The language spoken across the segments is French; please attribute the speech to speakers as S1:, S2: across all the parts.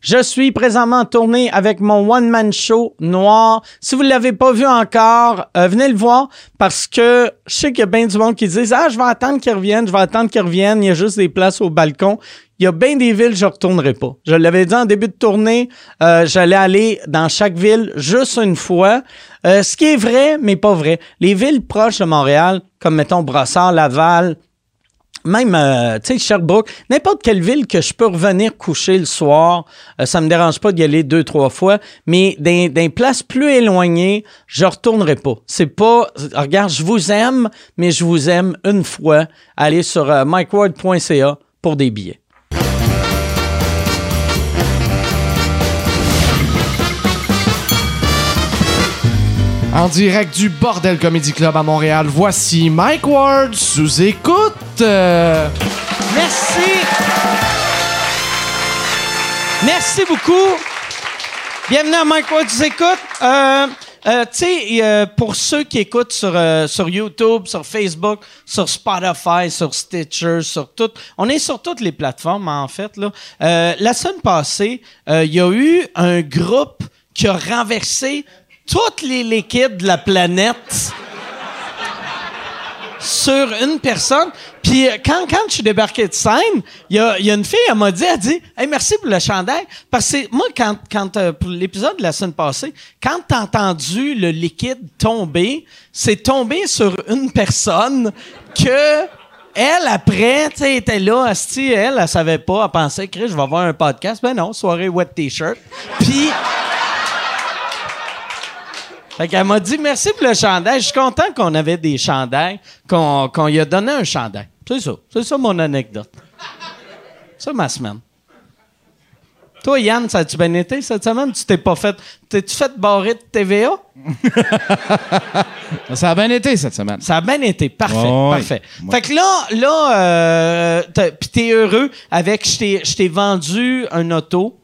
S1: Je suis présentement en tournée avec mon one-man show noir. Si vous ne l'avez pas vu encore, euh, venez le voir parce que je sais qu'il y a bien du monde qui disent Ah, je vais attendre qu'ils reviennent, je vais attendre qu'ils reviennent. Il y a juste des places au balcon. Il y a bien des villes, je ne retournerai pas. Je l'avais dit en début de tournée, euh, j'allais aller dans chaque ville juste une fois. Euh, ce qui est vrai, mais pas vrai. Les villes proches de Montréal, comme mettons Brossard, Laval, même, euh, tu sais, Sherbrooke, n'importe quelle ville que je peux revenir coucher le soir, euh, ça me dérange pas d'y aller deux, trois fois, mais dans des places plus éloignées, je retournerai pas. C'est pas, regarde, je vous aime, mais je vous aime une fois. Allez sur euh, mikeward.ca pour des billets.
S2: En direct du Bordel Comedy Club à Montréal, voici Mike Ward sous écoute. Euh,
S1: Merci! Merci beaucoup! Bienvenue à Mike Ward, tu écoutes. Euh, euh, tu sais, euh, pour ceux qui écoutent sur, euh, sur YouTube, sur Facebook, sur Spotify, sur Stitcher, sur tout, on est sur toutes les plateformes, en fait. Là. Euh, la semaine passée, euh, il y a eu un groupe qui a renversé tous les liquides de la planète sur une personne. Puis euh, quand, quand je suis débarqué de scène, il y a, il y a une fille, elle m'a dit, elle dit, hey, merci pour le chandail. Parce que c'est- moi, quand, quand euh, pour l'épisode de la semaine passée, quand t'as entendu le liquide tomber, c'est tombé sur une personne que elle, après, tu sais, était là, asti, elle, elle savait pas, elle pensait, Chris, je vais avoir un podcast. Ben non, soirée wet t-shirt. Puis... Fait qu'elle m'a dit merci pour le chandail. Je suis content qu'on avait des chandails, qu'on qu'on y a donné un chandail. C'est ça. C'est ça mon anecdote. C'est ça ma semaine. Toi, Yann, ça a-tu bien été cette semaine? Tu t'es pas fait. T'es-tu fait barrer de TVA?
S2: Ça a bien été cette semaine.
S1: Ça a bien été. Parfait.
S2: Ouais.
S1: parfait.
S2: Ouais.
S1: Fait que là, là, euh, t'as- pis t'es heureux avec. Je t'ai- je t'ai vendu un auto.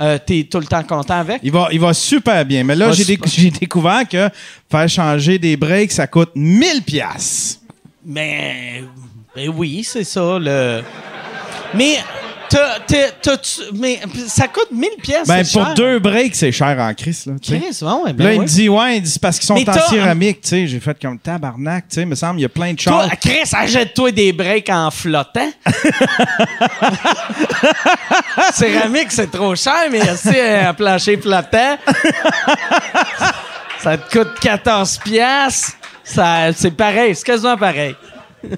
S1: Euh, t'es tout le temps content avec?
S3: Il va, il va super bien. Mais
S1: Va
S3: là, j'ai
S1: super.
S3: déc- j'ai découvert que faire changer des breaks, ça coûte 1000 pièces.
S1: Mais ben oui, c'est ça le. Mais t'as- t'as- t'as-tu- mais ça coûte 1000 pièces.
S3: Ben,
S1: c'est
S3: pour
S1: cher.
S3: deux breaks, c'est cher en crise. Là, tu sais.
S1: Chris, ouais, ouais, ben
S3: là, il
S1: ouais.
S3: me dit, ouais, il dit, c'est parce qu'ils sont
S1: Mais
S3: en
S1: t'as-
S3: céramique. tu sais. J'ai fait comme tabarnak. tu sais. Il me semble il y a plein de
S1: Toi,
S3: choses.
S1: Chris, achète-toi des breaks en flottant. Céramique, c'est trop cher, mais aussi euh, un plancher flottant. ça te coûte 14 piastres. Ça, c'est pareil, c'est quasiment pareil.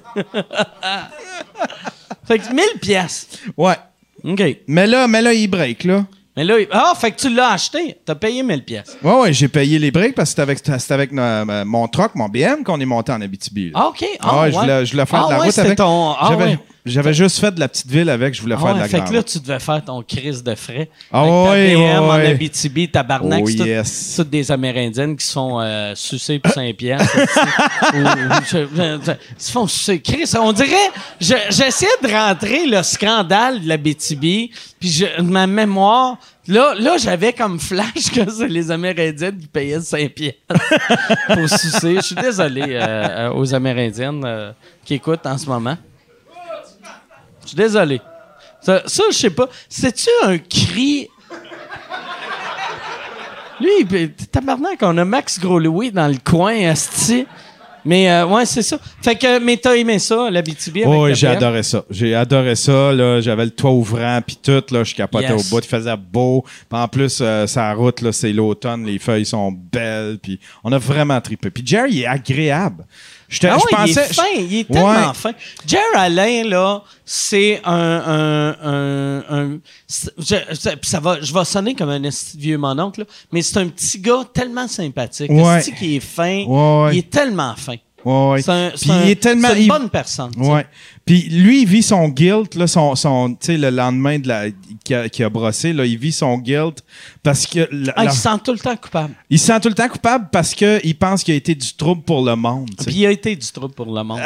S1: fait que 1000 piastres.
S3: Ouais.
S1: OK.
S3: Mais là, mais là, il break. Là.
S1: Mais là, il- ah, fait que tu l'as acheté. T'as payé 1000 pièces.
S3: Ouais, ouais, j'ai payé les breaks parce que c'était avec, c'était avec euh, mon truck, mon BM, qu'on est monté en Abitibi. là.
S1: Ah, OK. Ah,
S3: Ah ouais,
S1: ouais,
S3: je voulais, je voulais faire
S1: Ah
S3: de la
S1: ouais,
S3: route
S1: c'était
S3: avec.
S1: Ton... Ah,
S3: J'avais-
S1: ouais.
S3: J'avais juste fait de la petite ville avec, je voulais
S1: Ah
S3: faire de
S1: ouais,
S3: la
S1: fait
S3: grande.
S1: que là, tu devais faire ton crise de frais.
S3: Ah
S1: Avec ta
S3: ouais,
S1: BM
S3: ouais,
S1: en
S3: ouais.
S1: Abitibi, tabarnak.
S3: Oh
S1: c'est tout-
S3: yes.
S1: c'est toutes des Amérindiennes qui sont euh, sucées pour 5 piastres. aussi. Ou- ou- je- je- je- Ils se font sucer. Chris, on dirait... je- J'essayais de rentrer le scandale de l'Abitibi, puis je- ma mémoire... Là, là j'avais comme flash que c'est les Amérindiennes qui payaient 5 piastres pour sucer. Je suis désolé euh, euh, aux Amérindiennes euh, qui écoutent en ce moment. Je suis désolé. Ça, ça, je sais pas. C'est-tu un cri? Lui, il peut- tabarnak, on a Max Gros-Louis dans le coin, asti. Mais euh, ouais, c'est ça. Fait que, mais t'as aimé ça, l'Abitibi avec
S3: Oh, oui,
S1: la
S3: j'ai
S1: bière?
S3: adoré ça. J'ai adoré ça. Là, j'avais le toit ouvrant puis tout. Là, je capotais
S1: Yes.
S3: au bout. Il faisait beau. Puis en plus, euh, sa route, là, c'est l'automne. Les feuilles sont belles. Puis on a vraiment trippé. Puis Jerry il est agréable. J'étais-
S1: Ah ouais,
S3: je
S1: il
S3: pensais,
S1: est fin,
S3: je-
S1: il est tellement
S3: Ouais.
S1: fin. Jer Alain, là, c'est un... un, un, un- c'est- je, je- puis ça va, je vais sonner comme un esti de vieux mon oncle, là, mais c'est un petit gars tellement sympathique.
S3: Ouais.
S1: Esti qui est fin,
S3: Ouais, ouais.
S1: il est tellement fin.
S3: Ouais, ouais.
S1: C'est un- c'est
S3: Puis
S1: un-
S3: il est tellement.
S1: c'est une
S3: il-
S1: bonne personne. tu sais.
S3: Ouais. Puis lui, il vit son guilt, là, son, son, tu sais, le lendemain de la, qui a, qu'il a brossé, là, il vit son guilt parce que. la-
S1: Ah,
S3: la-
S1: il se sent tout le temps coupable.
S3: il se sent tout le temps coupable parce qu'il pense qu'il a été du trouble pour le monde. tu sais.
S1: Puis il a été du trouble pour le monde.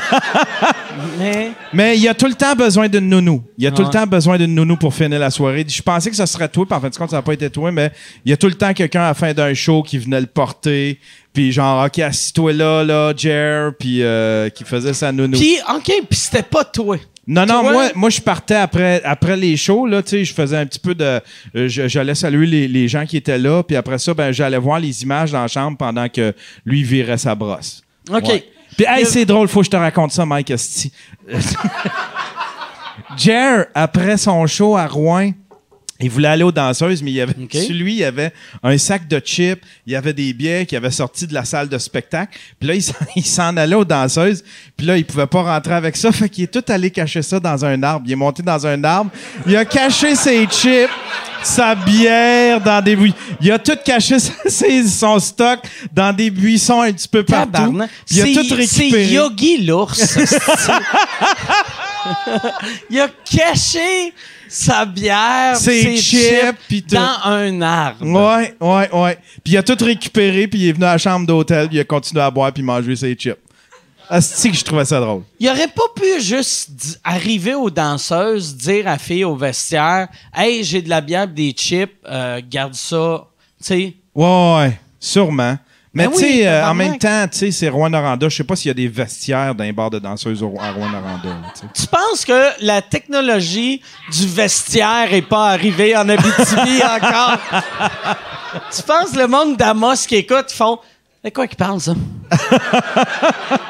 S1: mais
S3: Mais il a tout le temps besoin d'une nounou. Il a tout
S1: Ouais.
S3: le temps besoin d'une nounou pour finir la soirée. Je pensais que ce serait toi, puis en fin de compte, ça n'a pas été toi, mais il y a tout le temps quelqu'un à la fin d'un show qui venait le porter, puis genre, OK, assis-toi là, là, Jer, puis euh, qui faisait sa nounou.
S1: puis OK, puis c'était pas toi.
S3: Non, non,
S1: Toi?
S3: moi, moi je partais après, après les shows, là, tu sais, je faisais un petit peu de... euh, je- J'allais saluer les, les gens qui étaient là, puis après ça, ben, j'allais voir les images dans la chambre pendant que lui virait sa brosse.
S1: OK.
S3: Ouais. Puis, hey,
S1: Il-
S3: c'est drôle, faut que je te raconte ça, Mike Esti. Jer, après son show à Rouen, il voulait aller aux danseuses, mais il y avait,
S1: OK.
S3: sur lui, il y avait un sac de chips, il y avait des billets qui avaient sorti de la salle de spectacle. Puis là, il s'en- il s'en allait aux danseuses. Puis là, il pouvait pas rentrer avec ça. Fait qu'il est tout allé cacher ça dans un arbre. Il est monté dans un arbre. Il a caché ses chips, sa bière dans des buissons. Il a tout caché ses- son stock dans des buissons un petit peu partout.
S1: Tabarnak.
S3: Puis il a
S1: C'est-
S3: tout
S1: C'est
S3: récupéré.
S1: Yogi l'ours. c'est- il a caché sa bière,
S3: Ses
S1: ses
S3: chips,
S1: chips,
S3: puis tout.
S1: dans un arbre.
S3: Ouais, ouais, ouais. Puis il a tout récupéré, puis il est venu à la chambre d'hôtel, puis il a continué à boire, puis manger ses chips. Asti que je trouvais ça drôle.
S1: Il aurait pas pu juste di- arriver aux danseuses, dire à la fille au vestiaire Hey, j'ai de la bière pis des chips, euh, garde ça. Tu sais,
S3: Ouais, ouais, ouais, sûrement. Mais
S1: Ben
S3: tu sais,
S1: oui,
S3: euh, en
S1: tabarnak.
S3: même temps, tu sais, c'est Rouen Noranda. Je sais pas s'il y a des vestiaires dans les bars de danseuses au- à Rouen Noranda.
S1: tu penses que la technologie du vestiaire est pas arrivée en Abitibi encore? tu penses que le monde d'Amos qui écoute font C'est quoi qui parle, ça?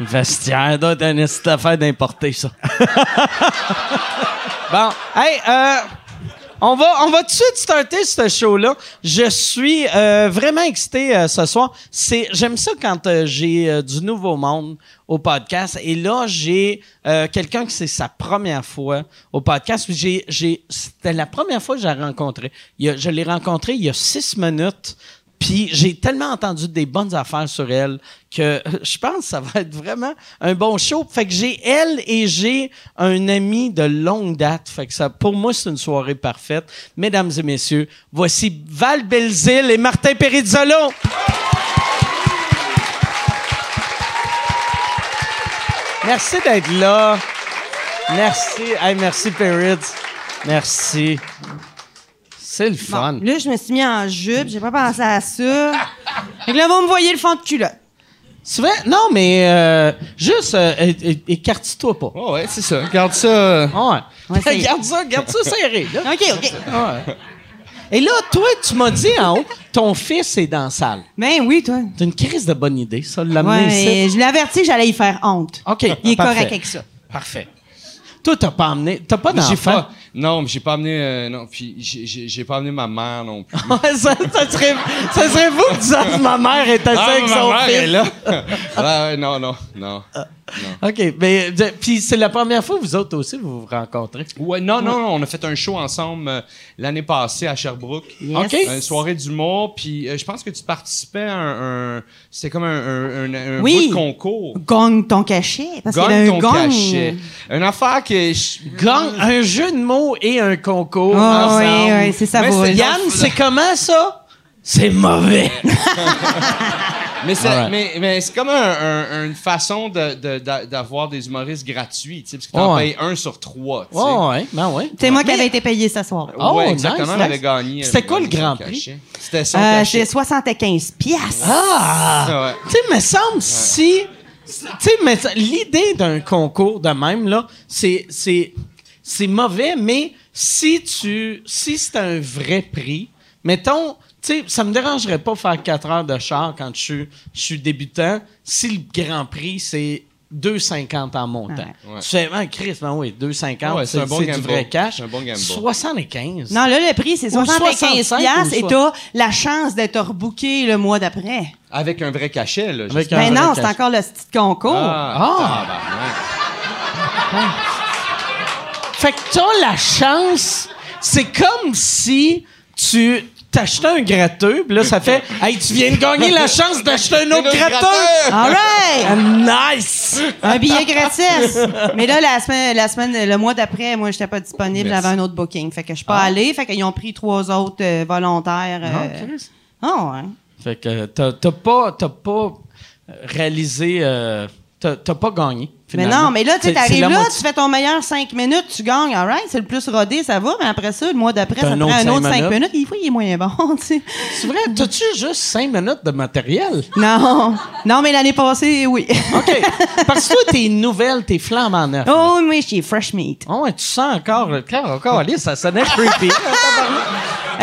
S1: Vestiaire, doit être une petite affaire d'importer, ça. bon, hey, euh, on va, on va tout de suite starter ce show-là. Je suis euh, vraiment excité euh, ce soir. C'est, j'aime ça quand euh, j'ai euh, du nouveau monde au podcast. Et là, j'ai euh, quelqu'un qui c'est sa première fois au podcast. Puis J'ai, j'ai, c'était la première fois que j'ai rencontré. Il y a- je l'ai rencontré il y a six minutes. Puis j'ai tellement entendu des bonnes affaires sur elle que euh, je pense que ça va être vraiment un bon show. Fait que j'ai elle et j'ai un ami de longue date. Fait que ça, pour moi, c'est une soirée parfaite. Mesdames et messieurs, voici Val Belzile et Martin Perizzolo. Merci d'être là. Merci. Hey, merci, Peritz. Merci. C'est le fun.
S4: Bon, là, je me suis mis en jupe, j'ai pas pensé à ça. Fait que là, vous me voyez le fond de culotte.
S1: C'est vrai? Non, mais euh, juste, euh, é- é- écarte-toi pas.
S5: Ouais, ouais, c'est ça. Regarde ça. euh,
S1: Ouais.
S4: Ouais, c'est-
S1: garde ça, garde ça serré. là.
S4: OK, OK.
S1: Ouais. Et là, toi, tu m'as dit en haut, ton fils est dans la salle.
S4: Ben oui, toi.
S1: T'as une crise de bonne idée, ça, de l'amener
S4: Ouais,
S1: ici.
S4: et je l'ai averti que j'allais y faire honte.
S1: OK.
S4: Il est
S1: parfait.
S4: correct avec ça.
S1: Parfait. Toi, t'as pas amené. T'as pas
S5: J'ai
S1: d'enfant.
S5: pas. Non, mais j'ai pas amené. euh, non, puis j'ai- j'ai j'ai pas amené ma mère non plus.
S1: Ouais, ça, ça serait, ça serait vous que disant que ma mère est assise avec son
S5: Ah, ma mère
S1: fils.
S5: est là. ouais, ouais, non, non, non.
S1: OK. Mais, de- puis c'est la première fois, vous autres aussi, vous vous rencontrez.
S5: Ouais, non, non, non, on a fait un show ensemble euh, l'année passée à Sherbrooke.
S4: Yes.
S1: OK.
S5: Une soirée d'humour, puis euh, je pense que tu participais à un. un- C'était comme un, un, un- un
S4: Oui.
S5: bout de concours.
S4: Gagne ton cachet. Parce qu'il y a
S5: Gagne
S4: un
S5: ton
S4: gagne.
S5: cachet. Une affaire que. je-
S1: Gang, un jeu de mots et un concours
S4: Ah
S1: ensemble.
S4: oui, oui, c'est ça.
S5: Mais
S4: vous-
S5: c'est-
S1: Yann, c'est comment ça? C'est mauvais.
S5: Mais c'est,
S1: Alright.
S5: mais, mais c'est comme un- un- une façon de, de- d'a- d'avoir des humoristes gratuits, tu sais, parce que t'en
S1: Ouais.
S5: payes un sur trois. tu sais.
S1: Oh, ouais, ben ouais.
S4: C'est moi qui avais été payé ce soir.
S1: Oh,
S5: ouais, exactement,
S1: nice,
S5: on
S1: nice.
S5: avait gagné.
S1: C'était
S5: euh,
S1: quoi le
S5: son
S1: grand
S5: cachet.
S1: prix?
S5: C'était son
S4: Euh,
S5: cachet.
S4: J'ai 75 piastres.
S1: Ah!
S5: Ah ouais.
S1: Tu sais, me semble si. Tu sais, mais ça- l'idée d'un concours de même, là, c'est. c'est- C'est mauvais, mais si tu. Si c'est un vrai prix, mettons. Tu sais, ça me dérangerait pas faire 4 heures de char quand je suis- je suis débutant si le grand prix, c'est 2,50 en montant.
S4: Ouais.
S5: Ouais.
S1: Tu fais, ah, Chris, ben oui, 2,50,
S5: Ouais,
S1: c'est
S5: c'est un bon
S1: c'est du
S5: gamble.
S1: vrai cash.
S5: C'est un bon gamble.
S1: 75.
S4: Non, là, le prix, c'est
S1: Ou
S4: 75
S1: 65,
S4: piastres
S1: ou
S4: et t'as la chance d'être rebooké le mois d'après.
S5: Avec un vrai cachet, là.
S1: Avec
S5: j'espère.
S1: un
S4: Ben
S1: vrai
S4: non, c'est
S1: cachet.
S4: encore le petit concours.
S1: Ah.
S5: tabarnak.
S1: Fait que t'as la chance. C'est comme si tu t'achetais un gratteux, pis là, ça fait Hey, tu viens de gagner la chance d'acheter un autre
S5: autre
S1: gratteux!
S5: gratteux!
S4: All
S1: Ah,
S4: right!
S1: nice!
S4: Un billet gratis. Mais là, la semaine, la semaine, le mois d'après, moi, j'étais pas disponible.
S5: Merci.
S4: J'avais un autre booking. Fait que je suis
S1: Ah.
S4: pas allée. Fait qu'ils ont pris trois autres euh, volontaires. euh, Ah, ouais.
S1: Fait que euh, t'as t'as pas, t'as pas réalisé. euh, t'as t'as pas gagné.
S4: Mais
S1: finalement.
S4: non, mais là, tu sais,
S1: C'est- c'est
S4: t'arrives
S1: la
S4: là,
S1: moitié-
S4: tu fais ton meilleur 5 minutes, tu gagnes, all right, c'est le plus rodé, ça va, mais après ça, le mois d'après,
S1: T'as
S4: ça
S1: un
S4: te prend
S1: autre
S4: un
S1: cinq
S4: autre 5
S1: minutes.
S4: minutes. Des fois, il est moins bon, tu sais.
S1: C'est vrai, t'as-tu juste cinq minutes de matériel?
S4: Non, non, mais l'année passée, oui.
S1: OK. Parce que toi, t'es nouvelle, t'es flambant neuf.
S4: oh, mais j'ai fresh meat.
S1: Oh, ouais, tu sens encore, le- quand encore, allez, ça sonnait creepy.
S4: Euh,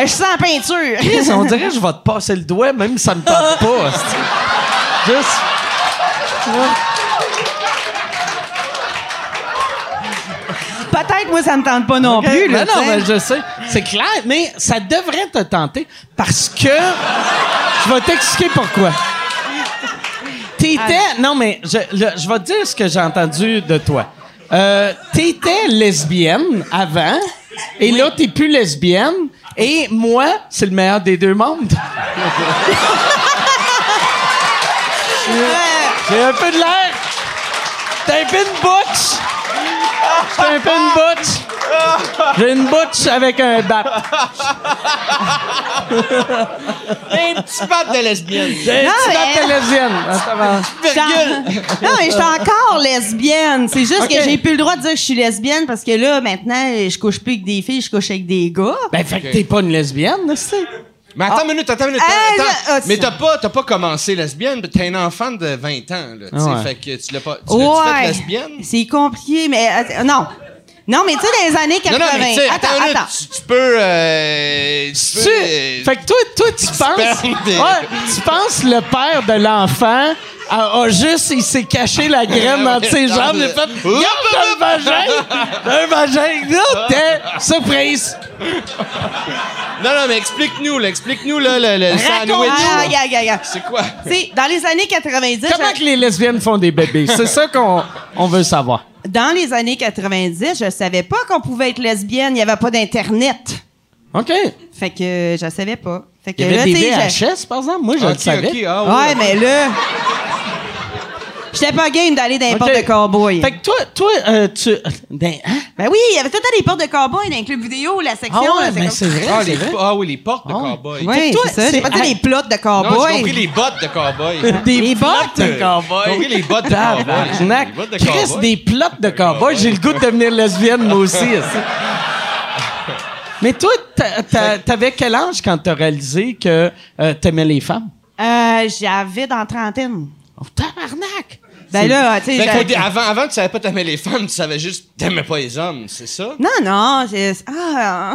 S4: Je sens la peinture.
S1: Chris, on dirait que je vais te passer le doigt, même si ça me tente pas. hostie. Juste. tu vois.
S4: Peut-être, moi, ça me tente pas non plus, là,
S1: Mais
S4: tu
S1: non,
S4: sais.
S1: mais je sais. C'est clair, mais ça devrait te tenter parce que je vais t'expliquer pourquoi. T'étais. Non, mais je, le- je vais te dire ce que j'ai entendu de toi. Euh, T'étais lesbienne avant et là, t'es plus lesbienne. Et moi, c'est le meilleur des deux mondes. J'ai un peu de l'air. T'as un peu une bouche. T'as un peu une bouche. J'ai une bouche avec un bat.
S5: Un petit bat de lesbienne.
S1: J'ai une
S4: Non,
S1: petite bat
S4: mais-
S1: de lesbienne. Attends, attends.
S4: Je suis en- Non, mais je suis encore lesbienne. C'est juste
S1: Ok.
S4: que j'ai plus le droit de dire que je suis lesbienne parce que là, maintenant, je couche plus avec des filles, je couche avec des gars.
S1: Ben, fait que t'es pas une lesbienne, tu sais.
S5: Mais attends une minute, attends une minute.
S4: Ah,
S5: attends,
S4: là,
S5: attends.
S4: ah,
S5: mais
S4: ça.
S5: t'as pas, t'as pas commencé lesbienne, mais t'es un enfant de 20 ans. Là, tu sais,
S1: Ouais.
S5: Fait que tu l'as pas. Tu l'as-tu fait lesbienne?
S4: C'est compliqué, mais euh, non. Non, mais tu sais, dans les années 80.
S5: Non, non, mais tu sais,
S4: attends,
S5: attends, une minute,
S4: attends.
S5: Tu, tu peux. Euh, tu
S1: Tu-
S5: peux, euh,
S1: Fait que toi, toi tu penses.
S5: sperme des-
S1: Ouais, tu penses le père de l'enfant a, a juste. Il s'est caché la graine dans ses
S5: Dans
S1: jambes. Il
S5: le-
S1: a fait. Regarde t'as le vagin! T'as un vagin! Là, t'es surprise!
S5: Non, non, mais explique-nous, là, explique-nous là, le, le
S4: Raconte.
S5: sandwich.
S4: Ah,
S5: là.
S4: regarde, regarde, regarde.
S5: C'est quoi?
S4: Tu sais, dans les années 90,
S1: Comment
S4: je-
S1: que les lesbiennes font des bébés? C'est ça qu'on on veut savoir.
S4: dans les années 90, je savais pas qu'on pouvait être lesbienne, il y avait pas d'internet.
S1: OK.
S4: Fait que euh, je savais pas. Fait que
S1: Il y avait
S4: là,
S1: des
S4: tu sais, je-
S1: VHS, par exemple? Moi, je le
S5: Ok,
S1: savais.
S5: ok, ah ouais.
S4: Ouais, mais là. J'étais pas game d'aller dans les portes
S1: OK.
S4: de cowboy.
S1: Fait que toi, toi euh, tu. ben, hein?
S4: Ben oui, il y avait tout le temps des portes de cowboy dans les clubs vidéo, la section.
S1: Ah ouais,
S4: là,
S1: mais c'est
S4: comme-
S1: vrai.
S5: Ah,
S1: c'est
S5: les,
S1: vrai.
S5: ah oui, les portes de
S1: Ah ouais.
S5: cowboy.
S4: Ouais,
S1: Fait que toi,
S4: c'est ça.
S1: c'est-
S4: J'ai pas dit
S1: Hey.
S4: les plots de
S5: Non, j'ai
S4: cowboy.
S5: compris les bottes de cowboy.
S1: Des
S4: Les
S1: plots
S4: bottes
S1: de cowboy.
S5: J'ai compris les bottes de cowboy.
S1: Tabarnak.
S5: Les bottes de
S1: Chris,
S5: cowboy.
S1: des plots de cowboy. J'ai le goût de devenir lesbienne, moi aussi. aussi. Mais toi, t'a- t'a- t'avais quel âge quand t'as réalisé que euh, t'aimais les femmes?
S4: Euh, J'avais dans trentaine.
S1: Oh, tabarnak!
S4: Ben là, tu sais.
S5: Fait qu'au
S4: j'avais-
S5: dé- avant, avant, tu savais pas t'aimais les femmes, tu savais juste t'aimais pas les hommes, c'est ça?
S4: Non, non, c'est. Ah.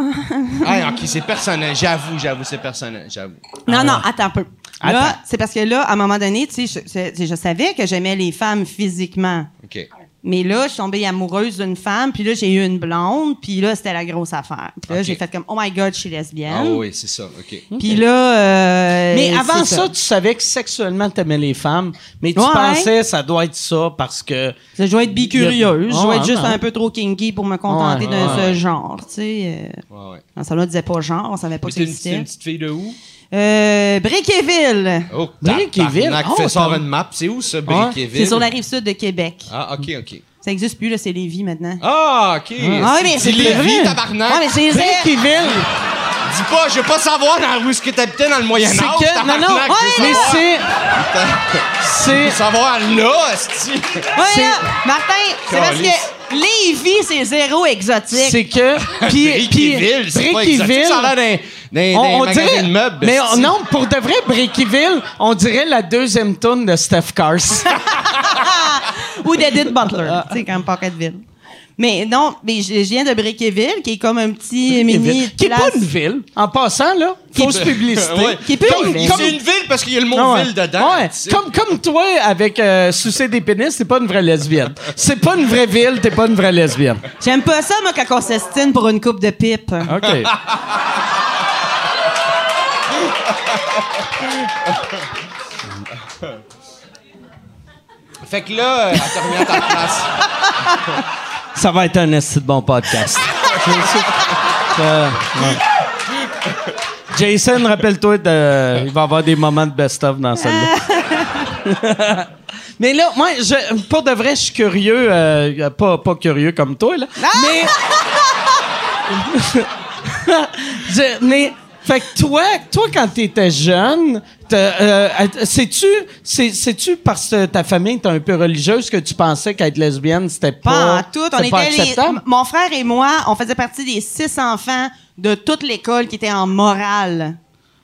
S5: ah, ok, c'est personnel, j'avoue, j'avoue, c'est personnel, j'avoue.
S4: Non, non, attends un peu.
S1: Ah. Attends.
S4: Là, c'est parce que là, à un moment donné, tu sais, je, c'est- c'est- je savais que j'aimais les femmes physiquement.
S5: Ok. Ah
S4: Mais là, je suis tombée amoureuse d'une femme, puis là, j'ai eu une blonde, puis là, c'était la grosse affaire. Puis là,
S5: Ok.
S4: j'ai fait comme, oh my god, je suis lesbienne.
S1: Hein?
S5: Ah oui, c'est ça, ok.
S4: Puis là. euh,
S1: Mais avant
S4: c'est
S1: ça, tu savais que sexuellement t'aimais les femmes, mais tu
S4: Ouais.
S1: pensais ça doit être ça parce que.
S4: Je dois être bicurieuse. Je dois être
S1: Ah,
S4: juste
S1: ah.
S4: un peu trop kinky pour me contenter
S1: Ouais,
S4: de
S1: ouais,
S4: ce genre, tu sais. euh.
S5: Ouais, ouais.
S4: Non, ça ne disait pas genre, on savait pas
S5: Puis
S4: que
S5: t'es
S4: ça
S5: une,
S4: existait.
S5: t'es une petite fille de où?
S4: Euh, Briqueville.
S5: Oh,
S1: Brickeyville.
S5: tabarnak,
S1: Oh,
S5: fais sort
S1: t'as-
S5: une map, c'est où
S1: Ah,
S5: ça, Brickeyville?
S4: C'est sur la rive sud de Québec.
S5: Ah, ok, ok.
S4: Ça n'existe plus, là, c'est Lévis maintenant.
S5: Ah, ok.
S4: Ah, mais c'est
S5: Dis Lévis,
S4: vrai.
S5: tabarnak.
S4: Ah, mais c'est vrai.
S1: Brickeyville!
S5: Dis pas, je veux pas savoir dans où est-ce que t'habitais dans le Moyen-Âge,
S1: ah. C'est que. Non,
S5: tabarnak.
S1: non,
S5: Je veux
S1: mais
S5: savoir-
S1: c'est.
S5: Je
S1: C'est.
S5: veux savoir là, esti.
S1: c'est-
S4: Ouais, là, Martin, c'est parce
S5: Calice.
S4: que Lévis, c'est zéro exotique.
S1: C'est que. Puis. puis-
S5: Brickeyville, c'est pas
S1: Brickeyville,
S5: exotique. Ça a l'air d'un- d'un
S1: on, on
S5: d'un magasin
S1: dirait.
S5: de meubles.
S1: mais
S5: esti.
S1: on- non, pour de vrai, Brickeyville, on dirait la deuxième tune de Steph Cars.
S4: Ah, Ou d'Edith Butler, tu sais, comme Pocketville. Mais non, mais je je viens de Briqueville, qui est comme un petit mini
S1: qui est pas
S4: place.
S1: une ville. En passant, là, fausse publicité.
S5: Ouais.
S4: Qui est plus
S1: Comme-
S4: une ville.
S1: comme-
S5: C'est une ville parce qu'il y a le mot
S1: Ah ouais.
S5: ville dedans.
S1: Ouais.
S5: tu sais.
S1: Comme, comme toi, avec euh, sucer des pénis, t'es pas une vraie lesbienne. C'est pas une vraie ville, t'es pas une Ah, vraie lesbienne.
S4: J'aime pas ça, moi, quand on s'estime pour une coupe de pipe.
S1: OK.
S5: Fait que là, euh, elle te remet à ta place.
S1: Ah Ça va être un esti de bon podcast. Je sais. Euh, ouais. Jason, rappelle-toi, de- il va y avoir des moments de best-of dans celle-là. Mais là, moi, je, pour de vrai, je suis curieux, euh, pas, pas curieux comme toi, là, mais... Je- mais Fait que toi, toi quand t'étais jeune, t'as, euh, att- sais-tu, c'est- sais-tu parce que ta famille était un peu religieuse que tu pensais qu'être lesbienne, c'était
S4: Pas
S1: pas,
S4: en tout. On
S1: c'était
S4: était
S1: pas
S4: les-
S1: acceptable?
S4: m- mon frère et moi, on faisait partie des six enfants de toute l'école qui étaient en morale.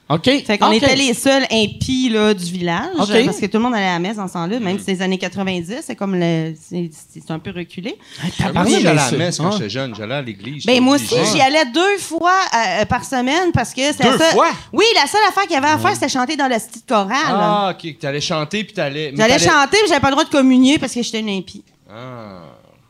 S1: OK.
S4: Fait qu'on
S1: OK.
S4: était les seuls impies là, du village.
S1: OK. Mm.
S4: euh, Parce que tout le monde allait à la messe en ce temps-là, même si c'est les années 90, c'est comme le. C'est c'est un peu reculé.
S5: Moi,
S1: Parlez,
S5: j'allais Ah, à la
S1: messieurs.
S5: messe quand
S1: Ah.
S5: j'étais jeune. J'allais à l'église.
S4: Ben
S5: j'étais
S4: moi aussi,
S5: obligé.
S4: j'y allais deux fois euh, euh, par semaine parce que c'était
S5: Deux
S4: la seule-
S5: fois?
S4: Oui, la seule affaire qu'il y avait
S1: Ah.
S4: à faire, c'était chanter dans la petite chorale.
S5: Ah, OK. que T'allais chanter, puis t'allais... mais
S4: J'allais
S5: t'allais-
S4: chanter, mais j'avais pas le droit de communier parce que j'étais une impie.
S5: Ah.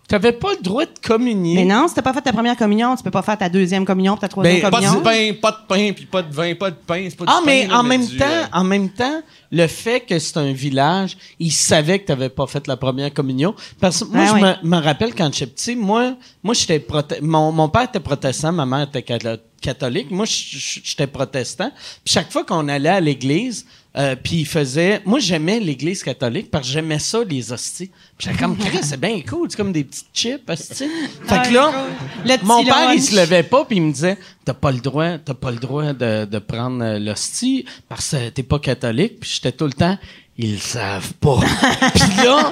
S1: T'avais pas le droit de communier.
S4: Mais non, si t'as pas fait ta première communion, tu peux pas faire ta deuxième communion, puis ta
S1: Ben,
S4: troisième
S5: Pas
S4: communion.
S5: de pain, pas de pain, puis pas de vin, pas de pain. c'est pas du
S1: Ah,
S5: pain,
S1: mais
S5: là,
S1: en même
S5: du,
S1: temps,
S5: euh,
S1: en même temps, le fait que c'est un village, ils savaient que tu n'avais pas fait la première communion. Parce que moi,
S4: Ah
S1: je
S4: ouais.
S1: me, me rappelle quand j'étais petit, moi, moi j'étais prote- mon, mon père était protestant, ma mère était catho- catholique. Moi, je- je- j'étais protestant. Puis chaque fois qu'on allait à l'église, euh, puis il faisait... Moi, j'aimais l'église catholique parce que j'aimais ça, les hosties. Puis j'étais comme, Chris, c'est bien cool. C'est comme des petites chips, hosties. Fait que là,
S5: Ah,
S4: Le petit
S1: mon père, il
S4: lunch.
S1: se levait savais pas, puis il me disait T'as pas le droit, t'as pas le droit de, de prendre euh, l'hostie parce que t'es pas catholique. Puis j'étais tout le temps Ils le savent pas. puis là,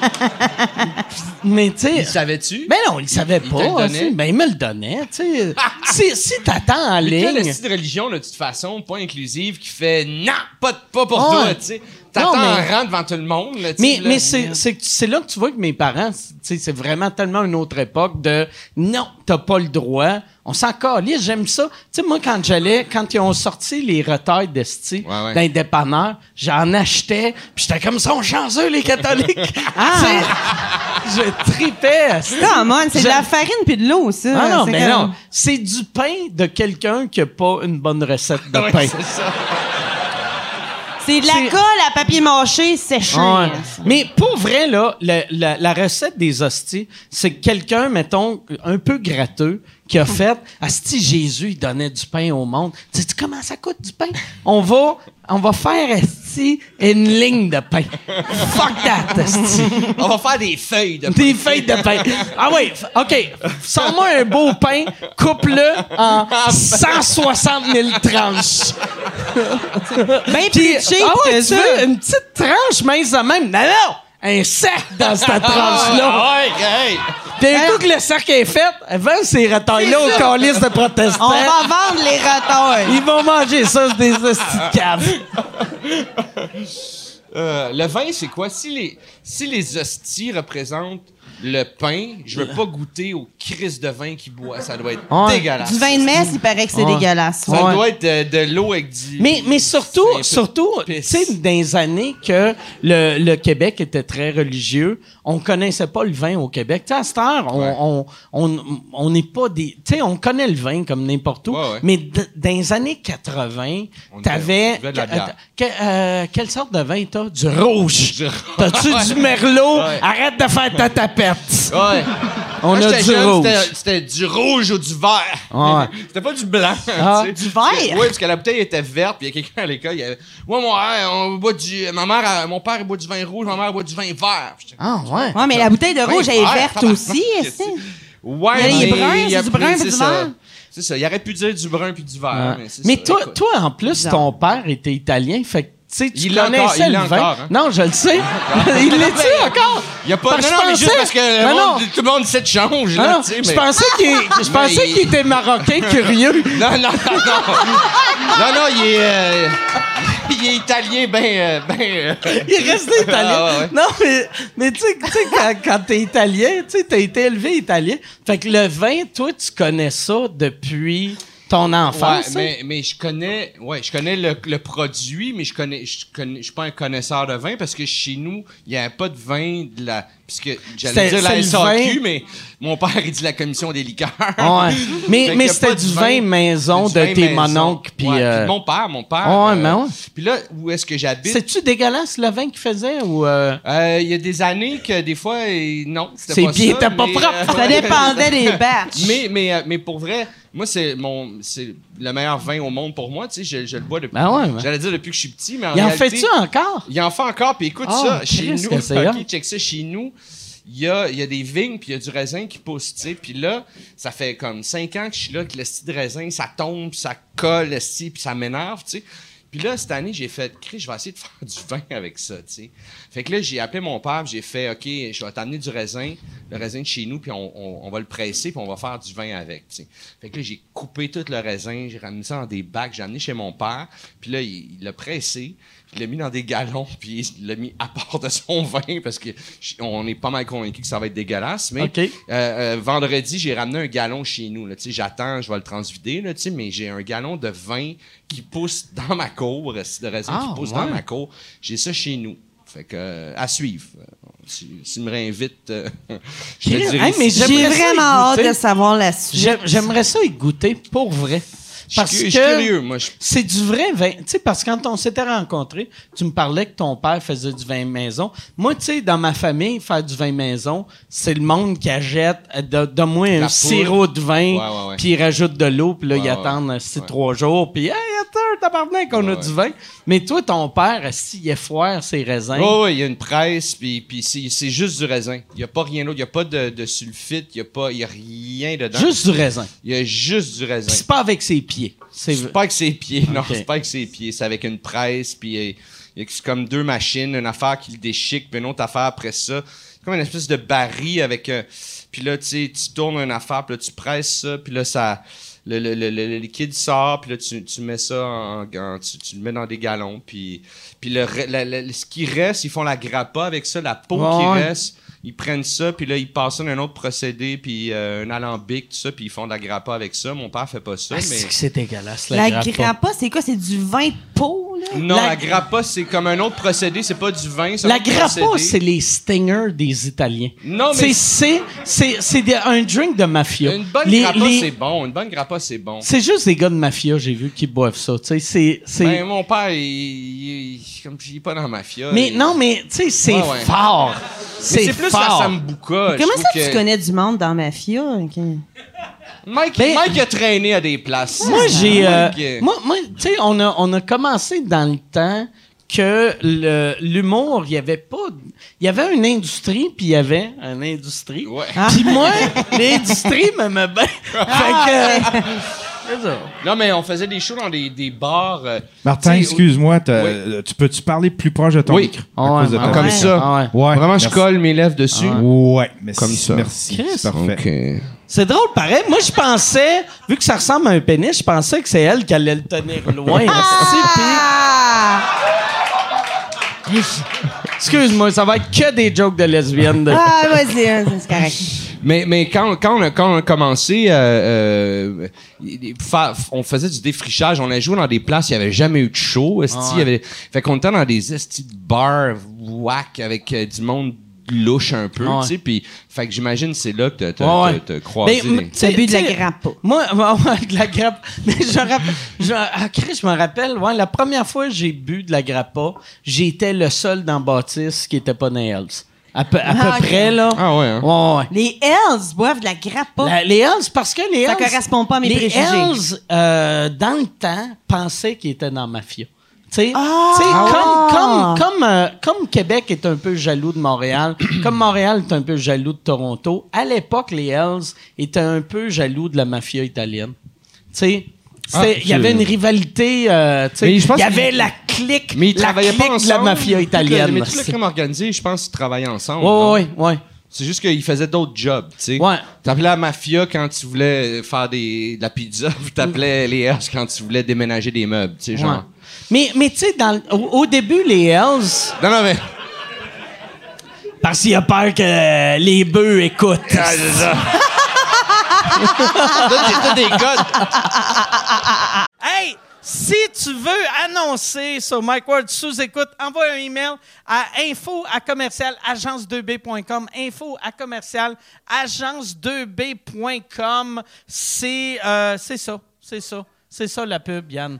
S1: mais tu sais.
S5: Il savait-tu?
S1: Mais non, il le savait
S5: Il te le
S1: pas.
S5: donnait?
S1: tu sais. Ben, il me le donnait, tu sais. si si t'attends en
S5: Mais quelle
S1: ligne.
S5: est de religion, là, de toute façon, pas inclusive, qui fait non, pas, de- pas pour
S1: Ouais.
S5: toi, tu sais. T'attends
S1: Non,
S5: un
S1: mais-
S5: rang devant tout le monde, là, tu
S1: Mais,
S5: sais, là.
S1: mais c'est, c'est, c'est là que tu vois que mes parents, tu sais, c'est vraiment tellement une autre époque de non, t'as pas le droit. On s'en calisse, j'aime ça. Tu sais, moi, quand j'allais, quand ils ont sorti les retails d'Esti
S5: Ouais, ouais.
S1: dans les dépanneurs, j'en achetais, puis j'étais comme ça, on chanceux, les catholiques. Tu sais, je tripais.
S4: Come on, c'est de la
S1: Je-
S4: farine puis de l'eau, ça.
S1: Ah non,
S4: C'est
S1: mais
S4: comme-
S1: non. C'est du pain de quelqu'un qui a pas une bonne recette de
S5: Ouais,
S1: pain.
S5: c'est ça.
S4: C'est de la
S1: C'est-
S4: colle à papier mâché séchée.
S1: Ouais. Mais pour vrai, là, la, la- la recette des hosties, c'est quelqu'un, mettons, un peu gratteux, qui a fait Asti Jésus, il donnait du pain au monde. Tu sais, comment ça coûte du pain? On va, on va faire Asti une ligne de pain. Fuck that, Asti.
S5: On va faire des feuilles de
S1: Des feuilles de pain. Ah oui, f- OK. Sors-moi un beau pain, coupe-le en 160 000 tranches.
S4: Ben
S1: Puis,
S4: plus cheap
S1: ah ouais,
S4: que
S1: tu
S4: ça.
S1: veux une petite tranche mince à même. Non, non! Un cercle dans cette tranche-là.
S5: Ah, ouais, hey.
S1: Puis un coup que le cercle est fait, avant ces retails-là
S4: Ah. C'est
S1: aux
S4: ça.
S1: calices de protestants.
S4: On va vendre les retards.
S1: Ils vont manger ça, c'est des hosties de caves.
S5: Euh, le vin, c'est quoi? Si les, si les hosties représentent le pain, je veux pas goûter au crise de vin qu'ils boivent. Ça doit être
S1: Ouais.
S5: dégueulasse.
S4: Du vin de messe, il paraît que c'est
S1: Ouais.
S4: dégueulasse.
S5: Ça
S1: Ouais.
S5: doit être de, de l'eau avec du...
S1: Mais, mais surtout,
S5: C'est un peu
S1: surtout, tu
S5: pisse.
S1: sais, dans les années que le, le Québec était très religieux, on connaissait pas le vin au Québec. Tu sais, à cette heure, on-
S5: Ouais.
S1: on on on n'est pas des... Tu sais, on connaît le vin comme n'importe où,
S5: Ouais, ouais.
S1: mais d- dans les années 80,
S5: On
S1: t'avais...
S5: buvait de la bière.
S1: que- euh, quelle sorte de vin t'as? Du rouge!
S5: Du-
S1: T'as-tu du merlot?
S5: Ouais.
S1: Arrête de faire ta tapette!
S5: Ouais.
S1: On
S5: Moi,
S1: a
S5: j'étais
S1: du
S5: jeune,
S1: rouge.
S5: c'était- C'était du rouge ou du vert.
S1: Ouais.
S5: c'était pas du blanc.
S1: Ah.
S4: Du vert?
S5: Oui, parce que la bouteille était verte, puis il y a quelqu'un à l'école, il avait. Moi, mon, on boit du. Ma mère, elle- mon père, il boit du vin rouge, ma mère, elle boit du vin vert. J'étais,
S1: Ah ouais?
S4: Ouais, mais la bouteille de rouge, elle est
S5: vin vert,
S4: verte
S5: tabarnak,
S4: aussi,
S5: qu'est-ce
S4: est-ce
S5: que-
S4: que-
S5: Ouais,
S4: Il y a des
S5: mais
S4: bruns,
S5: il
S4: c'est du brun,
S5: mais
S4: puis
S5: c'est
S4: du
S5: ça.
S4: vert.
S5: C'est ça. Il aurait pu dire du brun puis du vert.
S1: Ouais.
S5: Ah, Mais, c'est
S1: Euh, Mais
S5: ça,
S1: toi,
S5: écoute.
S1: toi, en plus,
S4: Bizarre.
S1: ton père était italien, fait que tu sais, tu
S5: Il l'a
S1: connaissais
S5: encore, il l'a
S1: le vin.
S5: encore, hein.
S1: Non, je le sais. il l'est-tu encore?
S5: Il y a pas.
S1: Parce que
S5: non,
S1: je
S5: non, mais juste
S1: pensais-
S5: parce que le
S1: Mais
S5: monde-
S1: non.
S5: tout le monde sait de change,
S1: Ah
S5: là,
S1: non,
S5: tu sais.
S1: je
S5: mais-
S1: pensais qu'il je
S5: Mais
S1: pensais
S5: il-
S1: qu'il était marocain curieux.
S5: Non, non, non, non. non, non, il est. euh, il est italien, ben. euh, ben euh,
S1: Il restait italien.
S5: Ah, ouais, ouais.
S1: Non, mais, mais tu sais, tu sais, quand, quand t'es italien, tu sais, t'as été élevé italien. Fait que le vin, toi, tu connais ça depuis ton
S5: Ouais,
S1: enfance. hein?
S5: mais, mais je connais, ouais, je connais le, le produit, mais je connais, je connais, je suis pas un connaisseur de vin parce que chez nous, il n'y a pas de vin de la, puisque j'allais
S1: C'est-
S5: dire la
S1: c'est le
S5: SAQ,
S1: vin. Ah,
S5: mais mon père il dit la commission des liqueurs.
S1: hein? Ouais. Mais,
S5: Fait qu'il y
S1: mais
S5: a
S1: c'était
S5: pas
S1: du vin maison
S5: c'est
S1: de
S5: du
S1: tes
S5: vin maison.
S1: mononcles. puis,
S5: Ouais,
S1: euh,
S5: puis mon père, mon père. euh,
S1: Ouais, mais ouais.
S5: Puis là, où est-ce que j'habite
S1: C'est-tu dégueulasse le vin qu'ils faisaient ou. euh,
S5: Euh, Il y a des années que des fois, euh, non, c'était
S1: Ses
S5: pas
S1: pieds
S5: ça,
S1: étaient pas
S5: mais,
S1: propres.
S5: euh,
S4: Ça dépendait des batchs.
S5: Mais, mais, euh, mais pour vrai, moi, c'est mon c'est le meilleur vin au monde pour moi. Tu sais, je, je le bois depuis.
S1: Ben ouais, ben.
S5: J'allais dire depuis que je suis petit, mais en
S1: Il en
S5: réalité,
S1: fait-tu encore?
S5: Il en fait encore, puis écoute
S1: Ah,
S5: ça, chez
S1: Christ,
S5: nous.
S1: que c'est hot.
S5: Ok, check ça, chez nous. il y a, il y a des vignes, puis il y a du raisin qui pousse, tu sais. Puis là, ça fait comme cinq ans que je suis là, que le style de raisin, ça tombe, puis ça colle, esti, puis ça m'énerve, tu sais. Puis là, cette année, j'ai fait, Chris, je vais essayer de faire du vin avec ça, tu sais. Fait que là, j'ai appelé mon père, puis j'ai fait, OK, je vais t'amener du raisin, le raisin de chez nous, puis on, on- on va le presser, puis on va faire du vin avec, tu sais. Fait que là, j'ai coupé tout le raisin, j'ai ramené ça dans des bacs, j'ai amené chez mon père, puis là, il il l'a pressé, il l'a mis dans des galons, puis il l'a mis à part de son vin, parce que j- on est pas mal convaincu que ça va être dégueulasse, mais
S1: OK.
S5: euh, euh, vendredi, j'ai ramené un gallon chez nous, là, tu sais, j'attends, je vais le transvider, là, tu sais, mais j'ai un gallon de vin qui pousse dans ma cour, euh, c'est de raisin
S1: Ah,
S5: qui pousse
S1: ouais.
S5: dans ma cour, j'ai ça chez nous. Fait que, euh, à suivre. Euh, Si tu me réinvites, euh, je te
S1: Chris,
S5: dirai
S1: hey,
S5: si-
S1: mais
S4: J'ai
S1: J'aimerais ça
S4: vraiment
S1: y
S4: hâte
S1: goûter.
S4: de savoir la suite.
S1: J'ai- J'aimerais ça y goûter, pour vrai.
S5: Je
S1: Parce
S5: suis cu-
S1: que
S5: je suis curieux, moi. je-
S1: c'est du vrai vin. Tu sais, parce que quand on s'était rencontrés, tu me parlais que ton père faisait du vin maison. Moi, tu sais, dans ma famille, faire du vin maison, c'est le monde qui achète, euh, de- donne-moi un
S5: La poudre.
S1: sirop de
S5: Ouais,
S1: vin,
S5: ouais, ouais.
S1: puis ils rajoutent de l'eau, puis là,
S5: Ouais,
S1: ils
S5: ouais,
S1: attendent euh, six,
S5: ouais.
S1: trois jours, puis hey, attends, tabarnak, qu'on a
S5: Ouais,
S1: du vin. Mais toi, ton père, euh, s'il est foire ses raisins,
S5: Ouais, ouais, il y a une presse, puis, puis c'est, c'est juste du raisin. Il n'y a pas rien d'autre. Il n'y a pas de, de sulfite, il n'y a, pas- il y a rien dedans.
S1: juste du raisin.
S5: Il y a juste du
S1: Puis
S5: raisin.
S1: c'est pas avec ses pieds. C'est
S5: C'est pas avec ses pieds, non,
S1: Ok.
S5: c'est pas avec ses pieds. C'est avec une presse, puis euh, il y a- c'est comme deux machines, une affaire qui le déchique, puis une autre affaire après ça. C'est comme une espèce de baril avec. euh, puis là, tu sais, tu tournes une affaire, puis là, tu presses ça, puis là, ça. Le, le- le- le- le liquide sort, puis là, tu, tu mets ça en. en- tu, tu le mets dans des galons, puis. Puis le, re- la- la- ce qui reste, ils font la grappa avec ça, la peau qui
S1: Ouais.
S5: reste. Ils prennent ça, puis là, ils passent ça dans un autre procédé, puis euh, un alambic, tout ça, puis ils font de la grappa avec ça. Mon père fait pas ça,
S1: Ah,
S5: mais...
S1: c'est que c'est dégueulasse, la,
S4: La
S1: grappa.
S4: grappa, c'est quoi? C'est du vin de peau, là?
S5: Non, la,
S1: La-
S5: grappa, c'est comme un autre procédé, c'est pas du vin. c'est un
S1: La
S5: autre
S1: grappa,
S5: procédé.
S1: c'est les stingers des Italiens.
S5: Non,
S1: C'est-
S5: mais-
S1: C'est, c'est, c'est des- un drink de mafia.
S5: Une bonne
S1: Les-
S5: grappa,
S1: les-
S5: c'est bon. Une bonne grappa, c'est bon.
S1: c'est juste des gars de mafia, j'ai vu, qui boivent ça. Tu sais, c'est, c'est-
S5: Ben, mon père, il, il- il- comme je dis pas dans la mafia.
S1: mais
S5: il-
S1: non, mais tu sais, c'est
S5: euh, Ouais, ouais.
S1: fort.
S5: Mais
S1: C'est,
S5: c'est plus la
S1: fort.
S5: sambuca. je
S4: Comment
S5: trouve
S4: ça
S5: que-
S4: tu connais du monde dans Mafia? ok?
S5: Mike,
S1: Ben-
S5: Mike a traîné à des places.
S1: Moi, j'ai. euh,
S5: Mike, euh,
S1: moi, moi, tu sais, on a, on a commencé dans le temps que le- l'humour, il y avait pas. d- Il y avait une industrie, puis il y avait une industrie.
S5: Ouais.
S1: Puis moi, l'industrie m'aimait bien.
S5: Ah,
S1: fait que. C'est ça.
S5: Non, mais on faisait des shows dans des, des bars. euh,
S3: Martin,
S5: tu sais,
S3: excuse-moi, t'as-
S5: Oui.
S3: euh, tu peux-tu parler plus proche de ton
S5: Oui.
S3: micro?
S1: Ah ouais,
S3: à cause de
S1: ah
S3: ta
S5: Comme
S3: voix?
S5: ça.
S1: Ah ouais.
S3: Ouais,
S5: Vraiment, je
S3: merci.
S5: colle mes lèvres dessus.
S3: Ah. Ouais, mais
S5: Comme
S3: si-
S5: ça.
S3: Merci,
S1: Chris,
S3: c'est parfait.
S5: Ok.
S1: C'est drôle, pareil. Moi, je pensais, vu que ça ressemble à un pénis, je pensais que c'est elle qui allait le tenir loin. esti, puis-
S4: Ah!
S1: Excuse-moi, ça va être que des jokes de lesbiennes. de-
S4: Ah, vas-y, hein, c'est correct.
S5: Mais, mais quand, quand, on a, quand on a commencé, euh, euh, il- il- fa- on faisait du défrichage, on a joué dans des places, il n'y avait jamais eu de show. esti,
S1: Ah
S5: il y avait- fait qu'on était dans des estis de bars whack avec euh, du monde louche un peu,
S1: Ah ouais.
S5: tu sais, puis fait que j'imagine c'est là que t'as-
S1: Ouais,
S5: t'as
S1: ouais.
S5: t'as- t'as croisé.
S1: Ben, tu
S5: les-
S1: sais,
S4: T'as bu de la
S1: tu sais,
S4: grappa.
S1: Moi, ouais, de la grappa. Mais je me rappelle, je, ah, Chris, je me rappelle, ouais, la première fois que j'ai bu de la grappa, j'étais le seul dans Baptiste qui n'était pas dans les Hells. À peu, à peu
S4: Ah, ok.
S1: près, là.
S5: Ah ouais, hein?
S1: Ouais, ouais.
S4: Les Hells boivent de la grappa.
S1: La- les Hells, parce que les
S4: Ça
S1: Hells-
S4: correspond pas à mes
S1: les
S4: préjugés.
S1: Hells, euh, dans le temps, pensaient qu'ils étaient dans la mafia. Tu sais,
S4: Ah!
S1: tu sais,
S4: Ah!
S1: comme, comme, comme, euh, comme Québec est un peu jaloux de Montréal, comme Montréal est un peu jaloux de Toronto, à l'époque, les Hells étaient un peu jaloux de la mafia italienne. Tu sais, c'était-
S5: Ah,
S1: il y avait
S5: c'est-
S1: une rivalité, euh, tu sais,
S5: Mais je pense
S1: il y avait
S5: que-
S1: la clique,
S5: mais ils
S1: la
S5: travaillaient
S1: clique
S5: pas ensemble. euh,
S1: de la mafia
S5: Tout le-
S1: italienne.
S5: mais tout le crime organisé, je pense qu'ils travaillaient ensemble. non?
S1: Oui, oui, oui.
S5: C'est juste qu'ils faisaient d'autres jobs, tu sais.
S1: Ouais.
S5: T'appelais la mafia quand tu voulais faire des, de la pizza, puis t'appelais les Hells quand tu voulais déménager des meubles, tu sais, genre.
S1: Ouais. Mais, mais tu sais, dans- au, au début, les Hells...
S5: Non, non, mais...
S1: Parce qu'il a peur que euh, les bœufs écoutent.
S5: T'as des codes.
S1: Hey, si tu veux annoncer sur Mike Ward sous écoute, envoie un email à info à commercial agence2b.com. Info à commercial agence2b.com. C'est euh, c'est ça, c'est ça, c'est ça la pub, Yann.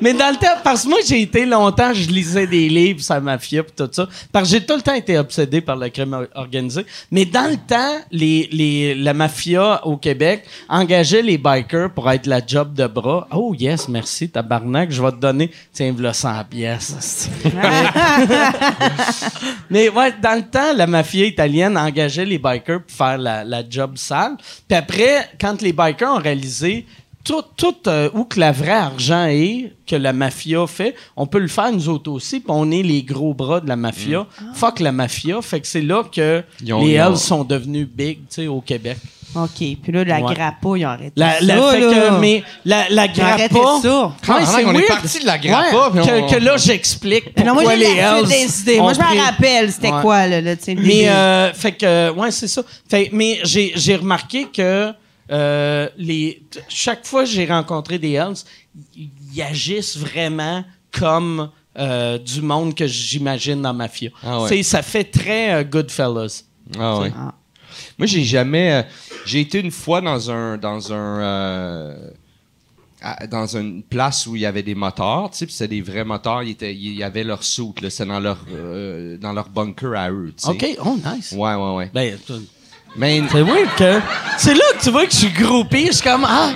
S1: Mais dans le temps, parce que moi, j'ai été longtemps, je lisais des livres sur la mafia pis tout ça. Parce que j'ai tout le temps été obsédé par le crime or- organisé. Mais dans le temps, les, les, la mafia au Québec engageait les bikers pour être la job de bras. Oh yes, merci, tabarnak, je vais te donner, tiens, v'là 100 pièces. asti. Mais ouais, dans le temps, la mafia italienne engageait les bikers pour faire la, la job sale. Puis après, quand les bikers ont réalisé tout, tout euh, où que la vraie argent est, que la mafia fait, on peut le faire nous autres aussi, puis on est les gros bras de la mafia.
S4: Mm. Ah.
S1: Fuck la mafia. Fait que c'est là que
S5: Ils ont-
S1: les
S5: ils ont-
S1: Hells sont devenus big, tu sais, au Québec.
S4: OK. Puis là, la
S1: Ouais.
S4: grappouille, arrête
S1: La,
S4: ça,
S1: la, fait que-
S4: là.
S1: mais la, la
S4: Ils ont arrêté
S1: grappa...
S4: ça.
S1: Ouais, c'est
S5: Ah, on est
S1: weird.
S5: parti de la grappa,
S1: Ouais,
S5: puis on-
S1: que, que là, j'explique
S4: Mais
S1: pourquoi
S4: non, moi,
S1: les
S4: j'ai la-
S1: Hells
S4: j'ai décidé.
S1: ont
S4: Moi, je
S1: pris-
S4: me rappelle, c'était
S1: Ouais.
S4: quoi, là, là, tu sais, le
S1: Mais
S4: début.
S1: euh, fait que ouais, c'est ça. Fait mais j'ai j'ai remarqué que euh, les t- chaque fois que j'ai rencontré des Hells, ils ils agissent vraiment comme euh, du monde que j'imagine dans mafia.
S5: Ah ouais.
S1: C'est ça fait très euh, Goodfellas.
S5: Ah ouais.
S4: Ah.
S5: Moi, j'ai jamais. euh, j'ai été une fois dans un. Dans un. euh, à- dans une place où il y avait des moteurs, tu sais, puis c'était des vrais moteurs, ils, étaient, ils avaient leur soute, là, c'était dans leur, euh, dans leur bunker à eux, tu sais.
S1: OK, oh nice.
S5: Ouais, ouais, ouais.
S1: Ben t-
S5: Mais
S1: c'est weird que c'est là que tu vois que je suis groupé, je suis comme ah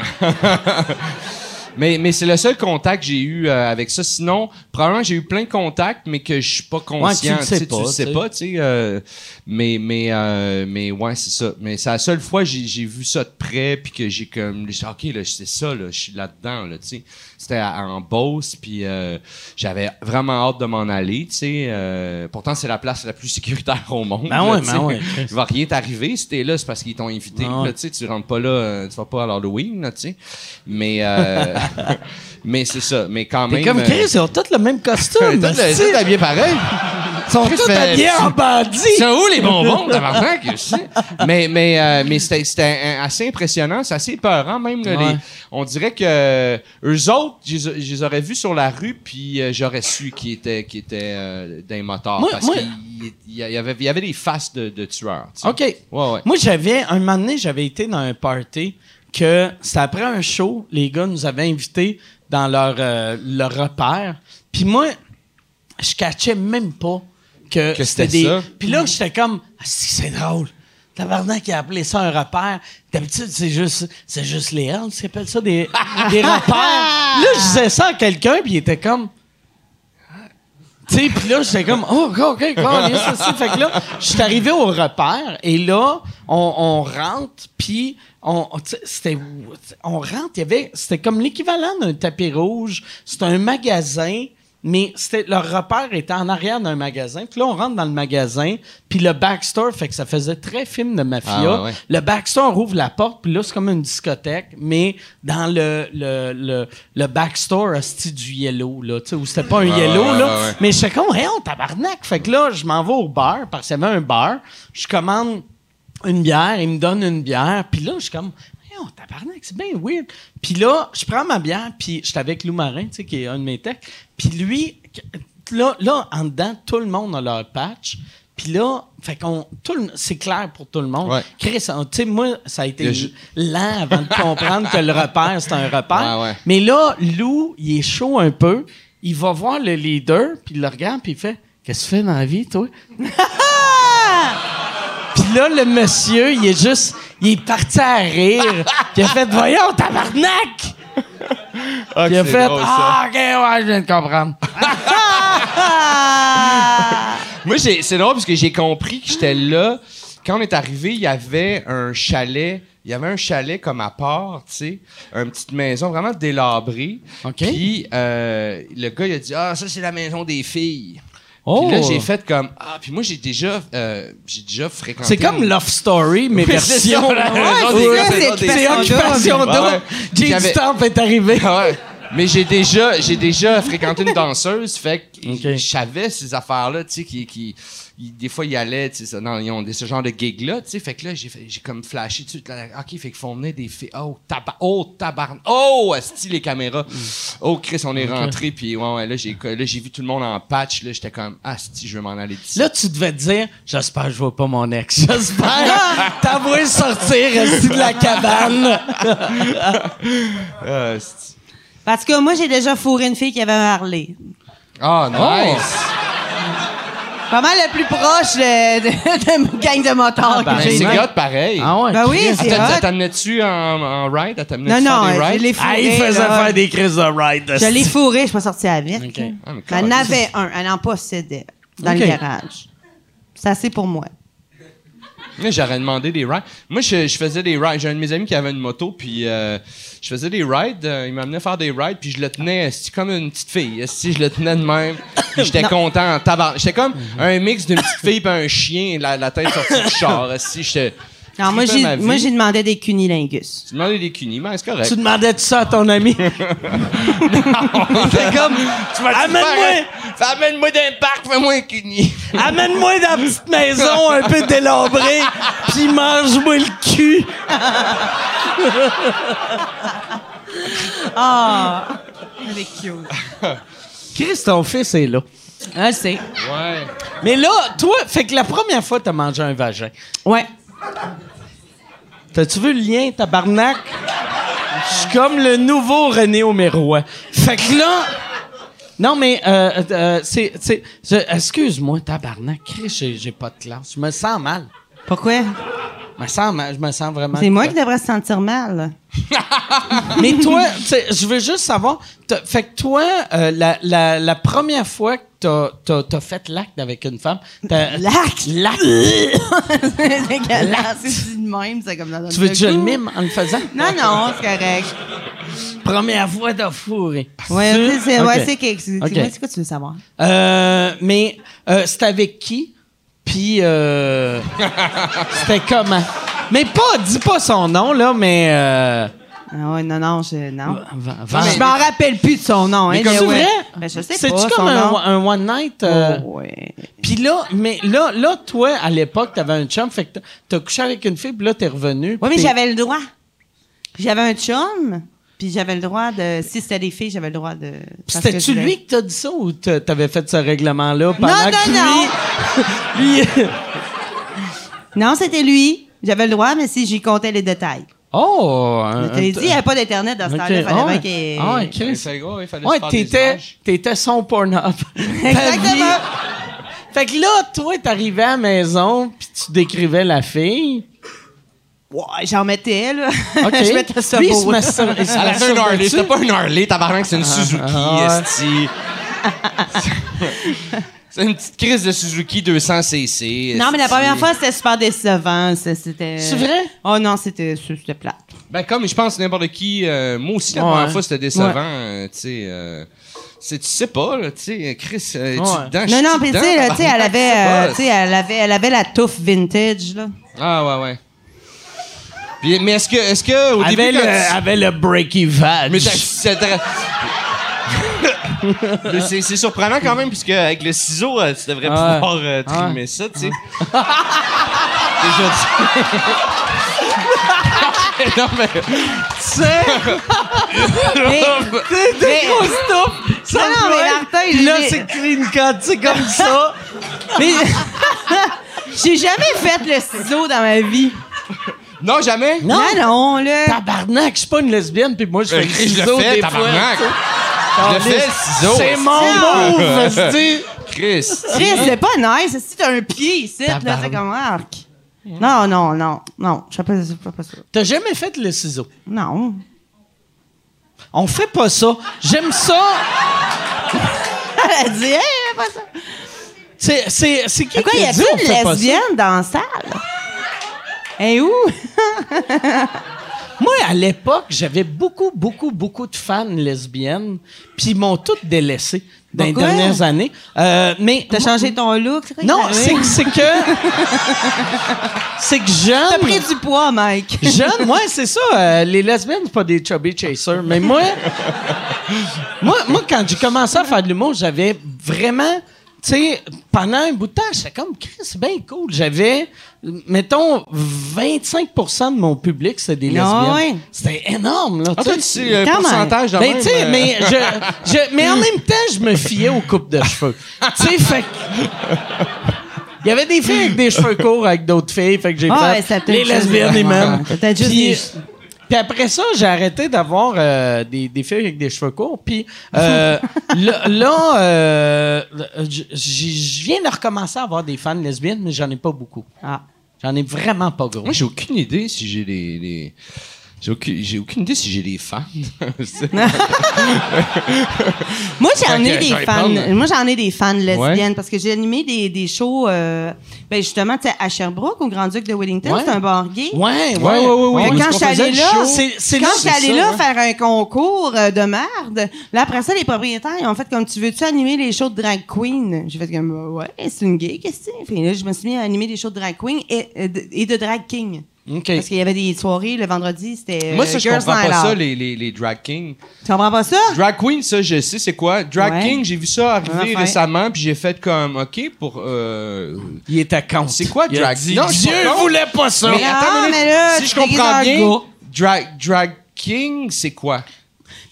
S5: Mais, mais c'est le seul contact que j'ai eu euh, avec ça. Sinon, probablement, j'ai eu plein de contacts, mais que je suis pas
S1: Ouais, tu
S5: conscient.
S1: le sais
S5: tu
S1: pas,
S5: le
S1: tu
S5: sais
S1: sais.
S5: pas, tu sais. euh, mais, mais, euh, mais ouais, c'est ça. Mais c'est la seule fois que j'ai j'ai vu ça de près, puis que j'ai comme. j'ai dit, OK, là, c'est ça, là, je suis là-dedans, là, tu sais. C'était à- en Beauce, puis euh, j'avais vraiment hâte de m'en aller, tu sais. euh, pourtant, c'est la place la plus sécuritaire au monde.
S1: Ben
S5: là,
S1: ouais,
S5: tu sais.
S1: ben ouais.
S5: Il va rien t'arriver. Si t'es là, c'est parce qu'ils t'ont invité.
S1: Ah ouais.
S5: Là, tu sais, tu rentres pas là, euh, tu vas pas à l'Halloween, là, tu sais. Mais, euh, mais c'est ça. Mais quand
S1: T'es
S5: même.
S1: comme
S5: euh,
S1: Chris, ils ont tous le même costume.
S2: Tout
S1: tu sais.
S2: habillé pareil.
S1: Ils sont tous
S2: fait-
S1: habillés en bandit.
S5: Ils sont où les bonbons, tabarnak? je sais. mais mais, euh, mais c'était, c'était un- un- assez impressionnant, c'est assez peurant même. là,
S1: Ouais.
S5: les- on dirait que euh, eux autres, je les- je les aurais vus sur la rue, puis euh, j'aurais su qu'ils étaient, qu'ils étaient euh, des motards.
S1: Moi-
S5: parce
S1: moi-
S5: qu'il il y avait, il y avait des faces de, de tueurs. tu sais.
S1: OK.
S5: Ouais, ouais.
S1: Moi, j'avais, un moment donné, j'avais été dans un party que c'était après un show, les gars nous avaient invités dans leur, euh, leur repère. Puis moi, je catchais même pas que,
S5: Que
S1: c'était
S5: c'était
S1: des.
S5: ça.
S1: Puis là, j'étais comme, ah, si, c'est drôle. Tabarnak qui a appelé ça un repère. D'habitude, c'est juste, c'est juste les Hells qui appellent ça des, des repères. Là, je disais ça à quelqu'un, puis il était comme, tu sais, puis là, j'étais comme, oh, OK, OK, cool, ça, ça. Fait que là, je suis arrivé au repère, et là, on, on rentre, puis on, tu sais, c'était, on rentre, il y avait, c'était comme l'équivalent d'un tapis rouge. C'était un magasin, mais c'était, le repère était en arrière d'un magasin. Puis là, on rentre dans le magasin, puis le backstore, fait que ça faisait très film de mafia.
S5: Ah, ouais, ouais.
S1: Le backstore ouvre la porte, puis là, c'est comme une discothèque, mais dans le, le, le, le backstore, hostie, du yellow, là, tu sais, où c'était pas un yellow,
S5: ouais,
S1: là.
S5: ouais, ouais.
S1: Mais j'étais comme, hey, on tabarnak. Fait que là, je m'en vais au bar, parce qu'il y avait un bar. Je commande une bière, il me donne une bière. Puis là, je suis comme, hey, on tabarnak, c'est bien weird. Puis là, je prends ma bière, puis j'étais avec Lou Marin, tu sais, qui est un de mes techs. Puis lui, là, là, en dedans, tout le monde a leur patch. Puis là, fait qu'on, tout le- c'est clair pour tout le monde.
S5: Ouais.
S1: Chris, on- tu sais, moi, ça a été
S5: Il a ju-
S1: lent avant de comprendre que le repère, c'est un repère.
S5: Ouais, ouais.
S1: Mais là, Lou, il est chaud un peu. Il va voir le leader, puis il le regarde, puis il fait Qu'est-ce que tu fais dans la vie, toi Puis là, le monsieur, il est juste. Il est parti à rire. Puis il a fait Voyons, tabarnak
S3: Ah,
S1: Puis il a
S3: c'est
S1: fait
S3: drôle, ça.
S1: Ah, ok, ouais, je viens de comprendre.
S5: Moi, j'ai- c'est drôle parce que j'ai compris que j'étais là. Quand on est arrivé, il y avait un chalet. Il y avait un chalet comme à part, tu sais, une petite maison vraiment délabrée.
S1: OK.
S5: Puis euh, le gars, il a dit Ah, ça, c'est la maison des filles.
S1: Oh.
S5: Puis là, j'ai fait comme Ah, puis moi, j'ai déjà, euh, j'ai déjà fréquenté.
S1: C'est comme
S5: une-
S1: Love Story, mais
S5: Oui, c'est
S1: version.
S5: ça, la raison
S4: des-
S1: Ouais,
S4: la raison
S1: c'est
S4: des-
S1: c'est Occupation
S5: Ouais, ouais.
S1: Double. Jay
S5: J'avais-
S1: du Temple est arrivé.
S5: Ah ouais. Mais j'ai déjà, j'ai déjà fréquenté une danseuse, fait que je savais ces affaires-là, tu sais, qui, qui- ils- des fois, ils allaient, tu sais, ça- non, ils ont des- ce genre de gig-là, tu sais, fait que là, j'ai, fait- j'ai comme flashé dessus, là, ok, fait qu'ils font venir des filles, oh, tabar, oh, tabarn, oh, asti, les caméras,
S2: Mm.
S5: oh, Chris, on est rentré, puis ouais, ouais, là, j'ai, là, j'ai vu tout le monde en patch, là, j'étais comme, asti, je vais m'en aller d'ici.
S1: Là, tu devais te dire, j'espère que je vois pas mon ex. J'espère t'avoir sortir assis de la cabane.
S5: Ah, asti.
S4: Parce que moi, j'ai déjà fourré une fille qui avait parlé.
S5: Ah, nice!
S4: Pas mal le plus proche de, de, de ma gang de motards
S5: Ben,
S4: que
S5: c'est
S4: j'ai.
S5: hot pareil.
S2: Oh, Ah ouais.
S4: Ben oui,
S5: Elle
S4: c'est
S5: t'a-
S4: hot.
S5: elle t'amenait-tu en, en ride? Elle t'amenait-tu
S4: Non,
S5: faire
S4: non,
S5: des
S4: je
S5: rides?
S4: l'ai
S6: Ah,
S4: fourré.
S6: il faisait
S4: là.
S6: faire des crises de ride.
S4: Je l'ai fourré, je suis pas sortie avec.
S5: Ok.
S4: là.
S5: Ah, mais
S4: Elle en
S5: comment-
S4: avait un, elle en possédait dans
S1: Ok.
S4: le garage. C'est assez pour moi.
S5: Moi, j'aurais demandé des rides. Moi, je, je faisais des rides. J'ai un de mes amis qui avait une moto, puis euh, je faisais des rides. euh, il m'amenait faire des rides, puis je le tenais esti, comme une petite fille. Si je le tenais de même, puis j'étais content. en tabarnak. J'étais comme un mix d'une petite fille et un chien, la, la tête sortie du char. Si j'étais.
S4: Non, moi,
S5: trippais ma
S4: j'ai
S5: vie.
S4: moi, j'ai demandé des cunilingus.
S5: Tu demandais des cunis, mais c'est correct.
S1: Tu demandais tout ça à ton ami.
S5: T'es comme. Ah, Tu vas
S1: Amène-moi-
S5: Amène-moi d'un parc, fais-moi un cuni.
S1: Amène-moi dans la petite maison un peu délabrée, puis mange-moi le cul.
S4: Ah! Elle est cute.
S1: Chris, ton fils est là.
S4: Elle sait.
S5: Ouais.
S1: Mais là, toi, fait que la première fois, t'as mangé un vagin.
S4: Ouais.
S1: T'as-tu vu le lien, tabarnak? Je suis comme le nouveau René Aumeroy. Fait que là... Non, mais euh, euh, c'est... c'est- je- Excuse-moi, tabarnak. Chris, j'ai- j'ai pas de classe. Je me sens mal.
S4: Pourquoi?
S1: Je me sens mal. Je me sens vraiment...
S4: C'est moi qui devrais se sentir mal.
S1: Mais toi, tu sais, je veux juste savoir... t'as- Fait que toi, euh, la, la- la première fois que t'as- t'as t'as fait l'acte avec une femme... t'as-
S4: L'acte?
S1: L'acte!
S4: c'est dégueulasse. C'est dit de même, c'est comme dans
S1: Tu veux que je le
S4: goût.
S1: mime en le faisant?
S4: Non, non, c'est correct.
S1: Première fois de fourré.
S4: Ouais,
S1: Sûr?
S4: c'est- c'est
S1: Ok.
S4: ouais, c'est que- c'est-
S1: Ok.
S4: ouais, c'est quoi tu veux savoir?
S1: Euh, mais euh, c'était avec qui? Puis euh, c'était comment? Mais pas, dis pas son nom là, mais euh,
S4: Ah ouais, non, non, je. Non.
S1: Van- Van-
S4: Je m'en rappelle plus de son nom. hein,
S1: C'est
S4: mais ouais.
S1: vrai?
S4: Ben, je sais
S1: C'est-tu
S4: pas.
S1: comme
S4: son
S1: un,
S4: nom.
S1: un one night? euh,
S4: Oh, ouais.
S1: Puis là, mais là, là, toi, à l'époque, t'avais un chum, fait que t'as- t'as couché avec une fille, puis là, t'es revenu.
S4: Oui, mais
S1: puis-
S4: j'avais le droit. J'avais un chum, puis j'avais le droit de. Si c'était des filles, j'avais le droit de.
S1: puis
S4: parce que
S1: C'était-tu
S4: je voulais-
S1: lui que t'as dit ça ou t'a- t'avais fait ce règlement-là pendant
S4: Non,
S1: que
S4: non, non.
S1: lui... lui-
S4: Non, c'était lui. J'avais le droit, mais si j'y comptais les détails.
S1: oh!
S4: Je
S1: un-
S4: te l'ai dit, il n'y avait pas d'Internet dans ce
S1: Ok.
S4: temps-là. Il
S1: Ah
S4: fallait
S1: ouais.
S4: bien qu'il.
S1: Ah ouais,
S5: Mais
S1: Chris.
S5: c'est gros, il fallait
S1: Ouais,
S5: se faire des
S1: t'étais,
S5: images.
S1: t'étais son Pornhub.
S4: Exactement.
S1: Fait que là, toi, t'arrivais à la maison, puis tu décrivais la fille.
S4: Ouais, j'en mettais, là.
S1: OK.
S4: je mettais ça
S1: Lui, il se
S4: beau.
S1: mastur- il se
S5: Elle avait un Harley.
S1: masturbait-tu?
S5: C'était pas un Harley, tabarnak, c'est une Suzuki,
S1: ah,
S5: esti. c'est une petite crise de Suzuki 200cc.
S4: Non, mais la
S5: esti.
S4: première fois, c'était super décevant. ça, C'était.
S1: C'est vrai?
S4: Oh non, c'était c'était plate.
S5: Ben, comme je pense n'importe qui, euh, moi aussi, la
S1: Ouais.
S5: première fois, c'était décevant, euh, tu sais. euh, c'est- tu sais pas, là, tu sais, Chris, euh, es-tu
S1: Ouais.
S5: dedans?
S4: Non,
S5: Je suis
S4: non, mais tu sais, là,
S5: dedans,
S4: tu sais, elle
S5: tabarnak,
S4: avait,
S5: je sais pas,
S4: euh, tu sais, elle avait, elle avait la touffe vintage, là.
S5: Ah, ouais, ouais. Puis, mais est-ce que, est-ce que, au
S1: Avait
S5: début,
S1: le,
S5: quand tu-
S1: avait le breaky vag.
S5: Mais t'as- c'est très- Mais c'est c'est surprenant quand même, puisque avec le ciseau, euh, tu devrais
S1: Ouais.
S5: pouvoir euh, trimer ça, tu sais. Déjà dit. non, mais.
S4: Mais, mais- euh,
S1: Ça
S4: Non, non,
S1: me
S4: mais
S1: plaît.
S4: Martin,
S1: Puis là,
S4: il-
S1: c'est clean cut, c'est comme ça.
S4: mais- j'ai jamais fait le ciseau dans ma vie.
S5: Non, jamais.
S4: Non, non, là.
S1: tabarnak, je suis pas une lesbienne, puis moi, je
S5: Euh,
S1: fais le
S5: Chris, je le
S1: ciseau
S5: fais,
S1: des
S5: tabarnak.
S1: fois.
S5: Je le fais, le ciseau.
S1: C'est mon move, c'est-tu?
S5: Chris.
S4: Chris, c'est pas nice. Si t'as un pied ici, là, c'est comme arc. Non, non, non, non. Je sais pas, je sais pas ça.
S1: T'as jamais fait le ciseau?
S4: Non.
S1: On fait pas ça. J'aime ça.
S4: Elle a dit, hey, pas ça.
S1: C'est, c'est, c'est qui qui
S4: Pourquoi il y
S1: a
S4: a
S1: dit
S4: plus
S1: on
S4: de
S1: fait pas ça?
S4: lesbiennes dans la salle? Et où?
S1: Moi, à l'époque, j'avais beaucoup, beaucoup, beaucoup de fans lesbiennes, puis ils m'ont toutes délaissé dans les
S4: Pourquoi?
S1: dernières années. Euh, mais
S4: T'as changé ton look? c'est quoi
S1: Non,
S4: qui
S1: c'est,
S4: t'arrive?
S1: c'est que c'est que jeune.
S4: T'as pris du poids, Mike.
S1: Jeune, ouais, c'est ça. euh, les lesbiennes, c'est pas des chubby chasers. Mais moi, moi, moi quand j'ai commencé à faire de l'humour, j'avais vraiment, tu sais, pendant un bout de temps, j'étais comme, Chris, c'est bien cool. J'avais, mettons, 25 de mon public, c'est des
S4: Ah
S1: lesbiennes.
S4: ouais.
S1: C'était énorme, là.
S5: Ah,
S1: tu
S5: toi,
S1: sais.
S5: tu sais le
S4: Quand même.
S5: pourcentage de
S1: Ben,
S5: même,
S1: tu sais,
S5: euh,
S1: mais, je, je- mais en même temps, je me fiais aux coupes de cheveux. tu sais, fait que- Il y avait des filles avec des cheveux courts avec d'autres filles, fait que j'ai
S4: Ah
S1: fait
S4: ouais, ça peut
S1: les
S4: être juste-
S1: lesbiennes et
S4: ouais,
S1: même.
S4: ouais, peut-être juste
S1: Puis,
S4: des-
S1: puis Puis après ça, j'ai arrêté d'avoir euh, des, des filles avec des cheveux courts. Puis euh, là, là, euh, j- j- je viens de recommencer à avoir des fans lesbiennes, mais j'en ai pas beaucoup.
S4: Ah.
S1: J'en ai vraiment pas gros.
S5: Moi, j'ai aucune idée si j'ai des. des- J'ai aucune, j'ai aucune idée si j'ai des fans. C'est-
S4: Moi, j'en
S5: Fait
S4: ai
S5: que
S4: des
S5: j'en
S4: fans.
S5: ai plein, mais-
S4: Moi, j'en ai des fans lesbiennes
S5: Ouais.
S4: parce que j'ai animé des, des shows, euh, ben justement, tu sais, à Sherbrooke, au Grand-Duc de Wellington,
S1: Ouais.
S4: c'est un bar gay.
S1: Ouais, ouais,
S5: Ouais,
S1: ouais, ouais.
S5: ouais,
S1: ouais.
S4: Fait que quand
S5: parce qu'on
S4: je suis
S5: faisait
S4: allée
S5: le
S4: là,
S5: show.
S1: C'est- c'est là,
S4: quand je suis
S1: c'est
S4: allée
S1: ça, hein.
S4: là
S1: ouais.
S4: faire un concours euh, de merde, là après ça, les propriétaires ils ont fait comme tu veux-tu animer les shows de drag queen. J'ai fait comme euh, ouais, c'est une gay question. Puis là, je me suis mis à animer des shows de drag queen et, et de- et de drag king.
S1: OK.
S4: Parce qu'il y avait des soirées le vendredi, c'était. euh,
S5: Moi, ça, je
S4: Girls
S5: comprends pas
S4: Night
S5: ça,
S4: Out.
S5: les, les, les drag kings.
S4: Tu comprends pas ça?
S5: Drag queen, ça, je sais c'est quoi. Drag
S4: Ouais.
S5: king, j'ai vu ça arriver
S4: Enfin.
S5: récemment, puis j'ai fait comme, OK, pour... euh,
S1: Il était con.
S5: C'est quoi,
S1: Il a
S5: drag-
S1: dit,
S5: Non, je suis
S1: Dieu
S5: pas contre.
S1: voulait pas ça.
S5: Mais attends,
S4: non,
S5: une minute.
S4: mais là,
S5: si
S4: tu
S5: je
S4: t'es dans
S5: comprends
S4: le
S5: bien,
S4: gars.
S5: drag, drag king, c'est quoi?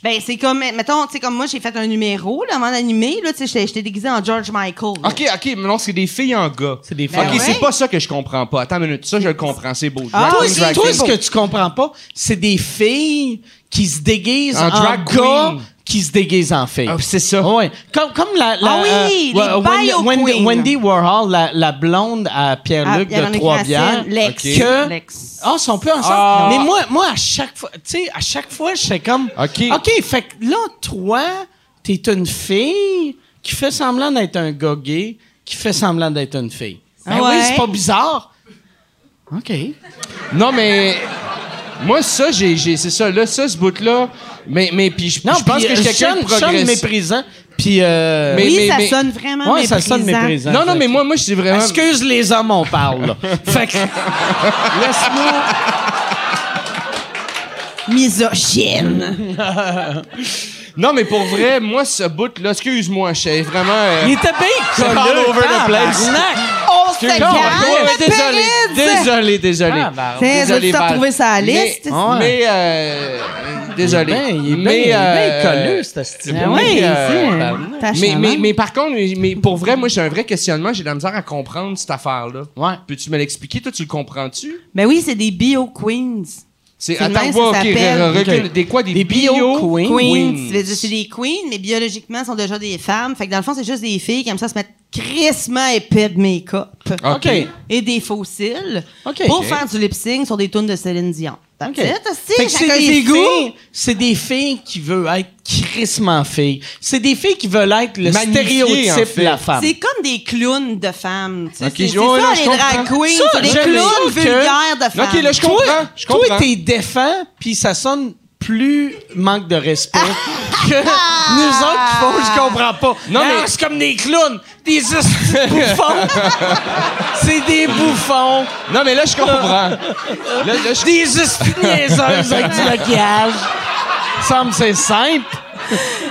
S4: Ben, c'est comme, mettons, tu sais, comme moi, j'ai fait un numéro, là, avant d'animer, là, tu sais, j'étais- j'étais déguisé en George Michael. là.
S5: OK, OK, mais non, c'est des filles en gars.
S1: C'est des
S5: OK,
S1: femmes.
S5: c'est
S4: Ben ouais.
S5: pas ça que je comprends pas. Attends une minute, ça, je le comprends, c'est beau. Drag
S4: Ah,
S1: Toi,
S5: queen, drag
S1: toi,
S5: king.
S1: ce que tu comprends pas, c'est des filles qui se déguisent en,
S5: En drag
S1: gars
S5: queen.
S1: qui se déguisent en filles.
S5: Ah, c'est ça.
S1: Ouais. Comme, comme la, la,
S4: Ah oui,
S1: euh,
S4: les
S1: Wendy-
S4: bio
S1: Wendy,
S4: queens.
S1: Wendy Warhol, la, la blonde à
S4: Ah,
S1: Pierre-Luc
S4: il y en a
S1: de
S4: qui
S1: Trois-Bières.
S4: fascinent. Lex.
S5: Ok.
S1: Que-
S4: Lex.
S1: Ah, ils sont plus ensemble.
S5: Ah.
S1: Mais moi, moi, à chaque fois, tu sais, à chaque fois, je fais comme.
S5: OK.
S1: OK, fait que là, toi, t'es une fille qui fait semblant d'être un gars gay, qui fait semblant d'être une fille. Ben oui,
S4: Ouais.
S1: c'est pas bizarre. OK.
S5: Non, mais. Moi, ça, j'ai, j'ai- c'est ça, là, ça, ce bout-là. Mais, mais, puis, je,
S1: Non,
S5: je pense
S1: puis,
S5: que je suis
S1: euh,
S5: quelqu'un de
S1: sonne- sonne
S5: progressif.
S1: méprisant. Puis. euh,
S5: Mais-
S4: oui,
S5: mais-
S4: ça
S5: mais-
S4: sonne vraiment
S1: ouais,
S4: méprisant.
S1: ça sonne méprisant.
S5: Non, non, mais
S1: Fait
S5: moi, moi, je suis
S1: que-
S5: vraiment.
S1: Excuse les hommes, on parle. là. fait que. Laisse-moi.
S4: Misogyne.
S5: Non, mais pour vrai, moi, ce bout-là, excuse-moi, je suis vraiment. euh,
S1: Il était bien
S5: C'est
S1: collé.
S5: all over the place.
S1: tabarnak.
S4: On se
S5: Non, ouais, ouais,
S4: calme,
S5: désolé,
S4: Pérez.
S5: désolé, désolé.
S1: Tabarnak.
S4: Tiens, veux-tu te
S5: Val.
S4: retrouver sur la liste?
S5: Mais,
S1: Ouais.
S5: mais, euh, désolé.
S1: Ben, il est bien-
S5: mais,
S1: il est bien
S5: euh,
S1: collé, ce style.
S4: Ah oui,
S5: Mais,
S4: c'est
S5: euh,
S4: t'as
S5: mais, mais,
S4: charmant.
S5: mais par contre, mais, mais pour vrai, moi, j'ai un vrai questionnement. J'ai de la misère à comprendre cette affaire-là.
S1: Ouais.
S5: Peux-tu me l'expliquer? Toi, tu le comprends-tu?
S4: Ben oui, c'est des bio queens.
S5: C'est
S4: C'est le
S5: attends,
S4: même,
S5: ouais,
S4: ça
S5: ok,
S4: s'appelle.
S5: re- recule.
S1: Ok.
S5: Des quoi Des,
S1: Des bio queens.
S5: queens.
S4: Ça veut dire, C'est des queens, mais biologiquement, sont déjà des femmes. Fait que dans le fond, c'est juste des filles qui aiment ça se mettre crissement épais de make-up.
S5: Ok.
S1: OK.
S4: et des faux cils
S1: OK.
S4: pour
S1: OK.
S4: faire du lip sync sur des tunes de Céline Dion. That's
S1: OK.
S4: it, hostie,
S1: Fait que c'est
S4: chacun
S1: des
S4: ses goûts.
S1: filles- C'est des filles qui veulent être crissement filles. C'est des filles qui veulent être le
S5: Magnifiées, en
S1: stéréotype
S5: fait.
S1: de la femme.
S4: C'est comme des clowns de femmes. tu sais.
S5: Ok,
S4: c'est
S5: je-
S4: c'est
S5: oh, là,
S4: ça,
S5: je
S4: les
S5: comprends.
S4: drag queens.
S1: Ça,
S4: C'est des
S1: j'aime
S4: clowns
S1: ça que-
S4: vulgaires de femmes.
S5: Ok, là, je comprends. Je comprends.
S1: Toi, t'es défend, puis ça sonne plus manque de respect que nous autres qui font, je comprends pas. Non,
S5: Non, mais-
S1: mais c'est comme des clowns, des hosties de bouffons. c'est des bouffons,
S5: Non, mais là, je comprends. là, là, je...
S1: des hosties de niaiseuses avec du maquillage. Ça me c'est simple.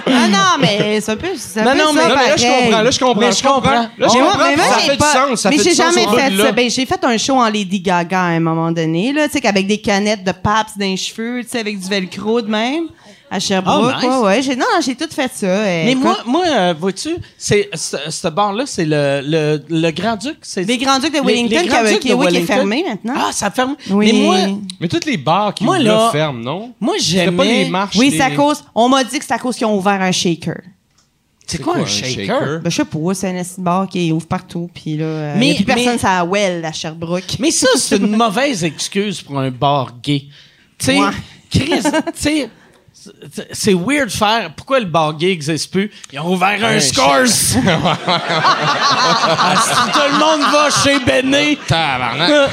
S4: Ah non, mais c'est un peu. c'est un
S1: Non,
S4: peu
S1: non,
S4: ça,
S1: mais-
S5: Non, mais là, je
S4: pareil.
S5: comprends. Ah, Là, je comprends.
S1: Mais
S5: je
S1: je comprends.
S5: comprends. Là, je
S4: Mais moi-
S5: comprends.
S4: mais moi,
S5: ça
S4: j'ai
S5: fait
S4: pas-
S5: du sens. Ça
S4: mais
S5: fait
S4: j'ai
S5: du sens,
S4: jamais
S5: ce
S4: fait
S5: bout-là.
S4: ça. Ben, j'ai fait un show en Lady Gaga à un moment donné, là, tu sais, avec des canettes de paps dans les cheveux, tu sais, avec du velcro de même, à
S1: Oh,
S4: Sherbrooke.
S1: nice.
S4: ouais, ouais, j'ai- non, non, j'ai tout fait ça. euh,
S1: Mais
S4: écoute,
S1: moi, moi euh, vois-tu, c'est ce, ce bar-là, c'est le, le, le Grand-Duc. c'est-
S4: Les Grands-Ducs de
S1: Les-
S4: Wellington,
S1: les
S4: qui a-
S1: Grands-Ducs
S4: qui-
S1: de
S4: oui, qui est
S1: Wellington.
S4: fermé maintenant.
S1: Ah, ça ferme.
S4: Oui.
S1: Mais moi,
S5: Mais toutes les bars qui
S1: Moi,
S5: ouvrent
S1: là-
S5: là ferment, non?
S1: moi
S5: C'est
S1: j'aimais...
S5: pas les marches.
S4: Oui,
S5: les-
S4: c'est à cause. On m'a dit que c'est à cause qu'ils ont ouvert un shaker.
S1: C'est quoi, un shaker?
S4: Ben, je sais pas, c'est un acide bar qui ouvre partout. Puis là, euh,
S1: Mais-
S4: y a plus personne,
S1: mais-
S4: ça à Well, à Sherbrooke.
S1: Mais ça, c'est une mauvaise excuse pour un bar gay. Tu sais,
S4: Ouais.
S1: Chris, tu sais, c'est- c'est weird de faire. Pourquoi le bar gay n'existe plus? Ils ont ouvert un,
S5: Un
S1: Scores! Ah, si tout le monde va chez Euh, Benny,
S5: Tabarnak.